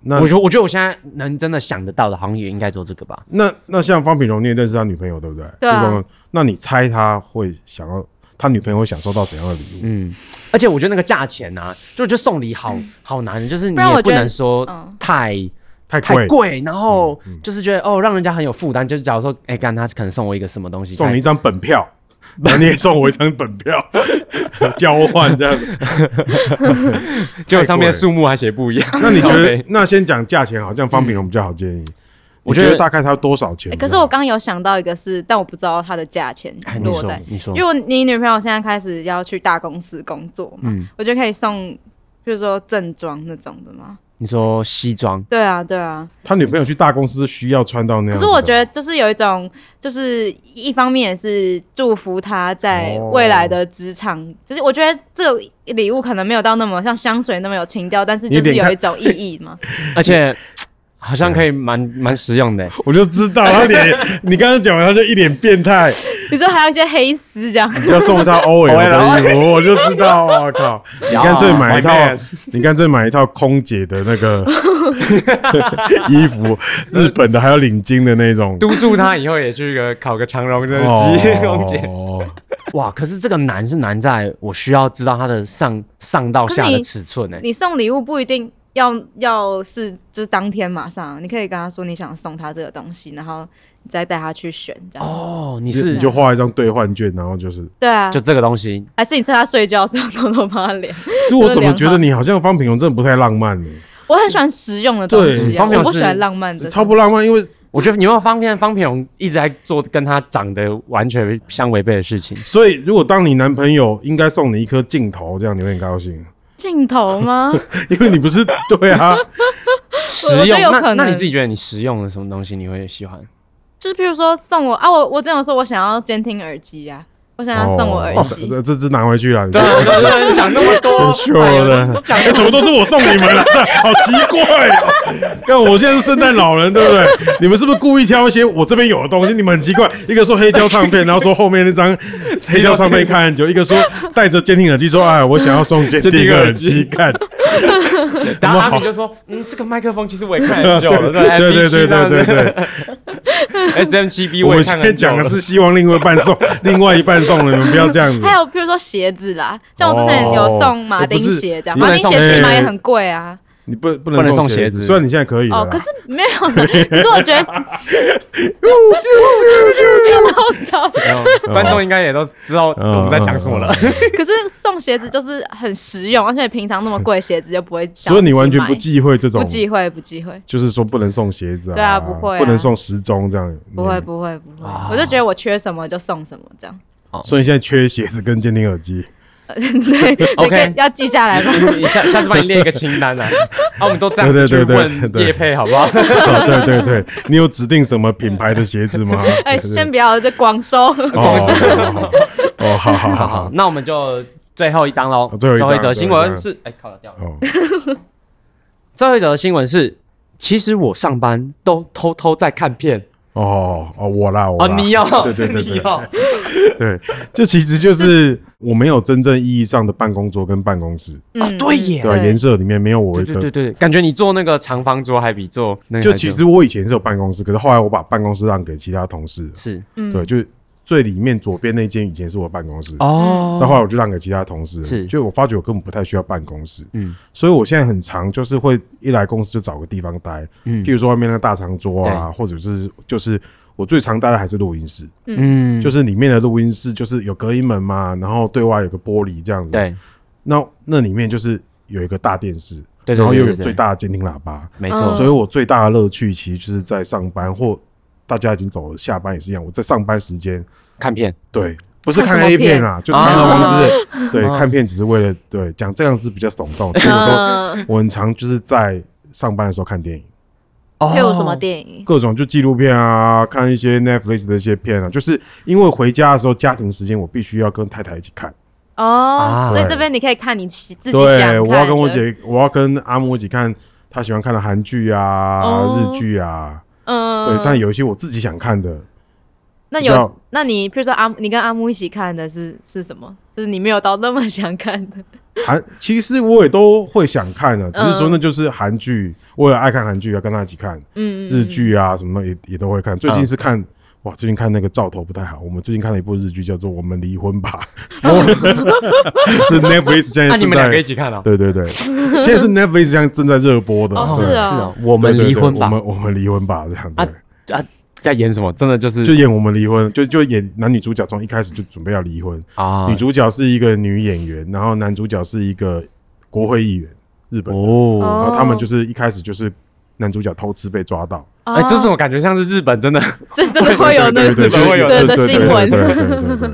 [SPEAKER 2] 那
[SPEAKER 3] 嗯我觉得我觉得我现在能真的想得到的，好像也应该做这个吧。
[SPEAKER 2] 那那像方品荣，你也认识他女朋友对不对？
[SPEAKER 4] 对啊
[SPEAKER 2] 陆光那你猜他会想要他女朋友会享受到怎样的礼物？
[SPEAKER 3] 嗯，而且我觉得那个价钱啊，就就送礼好好难，就是你
[SPEAKER 4] 不然
[SPEAKER 3] 也
[SPEAKER 4] 我
[SPEAKER 3] 不
[SPEAKER 4] 觉得
[SPEAKER 3] 能说
[SPEAKER 4] 嗯
[SPEAKER 3] 太
[SPEAKER 2] 太
[SPEAKER 3] 太
[SPEAKER 2] 贵，嗯
[SPEAKER 3] 贵，然后就是觉得哦，让人家很有负担。就是假如说，哎，干他可能送我一个什么东西，
[SPEAKER 2] 送你一张本票，然后你也送我一张本票 (laughs) 交换这样子。
[SPEAKER 3] 结果上面数目还写不一样。
[SPEAKER 2] 那你觉
[SPEAKER 3] OK 嗯
[SPEAKER 2] 得？那先讲价钱好，这样方炳荣比较好建议。
[SPEAKER 3] 我
[SPEAKER 2] 我
[SPEAKER 3] 觉得
[SPEAKER 2] 觉得大概它多少钱
[SPEAKER 4] 欸
[SPEAKER 2] 比较
[SPEAKER 4] 可
[SPEAKER 2] 好？
[SPEAKER 4] 是我刚有想到一个是，但我不知道它的价钱
[SPEAKER 3] 哎你
[SPEAKER 4] 落
[SPEAKER 3] 说
[SPEAKER 4] 在，，
[SPEAKER 3] 你说
[SPEAKER 4] 因为，我你女朋友现在开始要去大公司工作嘛，
[SPEAKER 3] 嗯，
[SPEAKER 4] 我觉得可以送，比如说正装那种的嘛。
[SPEAKER 3] 你说西装，
[SPEAKER 4] 对啊，对啊。
[SPEAKER 2] 他女朋友去大公司需要穿到那
[SPEAKER 4] 可
[SPEAKER 2] 样子的。
[SPEAKER 4] 是我觉得就是有一种，就是一方面也是祝福她在
[SPEAKER 2] 哦
[SPEAKER 4] 未来的职场，就是我觉得这个礼物可能没有到那么像香水那么有情调，但是就
[SPEAKER 2] 你
[SPEAKER 4] 是
[SPEAKER 2] 脸
[SPEAKER 4] 有
[SPEAKER 2] 看
[SPEAKER 4] 一种意义
[SPEAKER 2] (laughs)
[SPEAKER 4] 嘛。
[SPEAKER 3] 而且好像可以蛮蛮实用的。
[SPEAKER 2] 我就知道他
[SPEAKER 4] (laughs)
[SPEAKER 2] 脸，你刚刚讲完他就一脸变态，
[SPEAKER 4] 你说还有一些黑丝
[SPEAKER 2] (laughs)
[SPEAKER 4] 这样，
[SPEAKER 2] 你要送他
[SPEAKER 3] (laughs)
[SPEAKER 2] OL 的
[SPEAKER 3] OL
[SPEAKER 2] 衣服，我就知道，我
[SPEAKER 3] (laughs)
[SPEAKER 2] 靠！你
[SPEAKER 3] 啊
[SPEAKER 2] 干脆买一套
[SPEAKER 3] my man，
[SPEAKER 2] 你干脆买一套空姐的那个 (laughs) 衣服，日本的还有领巾的那
[SPEAKER 3] (laughs)
[SPEAKER 2] 种。
[SPEAKER 3] 督促他以后也去个考个长荣的机空姐。
[SPEAKER 2] 哦，
[SPEAKER 3] 哇，可是这个难是难在我需要知道它的上上到下的尺寸欸呢。
[SPEAKER 4] 你送礼物不一定要要是就是当天马上，你可以跟他说你想送他这个东西，然后你再带他去选这样。
[SPEAKER 3] 哦，你
[SPEAKER 2] 你
[SPEAKER 3] 是
[SPEAKER 2] 你就画一张兑换券，然后就是，
[SPEAKER 4] 对啊
[SPEAKER 3] 就，这个东西，
[SPEAKER 4] 还是你趁他睡觉的时候偷偷帮他量。
[SPEAKER 2] 是我怎么觉得你好像方品荣真的不太浪漫呢？
[SPEAKER 4] 我很喜欢实用的东西
[SPEAKER 2] 对
[SPEAKER 4] 啊，
[SPEAKER 3] 方便
[SPEAKER 4] 我不
[SPEAKER 3] 是
[SPEAKER 4] 喜欢浪漫
[SPEAKER 2] (laughs)
[SPEAKER 4] 的。
[SPEAKER 2] 超不浪漫，因为
[SPEAKER 3] 我觉得你有没有发现方平荣一直在做跟他长得完全相违背的事情？
[SPEAKER 2] 所以如果当你男朋友应该送你一颗镜头，这样你会很高 (laughs) 兴，
[SPEAKER 4] 镜
[SPEAKER 2] (laughs)
[SPEAKER 4] 头吗？
[SPEAKER 2] 因为你不是对 (laughs) 啊，
[SPEAKER 3] 实
[SPEAKER 4] 我觉
[SPEAKER 3] 用
[SPEAKER 4] 得有
[SPEAKER 3] 那
[SPEAKER 4] 可能
[SPEAKER 3] 那你自己觉得你实用的什么东西你会喜欢？
[SPEAKER 4] 就是比如说送我啊，我我之前有说我想要监听耳机啊，我想要送我耳机。
[SPEAKER 2] 哦这这只拿回去了，你
[SPEAKER 3] 对啊，对啊对啊讲那
[SPEAKER 2] (laughs)
[SPEAKER 3] 么多，
[SPEAKER 2] 真秀的，(laughs)
[SPEAKER 3] 讲
[SPEAKER 2] 哎，怎么都是我送你们了？ (laughs) 好奇怪哦！看我现在是圣诞老人，对不对？你们是不是故意挑一些我这边有的东西？你们很奇怪，一个说黑胶唱片，然后说后面那张 (laughs) 黑胶唱片看很久；一个说戴着监听耳机，说哎，我想要送 (laughs) 监听耳机看。
[SPEAKER 3] 然后阿
[SPEAKER 2] 好
[SPEAKER 3] 米就说：“嗯，这个麦克风其实我也看很久了，
[SPEAKER 2] 对对对对对对，
[SPEAKER 3] ，S M 七 B
[SPEAKER 2] 我
[SPEAKER 3] 我也
[SPEAKER 2] 们
[SPEAKER 3] 看
[SPEAKER 2] 现在
[SPEAKER 3] 很久
[SPEAKER 2] 讲
[SPEAKER 3] 了
[SPEAKER 2] 的。是希望另外一半送， (laughs) 另外一半送了，你们不要这样子。
[SPEAKER 4] 还有比如说鞋子啦，像我之前有送马丁鞋这样，
[SPEAKER 2] 哦
[SPEAKER 4] 马
[SPEAKER 3] 哎不是
[SPEAKER 4] 丁鞋自己买
[SPEAKER 2] 你不能送
[SPEAKER 4] 也很贵啊。
[SPEAKER 2] 你不不
[SPEAKER 3] 不
[SPEAKER 2] 能
[SPEAKER 3] 能
[SPEAKER 2] 送
[SPEAKER 3] 送鞋
[SPEAKER 2] 鞋
[SPEAKER 3] 子
[SPEAKER 2] 子，虽然你现在可以啊了
[SPEAKER 4] 哦
[SPEAKER 2] 啦，，
[SPEAKER 4] 可是没有
[SPEAKER 2] (laughs)
[SPEAKER 4] 啦，可是我觉得
[SPEAKER 2] 哦
[SPEAKER 4] (laughs) 好巧。
[SPEAKER 3] 嗯观众应该也都知道我们在讲什么了。
[SPEAKER 4] 可是送鞋子就是很实用，而且平常那么贵鞋子就不会想
[SPEAKER 2] (laughs) 所
[SPEAKER 4] 要自
[SPEAKER 2] 以
[SPEAKER 4] 己买，
[SPEAKER 2] 你完全不忌讳这种
[SPEAKER 4] 不忌讳不忌讳，
[SPEAKER 2] 就是说不能送鞋子啊，
[SPEAKER 4] 对啊不会啊
[SPEAKER 2] 不能送时钟这样，
[SPEAKER 4] 不会
[SPEAKER 2] 嗯。
[SPEAKER 4] 不会不会
[SPEAKER 3] 啊，
[SPEAKER 4] 我就觉得我缺什么就送什么这样。 (laughs)
[SPEAKER 2] 所以现在缺鞋子跟监听耳机， (laughs)
[SPEAKER 4] 对那
[SPEAKER 3] OK
[SPEAKER 4] 个要记下来吧。
[SPEAKER 3] 你下下次帮你列一个清单啊，啊，我们都这样
[SPEAKER 2] 对
[SPEAKER 3] 子去
[SPEAKER 2] 对对
[SPEAKER 3] 问
[SPEAKER 2] 对
[SPEAKER 3] 叶配好不好？
[SPEAKER 2] 哦对对对，你有指定什么品牌的鞋子吗？
[SPEAKER 4] 哎，
[SPEAKER 2] 就是
[SPEAKER 4] 先不要，这广收。
[SPEAKER 2] 哦哦哦哦，好好
[SPEAKER 3] 好
[SPEAKER 2] 好
[SPEAKER 3] 好
[SPEAKER 2] 好，
[SPEAKER 3] 那我们就最后一张喽。
[SPEAKER 2] 最后一张
[SPEAKER 3] 则新闻是，哎，靠掉了。
[SPEAKER 2] 哦，
[SPEAKER 3] 最后一则新闻是，其实我上班都偷偷在看片
[SPEAKER 2] 哦哦，我啦我
[SPEAKER 3] 哦，
[SPEAKER 2] 啦，
[SPEAKER 3] 你要，
[SPEAKER 2] 对对对
[SPEAKER 3] 你
[SPEAKER 2] 对
[SPEAKER 3] 要，
[SPEAKER 2] 对，就其实就是我没有真正意义上的办公桌跟办公室，
[SPEAKER 4] 嗯，
[SPEAKER 3] 对耶
[SPEAKER 2] 对吧？啊
[SPEAKER 4] 对
[SPEAKER 2] 颜色里面没有我
[SPEAKER 3] 对
[SPEAKER 2] 一
[SPEAKER 3] 对对
[SPEAKER 2] 个。
[SPEAKER 3] 对，感觉你坐那个长方桌还比坐那个
[SPEAKER 2] 就
[SPEAKER 3] 还
[SPEAKER 2] 其
[SPEAKER 3] 久
[SPEAKER 2] 实我以前是有办公室，可是后来我把办公室让给其他同事，
[SPEAKER 3] 是
[SPEAKER 4] 嗯
[SPEAKER 2] 对，就最里面左边那间以前是我办公室，
[SPEAKER 3] 哦
[SPEAKER 2] 那后来我就让给其他同事了，
[SPEAKER 3] 是
[SPEAKER 2] 就我发觉我根本不太需要办公室，
[SPEAKER 3] 嗯
[SPEAKER 2] 嗯，所以我现在很常就是会一来公司就找个地方待，
[SPEAKER 3] 嗯
[SPEAKER 2] 譬如说外面那个大长桌啊，或者是就是我最常待的还是录音室，
[SPEAKER 3] 嗯
[SPEAKER 2] 就是里面的录音室就是有隔音门嘛，然后对外有个玻璃这样子，，
[SPEAKER 3] 对
[SPEAKER 2] 那那里面就是有一个大电视，
[SPEAKER 3] 对对
[SPEAKER 2] 然后
[SPEAKER 3] 对
[SPEAKER 2] 又
[SPEAKER 3] 对
[SPEAKER 2] 有
[SPEAKER 3] 对
[SPEAKER 2] 最大的监听喇叭，
[SPEAKER 3] 没
[SPEAKER 4] 嗯
[SPEAKER 3] 错，
[SPEAKER 2] 所以我最大的乐趣其实就是在上班或大家已经走了，下班也是一样，我在上班时间
[SPEAKER 3] 看片
[SPEAKER 2] 对，不是
[SPEAKER 4] 看
[SPEAKER 2] 看
[SPEAKER 4] 什么
[SPEAKER 2] A 片啊，就
[SPEAKER 3] 啊
[SPEAKER 2] 看到王之类，
[SPEAKER 3] (laughs)
[SPEAKER 2] 对，
[SPEAKER 3] 啊
[SPEAKER 2] 看片只是为了对讲这样是比较耸动，所以我
[SPEAKER 4] 嗯，
[SPEAKER 2] 都我很常就是在上班的时候看电影，
[SPEAKER 3] 哦
[SPEAKER 4] 还有什么电影？
[SPEAKER 2] 各种就纪录片啊，看一些 Netflix 的一些片啊，就是因为回家的时候家庭时间我必须要跟太太一起看，
[SPEAKER 4] 哦
[SPEAKER 3] 啊，
[SPEAKER 4] 所以这边你可以看你喜自己想看
[SPEAKER 2] 对，
[SPEAKER 4] 的。
[SPEAKER 2] 我要跟我姐，我要跟阿木一起看她喜欢看的韩剧啊、
[SPEAKER 4] 哦
[SPEAKER 2] 日剧啊，
[SPEAKER 4] 嗯，
[SPEAKER 2] 对，但有一些我自己想看的，
[SPEAKER 4] 那
[SPEAKER 2] 比较
[SPEAKER 4] 有，那你比如说阿，你跟阿木一起看的是是什么？就是你没有到那么想看的。
[SPEAKER 2] 韩其实我也都会想看啊的，只是说
[SPEAKER 4] 嗯
[SPEAKER 2] 那就是韩剧，我也爱看韩剧啊，跟她一起看。
[SPEAKER 4] 嗯，
[SPEAKER 2] 日剧啊什么的也也都会看。最近是看、哇，最近看那个兆头不太好。我们最近看了一部日剧，叫做《我们离婚
[SPEAKER 4] (laughs)
[SPEAKER 2] 吧》， (laughs) 是 Netflix 现
[SPEAKER 3] 那
[SPEAKER 2] 在
[SPEAKER 4] 啊
[SPEAKER 3] 你
[SPEAKER 2] 正
[SPEAKER 3] 们两个一
[SPEAKER 2] 在。
[SPEAKER 3] 起看了？
[SPEAKER 2] 对对对，现在
[SPEAKER 4] (laughs)
[SPEAKER 2] 是 Netflix 现在正在热播的，
[SPEAKER 4] 哦是
[SPEAKER 2] 对
[SPEAKER 4] 啊
[SPEAKER 3] 是哦，我
[SPEAKER 2] 我
[SPEAKER 3] 们离婚吧
[SPEAKER 2] 我，们我们离婚吧，这样对
[SPEAKER 3] 啊，在演什么，真的就是
[SPEAKER 2] 就演我们离婚，就就演男女主角从一开始就准备要离婚，
[SPEAKER 3] 啊
[SPEAKER 2] 女主角是一个女演员，然后男主角是一个国会议员，日本的，
[SPEAKER 3] 哦，
[SPEAKER 4] 哦
[SPEAKER 2] 然后他们就是一开始就是男主角偷吃被抓
[SPEAKER 4] (laughs)
[SPEAKER 2] 到，
[SPEAKER 3] 哎，这
[SPEAKER 4] 哦
[SPEAKER 3] 种感觉像是日本真的
[SPEAKER 4] 这真的会有那
[SPEAKER 2] 对对对
[SPEAKER 4] 个
[SPEAKER 2] 对
[SPEAKER 3] 会有
[SPEAKER 2] 对
[SPEAKER 4] 的
[SPEAKER 2] 对对
[SPEAKER 4] 新闻
[SPEAKER 2] 对对对对对，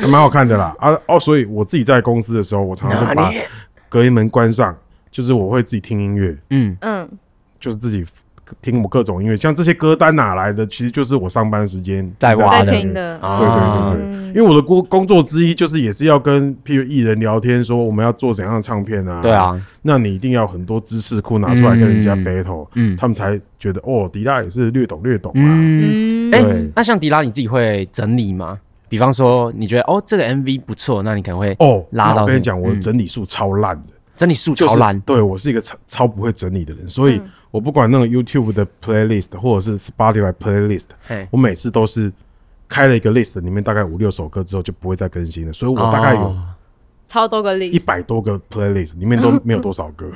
[SPEAKER 2] 还蛮好看的啦啊哦，所以我自己在公司的时候，我常常就把隔音门关上，就是我会自己听音乐，
[SPEAKER 3] 嗯
[SPEAKER 4] 嗯
[SPEAKER 2] 就是自己听我各种音乐，像这些歌单哪来的？其实就是我上班时间
[SPEAKER 3] 在挖
[SPEAKER 4] 在
[SPEAKER 3] 的
[SPEAKER 4] 听。的
[SPEAKER 2] 对对
[SPEAKER 3] 啊
[SPEAKER 2] 对对，因为我的工工作之一就是也是要跟譬如艺人聊天，说我们要做怎样的唱片啊？
[SPEAKER 3] 对，啊，
[SPEAKER 2] 那你一定要很多知识库拿出来跟人家
[SPEAKER 3] 嗯
[SPEAKER 2] battle，
[SPEAKER 3] 嗯
[SPEAKER 2] 他们才觉得哦，迪拉也是略懂略懂啊。
[SPEAKER 3] 嗯，
[SPEAKER 4] 嗯
[SPEAKER 3] 哎、
[SPEAKER 2] 对
[SPEAKER 3] 那像迪拉你自己会整理吗？比方说你觉得哦这个 MV 不错，那你可能会
[SPEAKER 2] 哦，
[SPEAKER 3] 拉
[SPEAKER 2] 那
[SPEAKER 3] 到
[SPEAKER 2] 我
[SPEAKER 3] 什
[SPEAKER 2] 跟
[SPEAKER 3] 么
[SPEAKER 2] 你讲，我
[SPEAKER 3] 嗯
[SPEAKER 2] 整理术超烂的。
[SPEAKER 3] 整理素
[SPEAKER 2] 就
[SPEAKER 3] 超
[SPEAKER 2] 是
[SPEAKER 3] 烂，
[SPEAKER 2] 对我是一个超超不会整理的人，所以
[SPEAKER 4] 嗯
[SPEAKER 2] 我不管那个 YouTube 的 playlist 或者是 Spotify playlist，
[SPEAKER 3] 嘿
[SPEAKER 2] 我每次都是开了一个 list，里面大概五六首歌之后就不会再更新了，所以我大概有
[SPEAKER 3] 哦
[SPEAKER 4] 超多个
[SPEAKER 2] 一
[SPEAKER 4] list，
[SPEAKER 2] 百多个 playlist，里面都没有多少歌。
[SPEAKER 4] (laughs)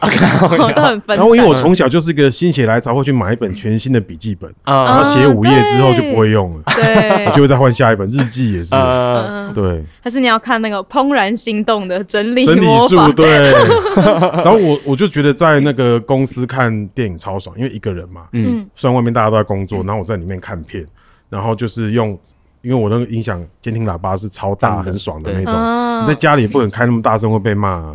[SPEAKER 4] 都很分散。
[SPEAKER 2] 然后因为我从小就是个心血来潮，会去买一本全新的笔记本，然后
[SPEAKER 3] 啊
[SPEAKER 2] 写五页之后
[SPEAKER 4] 对
[SPEAKER 2] 就不会用了，
[SPEAKER 4] 对
[SPEAKER 2] 我，就会再换下一本日记也是。
[SPEAKER 3] 呃，
[SPEAKER 4] 嗯，
[SPEAKER 2] 对，
[SPEAKER 4] 还是你要看那个《怦然心动》的整理
[SPEAKER 2] 整理
[SPEAKER 4] 魔法
[SPEAKER 2] 术，
[SPEAKER 3] (laughs)
[SPEAKER 2] 对。然后我我就觉得在那个公司看电影超爽，因为一个人嘛，
[SPEAKER 3] 嗯
[SPEAKER 4] 嗯
[SPEAKER 2] 虽然外面大家都在工作，然后我在里面看片，然后就是用，因为我那个音响监听喇叭是超
[SPEAKER 3] 大
[SPEAKER 2] 大
[SPEAKER 3] 的
[SPEAKER 2] 很爽的
[SPEAKER 3] 对
[SPEAKER 2] 那种，
[SPEAKER 4] 嗯
[SPEAKER 2] 你在家里也不能开那么大声会被骂啊。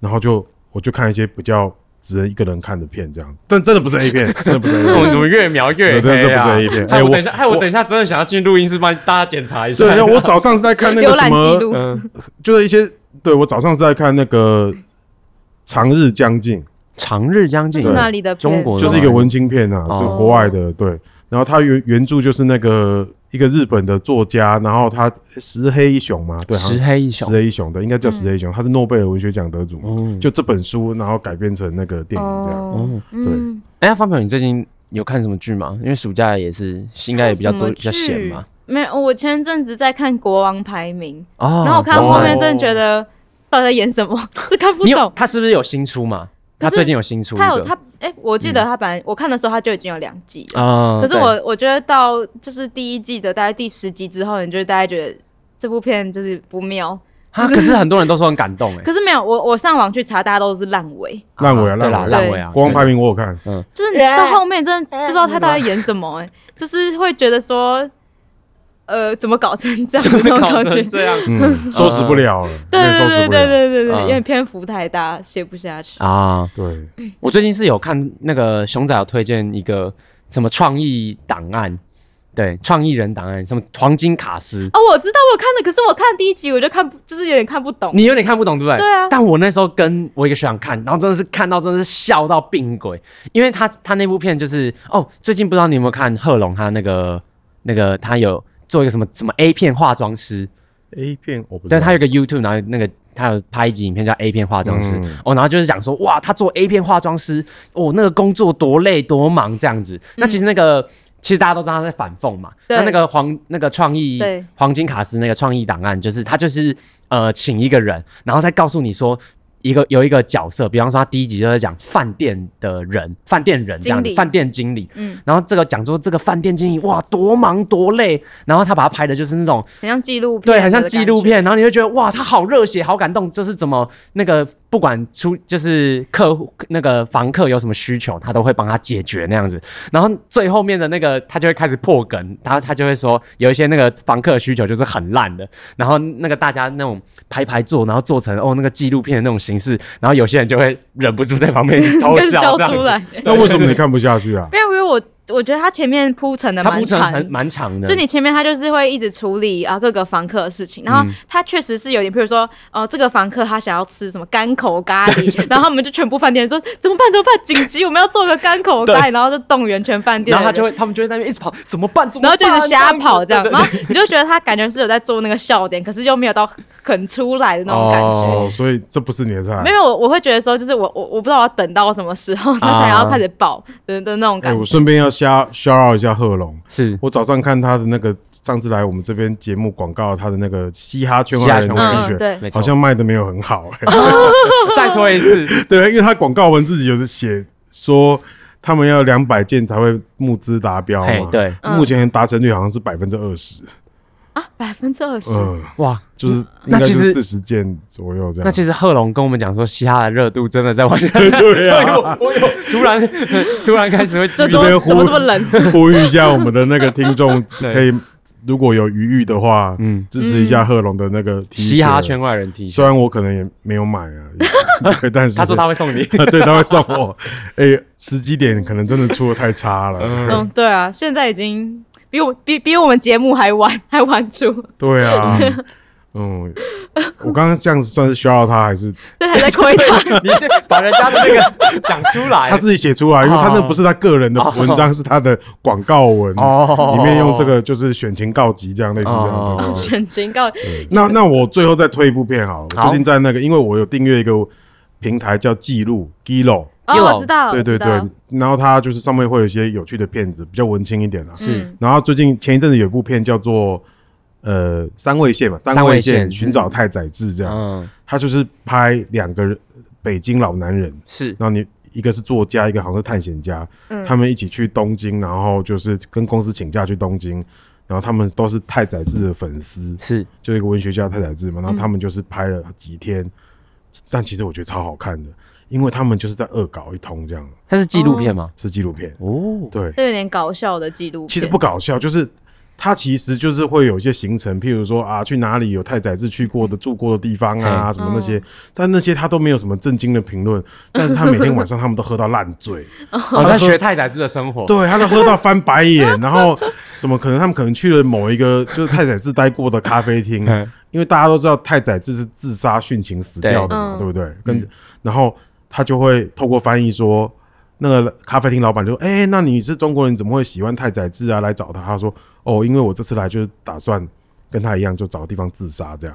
[SPEAKER 2] 然后就我就看一些比较只能一个人看的片这样，但真的不是 A 片，真的不是 A
[SPEAKER 3] (laughs) 那我们
[SPEAKER 2] 片。
[SPEAKER 3] 怎么越描越
[SPEAKER 2] 对
[SPEAKER 3] 黑
[SPEAKER 2] 这不
[SPEAKER 3] 啊？
[SPEAKER 2] 是 A 片
[SPEAKER 3] 害
[SPEAKER 2] 哎
[SPEAKER 3] 我
[SPEAKER 2] 我
[SPEAKER 3] 等一下，害我等一下真的想要进录音室帮大家检查一下。
[SPEAKER 2] 对，我早上是在看那个
[SPEAKER 4] (laughs) 浏
[SPEAKER 2] 什
[SPEAKER 4] 览记
[SPEAKER 2] 么，呃
[SPEAKER 4] 录，
[SPEAKER 3] 嗯，
[SPEAKER 2] 就是一些对我早上是在看那个《长日将近》，
[SPEAKER 3] 长日将
[SPEAKER 4] 这
[SPEAKER 3] 近
[SPEAKER 4] 是哪里的片？
[SPEAKER 3] 中国的
[SPEAKER 2] 就是一个文青片啊，
[SPEAKER 3] 哦
[SPEAKER 2] 是国外的，对。然后它原原著就是那个一个日本的作家，然后他石黑一雄嘛，对，好像
[SPEAKER 3] 石黑一
[SPEAKER 2] 石
[SPEAKER 3] 雄，
[SPEAKER 2] 黑一雄的，应该叫石
[SPEAKER 4] 嗯
[SPEAKER 2] 黑一雄，他是诺贝尔文学奖得主嘛，
[SPEAKER 3] 哦
[SPEAKER 2] 就这本书，然后改编成那个电影这样。
[SPEAKER 4] 哦
[SPEAKER 3] 哦，
[SPEAKER 4] 嗯，
[SPEAKER 3] 哎，那方朋友，你最近有看什么剧吗？因为暑假也是应该也比较多，
[SPEAKER 4] 看什么哦
[SPEAKER 3] 比较闲嘛。
[SPEAKER 4] 没有，我前阵子在看国王排名，
[SPEAKER 3] 哦，
[SPEAKER 4] 然后我看
[SPEAKER 2] 国
[SPEAKER 4] 到
[SPEAKER 2] 王
[SPEAKER 4] 后面真的觉得到底在演什么，这看不
[SPEAKER 3] 你有
[SPEAKER 4] 懂。
[SPEAKER 3] 他是不是有新出嘛？
[SPEAKER 4] 可
[SPEAKER 3] 他
[SPEAKER 4] 是
[SPEAKER 3] 最近有新出一个，
[SPEAKER 4] 他有他，哎，我记得他本来我看的时候他就已经有两季了，
[SPEAKER 3] 啊，
[SPEAKER 4] 可是
[SPEAKER 3] 嗯对
[SPEAKER 4] 我我觉得到就是第一季的大概第十集之后，你就大概觉得这部片就是不妙。
[SPEAKER 3] 啊，可是很多人都说很感动哎，
[SPEAKER 4] 可是没有，我我上网去查，大家都是烂尾，
[SPEAKER 2] 烂尾啊，
[SPEAKER 3] 对
[SPEAKER 2] 烂
[SPEAKER 3] 啦，
[SPEAKER 2] 尾，
[SPEAKER 3] 烂尾啊，
[SPEAKER 2] 国王
[SPEAKER 3] (laughs)
[SPEAKER 2] 排名我有看，
[SPEAKER 4] 就是你到后面真的不知道他到
[SPEAKER 3] 嗯
[SPEAKER 4] 底演什么、哎，就是会觉得说，呃，怎么搞成这样的
[SPEAKER 3] 真
[SPEAKER 4] 那
[SPEAKER 3] 的
[SPEAKER 4] 种
[SPEAKER 3] 搞
[SPEAKER 4] 感觉
[SPEAKER 3] 成。这
[SPEAKER 4] (laughs)
[SPEAKER 3] 样
[SPEAKER 2] 嗯，收拾不了了，
[SPEAKER 4] 对
[SPEAKER 2] 有点收拾
[SPEAKER 4] 对对
[SPEAKER 2] 不了
[SPEAKER 4] 对对对对，
[SPEAKER 3] 嗯
[SPEAKER 4] 有点篇幅太大，写不下去。
[SPEAKER 3] 啊！
[SPEAKER 2] 对，
[SPEAKER 3] 我最近是有看那个熊仔有推荐一个什么创意档案，对，创意人档案，什么黄金卡斯，
[SPEAKER 4] 哦，我知道我看的，可是我看第一集我就看不，就是有点看不懂。
[SPEAKER 3] 你有点看不懂对不对？
[SPEAKER 4] 对啊
[SPEAKER 3] 但我那时候跟我一个学长看，然后真的是看到真的是笑到病鬼，因为他他那部片就是哦，最近不知道你有没有看贺龙他那个那个他有做一个什么什么 A 片化妆师，
[SPEAKER 2] A 片我不知
[SPEAKER 3] 但
[SPEAKER 2] 道，
[SPEAKER 3] 他有一个 YouTube，然后那个他有拍一集影片叫 A 片化妆师、
[SPEAKER 2] 嗯
[SPEAKER 3] 哦，然后就是讲说哇，他做 A 片化妆师哦，那个工作多累多忙这样子。那其实那个、其实大家都知道他在反讽嘛，
[SPEAKER 4] 嗯对
[SPEAKER 3] 那那个黄那个创意
[SPEAKER 4] 对
[SPEAKER 3] 黄金卡斯那个创意档案，就是他就是呃请一个人，然后再告诉你说。一个有一个角色，比方说他第一集就在讲饭店的人，饭店人这样
[SPEAKER 4] 经
[SPEAKER 3] 子，
[SPEAKER 4] 理
[SPEAKER 3] 饭店经理，
[SPEAKER 4] 嗯，
[SPEAKER 3] 然后这个讲说这个饭店经理哇多忙多累，然后他把他拍的就是那种
[SPEAKER 4] 很像纪录片，
[SPEAKER 3] 对，很像纪录。
[SPEAKER 4] (laughs)
[SPEAKER 3] 片，然后你会觉得哇，他好热血，好感动，就是怎么那个不管出就是客户那个房客有什么需求，他都会帮他解决那样子。然后最后面的那个他就会开始破梗，然后他就会说有一些那个房客的需求就是很烂的，然后那个大家那种排排坐，然后做成哦那个纪录片的那种形式，然后有些人就会忍不住在旁边
[SPEAKER 4] (laughs)
[SPEAKER 3] 偷
[SPEAKER 4] 更
[SPEAKER 3] 笑
[SPEAKER 4] 笑
[SPEAKER 3] 这样
[SPEAKER 4] 出
[SPEAKER 3] 子。
[SPEAKER 4] 来，
[SPEAKER 2] 那为什么你看不下去啊？
[SPEAKER 4] 因为因为我我觉得他前面铺陈的
[SPEAKER 3] 他铺
[SPEAKER 4] 蛮
[SPEAKER 3] 陈
[SPEAKER 4] 长
[SPEAKER 3] 很蛮长的，
[SPEAKER 4] 就你前面他就是会一直处理啊各个房客的事情，然后
[SPEAKER 3] 嗯
[SPEAKER 4] 他确实是有点，譬如说，呃，这个房客他想要吃什么干口咖
[SPEAKER 3] (laughs)
[SPEAKER 4] 喱，然后我们就全部饭店说怎么办怎么办，紧急我们要做个干口咖喱，然后就动员全饭店
[SPEAKER 3] 然
[SPEAKER 4] 的
[SPEAKER 3] 后
[SPEAKER 4] 人，
[SPEAKER 3] 他就会他们就会在那边一直跑，怎么办？怎么
[SPEAKER 4] (laughs) 然后就一直
[SPEAKER 3] 办
[SPEAKER 4] 瞎跑这样，
[SPEAKER 3] 对
[SPEAKER 4] 然后你就觉得他感觉是有在做那个笑点，可是又没有到很出来的那种感觉。
[SPEAKER 2] 哦，所以这不是你的菜
[SPEAKER 4] 没。有，我我会觉得说，就是我我我不知道我要等到什么时候，他才要开始爆的的那种
[SPEAKER 2] 哎，
[SPEAKER 4] 感觉
[SPEAKER 2] 我。顺便要瞎 shout out 一下贺龙，
[SPEAKER 3] 是
[SPEAKER 2] 我早上看他的那个，上次来我们这边节目广告，他的那个嘻哈圈外人的
[SPEAKER 3] 嘻哈圈外
[SPEAKER 2] T
[SPEAKER 4] 人
[SPEAKER 2] 恤，
[SPEAKER 4] 嗯对
[SPEAKER 3] 没错
[SPEAKER 2] 好像卖的没有很 (laughs) 好、欸。
[SPEAKER 3] (laughs) 再推一次，
[SPEAKER 2] (laughs) 对，因为他广告文自己有的写说。他们要两百件才会募资达标
[SPEAKER 3] 嘿
[SPEAKER 2] 嘛，，，
[SPEAKER 3] 对，
[SPEAKER 4] 嗯
[SPEAKER 2] 目前达成率好像是百分之二十，
[SPEAKER 4] 啊，百分之二十，
[SPEAKER 2] 嗯，
[SPEAKER 3] 哇，
[SPEAKER 2] 就是应
[SPEAKER 3] 那
[SPEAKER 2] 该
[SPEAKER 3] 其
[SPEAKER 2] 就是
[SPEAKER 3] 实
[SPEAKER 2] 四十件左右这样。
[SPEAKER 3] 那其实贺龙跟我们讲说，嘻哈的热度真的在
[SPEAKER 2] (laughs)
[SPEAKER 3] 往下，
[SPEAKER 2] 对
[SPEAKER 3] (laughs)
[SPEAKER 2] 啊，
[SPEAKER 3] 我我有突然 (laughs) 突然开始会这
[SPEAKER 4] 这怎
[SPEAKER 2] 边嗯
[SPEAKER 4] 么
[SPEAKER 2] 忽
[SPEAKER 4] 怎么这么
[SPEAKER 2] (laughs)
[SPEAKER 4] 冷？
[SPEAKER 3] (laughs)
[SPEAKER 2] 呼吁一下我们的那个听众，
[SPEAKER 3] 对
[SPEAKER 2] 可以如果有余裕的话，嗯，支持一下贺龙的那个 T 恤
[SPEAKER 3] 嗯嘻哈圈外人 T
[SPEAKER 2] 虽
[SPEAKER 3] 恤，
[SPEAKER 2] 然我可能也没有买啊，也 (laughs) 但是
[SPEAKER 3] 他说他
[SPEAKER 2] (laughs)
[SPEAKER 3] 会送你，
[SPEAKER 2] 对他会送我。哎，时机点可能真的出的太差了。
[SPEAKER 4] 嗯，对啊，现在已经比我比比我们节目还晚 (laughs) 还晚出，
[SPEAKER 2] 对啊，嗯，我刚刚这样子算是需要他，还是
[SPEAKER 4] 这还在亏他。
[SPEAKER 3] 你这把人家的那个 (laughs) 讲出来，
[SPEAKER 2] 他自己写出来？因为他那
[SPEAKER 3] 哎哦
[SPEAKER 2] 不是他个人的文章，是他的广告文，
[SPEAKER 3] 哦
[SPEAKER 2] 里面用这个就是选情告急这样类似这样的
[SPEAKER 3] 哦
[SPEAKER 2] 东西。
[SPEAKER 4] 选情
[SPEAKER 2] (laughs)
[SPEAKER 4] 告
[SPEAKER 2] 那那我最后再推一部片好了。我
[SPEAKER 3] 嗯好
[SPEAKER 2] 最近在那个，因为我有订阅一个平台叫记录 Gilo，
[SPEAKER 4] 哦，
[SPEAKER 3] Gillow
[SPEAKER 4] 我知道，
[SPEAKER 2] 对对
[SPEAKER 4] 我知道嗯
[SPEAKER 2] 对，然后它就是上面会有一些有趣的片子，比较文青一点啦。
[SPEAKER 3] 是
[SPEAKER 2] 然后最近前一阵子有一部片叫做呃三位线嘛，
[SPEAKER 3] 三
[SPEAKER 2] 三
[SPEAKER 3] 位
[SPEAKER 2] 位
[SPEAKER 3] 线
[SPEAKER 2] 线寻找太宰治这样，
[SPEAKER 3] 嗯
[SPEAKER 2] 他就是拍两个人北京老男人，
[SPEAKER 3] 是
[SPEAKER 2] 然后你一个是作家，一个好像是探险家，
[SPEAKER 4] 嗯
[SPEAKER 2] 他们一起去东京，然后就是跟公司请假去东京，然后他们都是太宰治的粉丝，
[SPEAKER 3] 是
[SPEAKER 2] 就一个文学家太宰治嘛，然后他们就是拍了几天，但其实我觉得超好看的，因为他们就是在恶搞一通，这样
[SPEAKER 3] 它是纪录片吗？
[SPEAKER 2] 是纪录片。
[SPEAKER 3] 哦，
[SPEAKER 2] 对，
[SPEAKER 4] 这有点搞笑的纪录片。
[SPEAKER 2] 其实不搞笑，就是它其实就是会有一些行程，譬如说啊，去哪里有太宰治去过的、住过的地方啊，什么那些，但那些他都没有什么震惊的评论，但是他每天晚上他们都喝到烂醉，
[SPEAKER 3] 我在学太宰治的生活，
[SPEAKER 2] 对，他都喝到翻白眼， (laughs) 然后什么可能他们可能去了某一个 (laughs) 就是太宰治待过的咖啡厅，
[SPEAKER 3] 嗯
[SPEAKER 2] 因为大家都知道太宰治是自杀殉情死掉的嘛，
[SPEAKER 4] 对
[SPEAKER 2] 对不对？跟然后他就会透过翻译说，那个咖啡厅老板就说：“哎、那你是中国人，怎么会喜欢太宰治啊？来找他。”他说：“哦，因为我这次来就是打算跟他一样，就找个地方自杀这样。”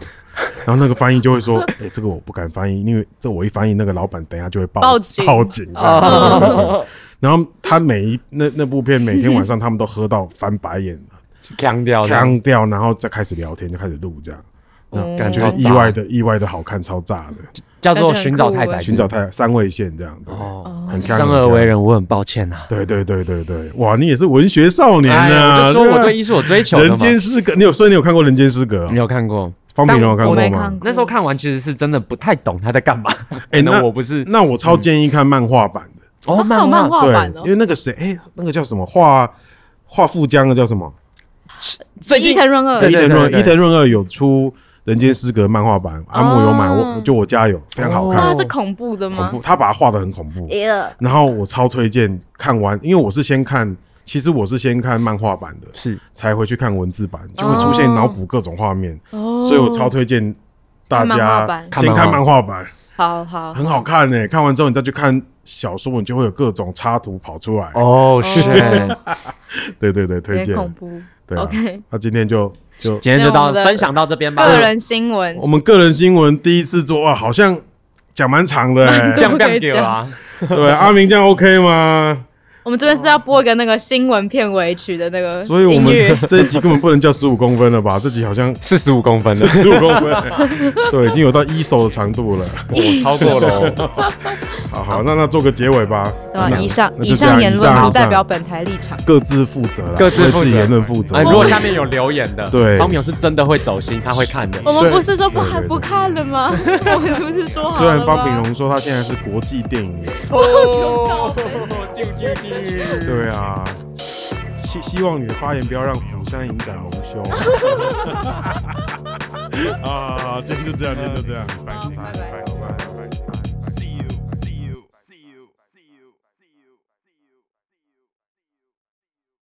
[SPEAKER 2] 然后那个翻译就会说：“哎、这个我不敢翻译，因为这我一翻译，那个老板等一下就会报
[SPEAKER 4] 报警哦
[SPEAKER 2] 报警这样。对对对
[SPEAKER 4] (laughs)
[SPEAKER 2] 对然后他每一那那部片每天晚上他们都喝到翻白眼，
[SPEAKER 3] 强调的
[SPEAKER 2] 腔掉，然后再开始聊天，就开始录这样。
[SPEAKER 4] 嗯
[SPEAKER 3] 感觉
[SPEAKER 2] 就意外的意外的好看，超炸的，
[SPEAKER 3] 叫做寻找太宰治，
[SPEAKER 2] 寻找太三位线这样的。
[SPEAKER 3] 哦，
[SPEAKER 2] 很强
[SPEAKER 3] 生而为人，我很抱歉啊。
[SPEAKER 2] 对对对对对，哇，你也是文学少年
[SPEAKER 3] 哎呀
[SPEAKER 2] 啊！
[SPEAKER 3] 我就说我
[SPEAKER 2] 啊
[SPEAKER 3] 对艺术有追求的
[SPEAKER 2] 人
[SPEAKER 3] 嘛。嗯
[SPEAKER 2] 间失格》，你有所以你有看过《人间失格》
[SPEAKER 3] 你
[SPEAKER 2] 啊？
[SPEAKER 3] 有看过？
[SPEAKER 2] 方平有看
[SPEAKER 4] 我
[SPEAKER 2] 过
[SPEAKER 4] 没
[SPEAKER 2] 吗
[SPEAKER 4] 看？过，
[SPEAKER 3] 那时候看完其实是真的不太懂他在干 (laughs) 嘛。
[SPEAKER 2] 哎
[SPEAKER 3] 可能
[SPEAKER 2] 那
[SPEAKER 3] 我不是嗯
[SPEAKER 2] 那我超建议看漫画版的，
[SPEAKER 3] 哦，
[SPEAKER 4] 还有漫
[SPEAKER 3] 漫
[SPEAKER 4] 画版
[SPEAKER 2] 对，
[SPEAKER 4] 哦
[SPEAKER 2] 因。为那个谁，哎，那个叫什么画画富江的叫什么？
[SPEAKER 3] 最
[SPEAKER 4] 伊
[SPEAKER 3] 近
[SPEAKER 4] 藤润二
[SPEAKER 3] 对
[SPEAKER 2] 伊藤润二
[SPEAKER 3] 对对
[SPEAKER 2] 伊藤润二有出《人间失格》漫画版，阿木有买，
[SPEAKER 4] 哦
[SPEAKER 2] 我就我家有，非常好
[SPEAKER 4] 那
[SPEAKER 2] 看
[SPEAKER 4] 它，是恐怖的
[SPEAKER 2] 哦恐
[SPEAKER 4] 吗
[SPEAKER 2] 怖，？他把它画的很恐怖。
[SPEAKER 4] 耶，
[SPEAKER 2] 然后我超推荐看完，因为我是先看，其实我是先看漫画版的，
[SPEAKER 3] 是
[SPEAKER 2] 才回去看文字版，就会出现脑补各种画面，
[SPEAKER 4] 哦
[SPEAKER 2] 所以我超推荐大
[SPEAKER 4] 看漫画
[SPEAKER 2] 家
[SPEAKER 4] 版
[SPEAKER 2] 先看漫画版，
[SPEAKER 4] 好好
[SPEAKER 2] 很好看呢、欸看完之后你再去看小说，你就会有各种插图跑出来。
[SPEAKER 3] 哦，是。
[SPEAKER 4] (laughs)
[SPEAKER 2] 对对对，
[SPEAKER 4] 有
[SPEAKER 2] 推
[SPEAKER 4] 点
[SPEAKER 2] 荐。
[SPEAKER 4] 恐怖。
[SPEAKER 2] 对啊 (laughs)
[SPEAKER 4] OK，
[SPEAKER 2] 那今天就就
[SPEAKER 3] 今天就到
[SPEAKER 4] 这样我的
[SPEAKER 3] 分享到这边吧。
[SPEAKER 4] 个人新闻
[SPEAKER 2] 我们个人新闻第一次做，哇，好像讲蛮长的、
[SPEAKER 4] (laughs)
[SPEAKER 2] 欸，
[SPEAKER 3] 这样
[SPEAKER 4] 可以
[SPEAKER 3] 给我啊，
[SPEAKER 2] 对，阿明这样 OK 吗？
[SPEAKER 4] 我们这边是要播一个那个新闻片尾曲的那个
[SPEAKER 2] 所以我
[SPEAKER 4] 音
[SPEAKER 2] 们 (laughs)
[SPEAKER 4] 乐，
[SPEAKER 2] 这一集根本不能叫十五公分了吧？这集好 (laughs) 像
[SPEAKER 3] 四十五公分的，
[SPEAKER 2] 十五公分，对，已经有到一手的长度了。
[SPEAKER 3] 我超过了 (laughs) 哦。
[SPEAKER 2] 好好，那那做个结尾吧。
[SPEAKER 4] 对吧？
[SPEAKER 2] 那
[SPEAKER 4] 以上
[SPEAKER 2] 那就
[SPEAKER 4] 以
[SPEAKER 2] 这样
[SPEAKER 4] 上言
[SPEAKER 2] 以
[SPEAKER 4] 论
[SPEAKER 2] 上
[SPEAKER 4] 不代表本台立场。
[SPEAKER 2] 各自负责啦，
[SPEAKER 3] 各自
[SPEAKER 2] 为
[SPEAKER 3] 负责
[SPEAKER 2] 己言论负责
[SPEAKER 3] 哎，。如果下面有留言的，
[SPEAKER 2] 对
[SPEAKER 3] 方淼是真的会走心，他会看的。
[SPEAKER 4] 我们不是说不
[SPEAKER 2] 对对
[SPEAKER 4] 还
[SPEAKER 2] 对
[SPEAKER 4] 不看了吗？ (laughs) 我们不是说哦好
[SPEAKER 2] 虽
[SPEAKER 4] 了
[SPEAKER 2] 然
[SPEAKER 4] 吗？
[SPEAKER 2] 方炳荣说他现在是国际电影人，
[SPEAKER 3] 哦， (laughs) 就就就。
[SPEAKER 2] 对啊，希希望你的发言不要让釜山影展蒙羞。 (laughs) 啊，今天就这样，今天就这样，拜
[SPEAKER 4] 好拜拜
[SPEAKER 2] 拜。